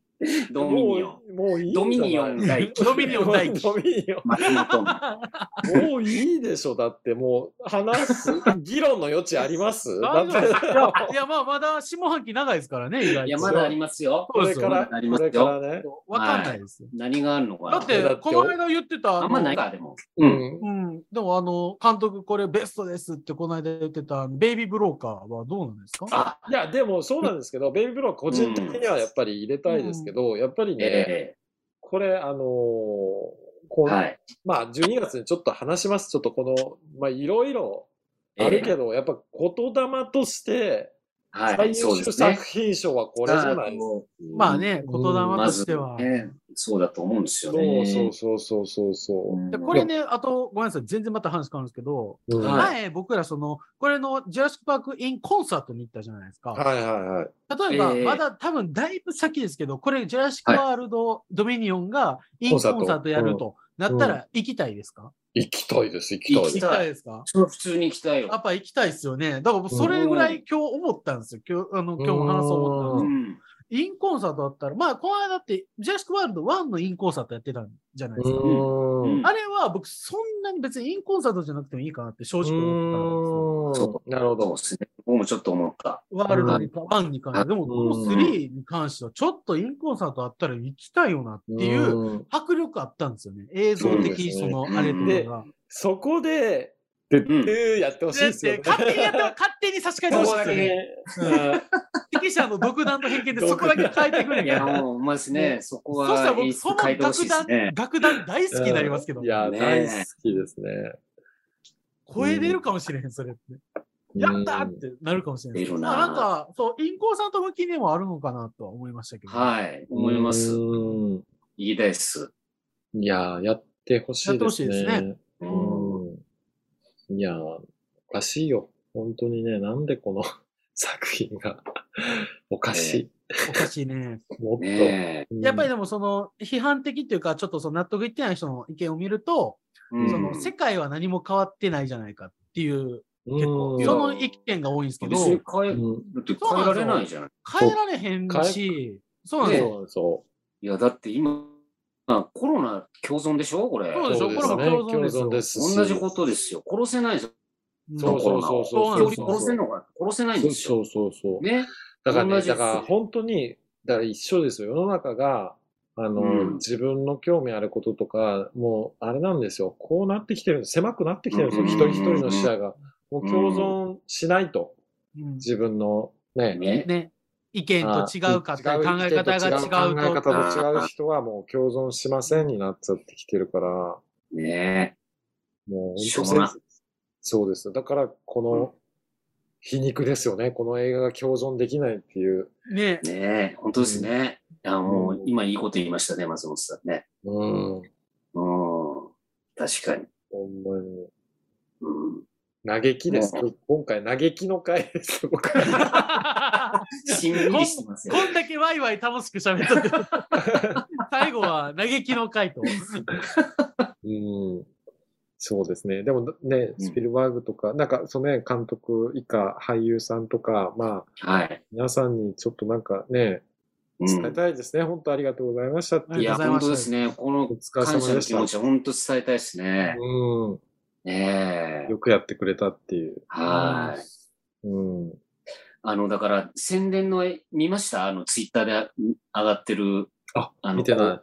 [SPEAKER 3] ドミニオン。
[SPEAKER 2] もうもういいんじゃ
[SPEAKER 3] ド
[SPEAKER 2] ない
[SPEAKER 3] ミニオン大輝。
[SPEAKER 2] [LAUGHS]
[SPEAKER 1] ドミニオン大輝
[SPEAKER 2] ドミニオン
[SPEAKER 3] 松
[SPEAKER 1] [LAUGHS]
[SPEAKER 3] 本の。
[SPEAKER 2] もういいでしょ、だってもう話す、議論の余地あり
[SPEAKER 3] [LAUGHS]
[SPEAKER 2] ますだ
[SPEAKER 1] 大
[SPEAKER 2] っ
[SPEAKER 1] 丈夫です
[SPEAKER 2] て
[SPEAKER 1] いやいや、まあ、まだ下半期長いですからね、意外
[SPEAKER 3] い
[SPEAKER 1] と。
[SPEAKER 3] や、まだありますよ。
[SPEAKER 2] これか
[SPEAKER 3] そう
[SPEAKER 2] ら、
[SPEAKER 3] ですよ
[SPEAKER 2] これからね。
[SPEAKER 1] わかんないですよ。
[SPEAKER 3] 何があるのかな。
[SPEAKER 1] だって
[SPEAKER 2] だって、
[SPEAKER 1] この間言ってた、
[SPEAKER 3] あんまないか、でも。
[SPEAKER 2] う。
[SPEAKER 3] うん
[SPEAKER 1] うん、でもあの、監督これベストですってこの間言ってた、ベイビーブローカーはどうなんですか
[SPEAKER 3] あ、
[SPEAKER 2] いや、でもそうなんですけど、ベイビーブローは個人的にはやっぱり入れたいですけど、やっぱりね、
[SPEAKER 3] え
[SPEAKER 2] これ、あのーこう
[SPEAKER 3] え。はい。
[SPEAKER 2] まあ、12月にちょっと話します。ちょっとこの、まあ、いろいろあるけど、やっぱ言霊として、
[SPEAKER 3] は
[SPEAKER 2] 最
[SPEAKER 3] い、
[SPEAKER 2] 優
[SPEAKER 3] そうで
[SPEAKER 2] 秀
[SPEAKER 3] すね
[SPEAKER 2] 作。品賞はこれじゃないですか。
[SPEAKER 1] まあ。ね、
[SPEAKER 2] うん
[SPEAKER 1] 言霊としては。
[SPEAKER 3] ね、そうだと思うんですよ
[SPEAKER 2] そう
[SPEAKER 3] ね。
[SPEAKER 2] そうそうそうそうそう。
[SPEAKER 1] でこれね、あと、ごめんなさい、全然また話変わるんですけど、
[SPEAKER 2] うん
[SPEAKER 3] はい
[SPEAKER 1] 前、僕らその、これのジュラシック・パーク・イン・コンサートに行ったじゃないですか。
[SPEAKER 2] はいはいはい。
[SPEAKER 1] 例えば、
[SPEAKER 3] ええ
[SPEAKER 1] まだ多分だいぶ先ですけど、これ、ジュラシック・ワールド・ドミニオンがイン・コンサ
[SPEAKER 2] コンサ
[SPEAKER 1] ー
[SPEAKER 2] ー
[SPEAKER 1] ト
[SPEAKER 2] ト
[SPEAKER 1] やるとなったら行きたいですか、
[SPEAKER 2] 行きたいです、行きたいで
[SPEAKER 3] 行
[SPEAKER 2] す
[SPEAKER 3] き。
[SPEAKER 1] 行きたいですか
[SPEAKER 3] それは普通に行きたい
[SPEAKER 1] やっ
[SPEAKER 3] よ。
[SPEAKER 1] ぱ行きたいですよね。だからそれぐらい今日思ったんですよ。今日、あの、今日も話そう思ったん
[SPEAKER 3] う
[SPEAKER 1] です
[SPEAKER 3] ん。
[SPEAKER 1] けど。インコンサートだったら、まあ、この間だって、ジュラシックワールド1のインコンサートやってたんじゃないですか。
[SPEAKER 2] うん
[SPEAKER 1] あれは僕、そんなに別にインコンサートじゃなくてもいいかなって正直思っ
[SPEAKER 3] そ
[SPEAKER 2] なるほ
[SPEAKER 3] そう
[SPEAKER 2] ど
[SPEAKER 3] で。すね。僕もちょっと思った。
[SPEAKER 1] てたんですよ。ワールドに、1に関して。でも、この
[SPEAKER 2] うん
[SPEAKER 1] 3に関しては、ちょっとインコンサートあったら行きたいよなっていう
[SPEAKER 2] うん。
[SPEAKER 1] 迫力あったんですよね。映像的、そ
[SPEAKER 2] そうですね
[SPEAKER 1] の、あれと
[SPEAKER 2] で
[SPEAKER 1] かが。
[SPEAKER 2] そこで、てってーやってほしい
[SPEAKER 1] だ
[SPEAKER 2] で
[SPEAKER 1] っ
[SPEAKER 2] すよ
[SPEAKER 1] て
[SPEAKER 2] ね。
[SPEAKER 1] 勝手にやった、勝手に差し替えてほしいですよね。
[SPEAKER 2] うん
[SPEAKER 1] 指揮者の独断と偏見でそこだけ変えてくれ
[SPEAKER 3] い
[SPEAKER 1] ん
[SPEAKER 3] や、
[SPEAKER 1] や
[SPEAKER 3] もう、うまいですね。そこ
[SPEAKER 1] そしたら
[SPEAKER 3] は
[SPEAKER 1] 僕、
[SPEAKER 3] 演
[SPEAKER 1] そ
[SPEAKER 3] 出
[SPEAKER 1] の
[SPEAKER 3] 変えてほしい
[SPEAKER 1] 楽
[SPEAKER 3] で
[SPEAKER 1] 団、
[SPEAKER 3] すね。
[SPEAKER 1] 楽団大好きになりますけど、
[SPEAKER 2] いや、
[SPEAKER 3] ね
[SPEAKER 2] 大好きですね。
[SPEAKER 1] 声出るかもしれへん、それって。やったーってなるかもしれない。
[SPEAKER 3] 出るな
[SPEAKER 1] まあなんか、そう、インコンサート向きにもあるのかなとは思いましたけど。
[SPEAKER 3] はい。思います。
[SPEAKER 2] うん
[SPEAKER 3] 言いたいです。
[SPEAKER 2] いや、やってほし
[SPEAKER 1] やっ
[SPEAKER 2] いです
[SPEAKER 1] てほしいです
[SPEAKER 2] ね。
[SPEAKER 3] う
[SPEAKER 2] うんいや、おかしいよ。本当にね、なんでこの [LAUGHS] 作品がおかし
[SPEAKER 1] おかしいね。
[SPEAKER 2] い。もっと。
[SPEAKER 3] ねえ。
[SPEAKER 2] うん
[SPEAKER 1] やっぱりでもその、批判的っていうか、ちょっとその納得いってない人の意見を見ると、
[SPEAKER 3] うん
[SPEAKER 1] その、世界は何も変わってないじゃないかっていう、結構、
[SPEAKER 2] うん
[SPEAKER 1] その意見が多いんですけど、
[SPEAKER 3] 別に変え
[SPEAKER 2] う
[SPEAKER 3] る
[SPEAKER 2] ん
[SPEAKER 3] って変えられないじゃない。
[SPEAKER 1] 変えられへんし、そうなんですよ。
[SPEAKER 2] そうそ
[SPEAKER 3] いや、だって今、あコロナ共存でしょこれ。
[SPEAKER 1] そう
[SPEAKER 2] う。
[SPEAKER 1] でしょ
[SPEAKER 2] そうです
[SPEAKER 1] これ
[SPEAKER 2] ね。
[SPEAKER 1] も
[SPEAKER 2] 共
[SPEAKER 1] 共存
[SPEAKER 2] 存
[SPEAKER 1] で
[SPEAKER 2] ですし。
[SPEAKER 3] 同じことですよ。殺せないですよ。
[SPEAKER 1] うん
[SPEAKER 2] そうそうそうそう。
[SPEAKER 1] そ
[SPEAKER 3] よ
[SPEAKER 1] う
[SPEAKER 3] り
[SPEAKER 1] そう
[SPEAKER 3] 殺せんのか殺せないん
[SPEAKER 2] そう
[SPEAKER 3] です
[SPEAKER 2] そ
[SPEAKER 3] よ。
[SPEAKER 2] うそうそう。
[SPEAKER 3] ね。
[SPEAKER 2] だから
[SPEAKER 3] 同
[SPEAKER 2] ね、
[SPEAKER 3] じで
[SPEAKER 2] だ
[SPEAKER 3] す
[SPEAKER 2] から本当に、だから一緒ですよ。世の中が、あの、
[SPEAKER 3] うん
[SPEAKER 2] 自分の興味あることとか、もう、あれなんですよ。こうなってきてるんです。狭くなってきてるんですよ。
[SPEAKER 3] うん
[SPEAKER 2] 一人一人の視野が。もう共存しないと。
[SPEAKER 1] うん
[SPEAKER 2] 自分のね。
[SPEAKER 3] ね。
[SPEAKER 1] ね、意見と違うかったり、考え方が違う
[SPEAKER 2] 考え
[SPEAKER 1] と。
[SPEAKER 2] 方と違う人はもう共存しませんになっちゃってきてるから。
[SPEAKER 3] ね
[SPEAKER 2] もう
[SPEAKER 3] しょ
[SPEAKER 2] 本当
[SPEAKER 3] うもな
[SPEAKER 2] 先生そうです。だから、この皮肉ですよね。この映画が共存できないっていう。
[SPEAKER 1] ね [LAUGHS]
[SPEAKER 3] え。ねえ。本当ですね。いや、もう
[SPEAKER 2] う、ん
[SPEAKER 3] 今いいこと言いましたね、松本さんね。
[SPEAKER 2] うん。
[SPEAKER 3] うん。確かに。
[SPEAKER 2] ほんまに。
[SPEAKER 3] うん。
[SPEAKER 2] 嘆きです。
[SPEAKER 3] う
[SPEAKER 2] 今回、嘆きの回です。僕
[SPEAKER 3] [LAUGHS] しんみりしてますよ
[SPEAKER 1] こ。んだけワイワイ楽しく喋っとって、 [LAUGHS] 最後は嘆きの回答。
[SPEAKER 2] うん。そうですね。でもね、
[SPEAKER 3] うん
[SPEAKER 2] スピルバーグとか、なんか、そのね、監督以下、俳優さんとか、まあ、
[SPEAKER 3] はい。
[SPEAKER 2] 皆さんにちょっとなんかね、
[SPEAKER 3] う
[SPEAKER 2] 伝え
[SPEAKER 3] ん。
[SPEAKER 2] たいですね。本当ありがとうございましたっていう。
[SPEAKER 1] あ
[SPEAKER 3] い
[SPEAKER 1] り
[SPEAKER 3] や、
[SPEAKER 1] がとうござい
[SPEAKER 3] 本
[SPEAKER 1] ました
[SPEAKER 3] 当ですね。こ
[SPEAKER 2] お
[SPEAKER 3] の
[SPEAKER 2] 疲れ
[SPEAKER 3] 感謝
[SPEAKER 2] 様
[SPEAKER 3] の
[SPEAKER 2] でし
[SPEAKER 3] 気
[SPEAKER 2] た。
[SPEAKER 3] 持ち、本当伝えたいですね。
[SPEAKER 2] うん。
[SPEAKER 3] ねえ。
[SPEAKER 2] よくやってくれたっていう。
[SPEAKER 3] はい。
[SPEAKER 2] うん。
[SPEAKER 3] あの、だから、宣伝の絵、見ましたあの、ツイッターで上がってる、
[SPEAKER 2] あ、
[SPEAKER 3] あの
[SPEAKER 2] 見てな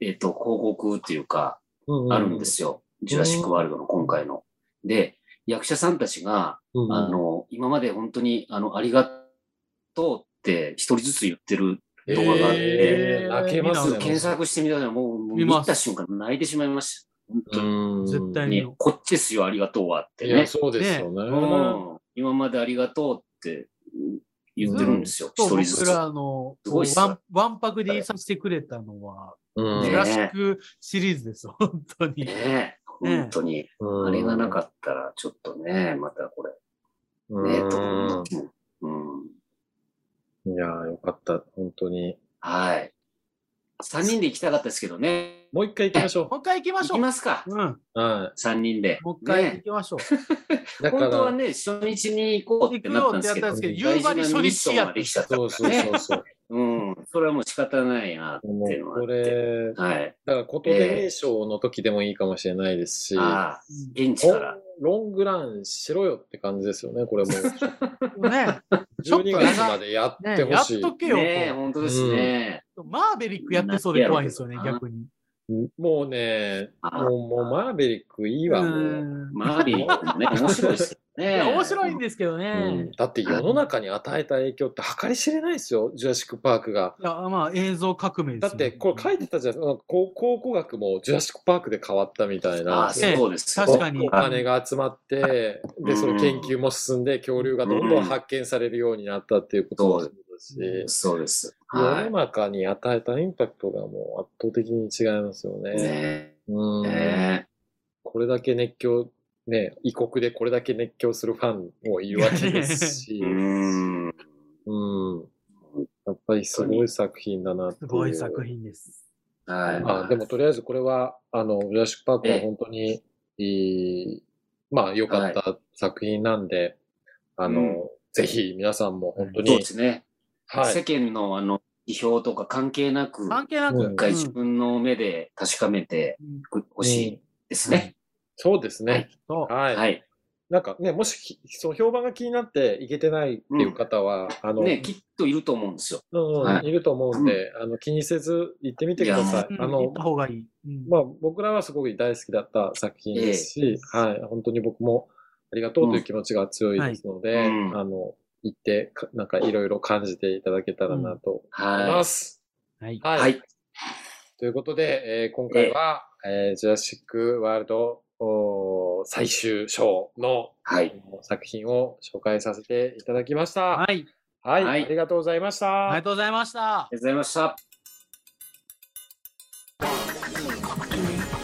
[SPEAKER 2] い。
[SPEAKER 3] えっ、と、広告っていうか、
[SPEAKER 2] う
[SPEAKER 3] あるんで。すよ。ジュラシック・ワールドの今回の。で、役者さんたちが、
[SPEAKER 2] うん
[SPEAKER 3] あ、の、今まで本当に、あの、ありがとうって一人ずつ言ってる、動画があって
[SPEAKER 2] えー泣けます
[SPEAKER 1] そう
[SPEAKER 2] ね。
[SPEAKER 3] 検索してみたら、もう、もう
[SPEAKER 1] 見
[SPEAKER 3] 見
[SPEAKER 1] ます
[SPEAKER 3] た瞬間泣いてしまいました。本当
[SPEAKER 2] うん
[SPEAKER 1] 絶対
[SPEAKER 3] に、
[SPEAKER 1] うん
[SPEAKER 3] こっちですよ、ありがとうはって
[SPEAKER 2] い
[SPEAKER 3] ね
[SPEAKER 2] や、。そうですよね。
[SPEAKER 3] うん今までありがとうって言ってるんですよ、一、
[SPEAKER 1] そう
[SPEAKER 3] 人ず
[SPEAKER 1] 僕
[SPEAKER 3] つ。
[SPEAKER 1] らあの
[SPEAKER 3] すごいっす
[SPEAKER 1] わんわんぱくでいさせてくれたのは、
[SPEAKER 2] うん
[SPEAKER 3] ね
[SPEAKER 1] ジュラシックシリーズです、 [LAUGHS] 本当に。
[SPEAKER 3] ねえ、
[SPEAKER 1] ねえ
[SPEAKER 3] 本当に。
[SPEAKER 2] うん
[SPEAKER 3] あれがなかったら、ちょっとね、またこれ、
[SPEAKER 2] うん
[SPEAKER 3] ねえ、と思ってもうん。
[SPEAKER 2] いやー、よかった。本当に。
[SPEAKER 3] はい。3人で行きたかったですけどね。
[SPEAKER 2] もう一回行きましょ
[SPEAKER 1] もう一回行きまし
[SPEAKER 3] 行
[SPEAKER 1] ょ
[SPEAKER 3] き
[SPEAKER 1] う。
[SPEAKER 3] ますか。
[SPEAKER 1] うん、も
[SPEAKER 2] う。は
[SPEAKER 3] 3人で。
[SPEAKER 1] う一回行
[SPEAKER 3] ね
[SPEAKER 1] きましょう。
[SPEAKER 2] い。だか
[SPEAKER 3] 本当は
[SPEAKER 2] ら、
[SPEAKER 3] ね、初日に行こうってなったんですけ
[SPEAKER 1] 行くよ
[SPEAKER 3] ど、
[SPEAKER 1] ってやったんですけど夕張初日やって
[SPEAKER 3] 大事なミッションまで来ちゃった。
[SPEAKER 2] そうそうそうそう。
[SPEAKER 3] うん。それはもう仕方ない
[SPEAKER 2] [LAUGHS]
[SPEAKER 3] なって
[SPEAKER 2] も
[SPEAKER 3] いう
[SPEAKER 2] う
[SPEAKER 3] のはあ
[SPEAKER 2] こ
[SPEAKER 3] って。
[SPEAKER 2] れ、
[SPEAKER 3] はい。
[SPEAKER 2] だから、ことで名賞の時でもいいかもしれないですし、
[SPEAKER 3] ああ、
[SPEAKER 1] うん
[SPEAKER 3] 現地
[SPEAKER 2] ロ
[SPEAKER 3] か
[SPEAKER 2] ン
[SPEAKER 3] ら。
[SPEAKER 2] ロングランしろよって感じですよね、これもう。
[SPEAKER 1] ね、ちょっと
[SPEAKER 2] 12月までやって
[SPEAKER 1] ね
[SPEAKER 2] ほ
[SPEAKER 1] やっ
[SPEAKER 2] しい。
[SPEAKER 1] とけよ、
[SPEAKER 3] ねえ、本当ですね。
[SPEAKER 1] マーベリックやってそうで怖いんですよね、
[SPEAKER 3] なんてやろう
[SPEAKER 1] 逆に。
[SPEAKER 2] もうね、
[SPEAKER 3] あ
[SPEAKER 2] もう、もうマーベリックいいわ、もう。
[SPEAKER 1] うん
[SPEAKER 3] マービーもね、面白いですよ
[SPEAKER 1] い
[SPEAKER 3] ね。
[SPEAKER 1] や [LAUGHS] 面白いん
[SPEAKER 3] で
[SPEAKER 1] ですけどね。
[SPEAKER 2] うんだって世の中に与えた影響って計り知れないですよ、ジュラシック・パークが。
[SPEAKER 1] いやまあ映像革命です
[SPEAKER 2] だ
[SPEAKER 1] よ
[SPEAKER 2] ってこれ書いてたじゃん、なんか考考古学もジュラシック・パークで変わったみたい
[SPEAKER 3] あ
[SPEAKER 2] な
[SPEAKER 3] あ、。そうですよ。
[SPEAKER 1] 確かに
[SPEAKER 2] お金が集まって、で、その研究も進んで、恐竜がどんどん発見されるようになったっていうこともそうだし、
[SPEAKER 3] そうです。
[SPEAKER 2] 世の
[SPEAKER 3] は
[SPEAKER 2] 中に与えたインパクトがもう圧倒的に違いますよ
[SPEAKER 3] い。
[SPEAKER 2] ね。
[SPEAKER 3] ね
[SPEAKER 2] うん
[SPEAKER 3] え。ね
[SPEAKER 2] これだけ熱狂、ね、異国でこれだけ熱狂するファンもいるわけですし
[SPEAKER 3] [LAUGHS] え。う。
[SPEAKER 2] う
[SPEAKER 3] ん。
[SPEAKER 2] ん。やっぱりすごい作品だなってい
[SPEAKER 1] す
[SPEAKER 2] う。
[SPEAKER 1] ごい作品です。
[SPEAKER 3] はい。
[SPEAKER 2] あでもとりあえずこれは、あの、ジュラシック・パークは本当に、いいまあ良かった作品なんで、あの、
[SPEAKER 3] うん
[SPEAKER 2] ぜひ皆さんも本当
[SPEAKER 3] そう
[SPEAKER 2] に
[SPEAKER 3] で、すね。
[SPEAKER 2] は
[SPEAKER 3] 世
[SPEAKER 2] い。
[SPEAKER 3] 間のあの、批評とか関係なく、
[SPEAKER 1] 関係なく。
[SPEAKER 2] うん
[SPEAKER 3] 一回自
[SPEAKER 1] うん
[SPEAKER 3] 分の目で確かめて
[SPEAKER 1] うん
[SPEAKER 3] ほし
[SPEAKER 2] う
[SPEAKER 3] い
[SPEAKER 2] ん
[SPEAKER 3] ですね。
[SPEAKER 2] そうですね。
[SPEAKER 1] そう
[SPEAKER 2] はい。
[SPEAKER 3] はい。
[SPEAKER 2] なんかね、もしひ、その評判が気になっていけてないっていう方は、あの、
[SPEAKER 3] ね、きっといると思うんですよ。
[SPEAKER 2] うん
[SPEAKER 3] はい
[SPEAKER 2] いると思うんで、あの、気にせず行ってみてください。
[SPEAKER 1] うん
[SPEAKER 2] あ
[SPEAKER 1] 行
[SPEAKER 2] の
[SPEAKER 1] った、方がいい。うん
[SPEAKER 2] まあ、僕らはすごく大好きだった作品ですし、はい、本当に僕もありがとうという気持ちが強いですので、
[SPEAKER 3] うんはい
[SPEAKER 2] あの、行ってか、なんかいろいろ感じていただけたらなと思いま
[SPEAKER 3] は。
[SPEAKER 2] す。
[SPEAKER 1] はい。
[SPEAKER 2] はいい。
[SPEAKER 3] はい。
[SPEAKER 2] ということで、えー今回は、えージュラシック・ワールドおー最終章の
[SPEAKER 3] はい。
[SPEAKER 2] 作品を紹介させていただきました。
[SPEAKER 1] は。
[SPEAKER 2] はいい、
[SPEAKER 3] はい
[SPEAKER 2] ありがとうございました。
[SPEAKER 1] ありがとうございました
[SPEAKER 3] あ。りがとうございました。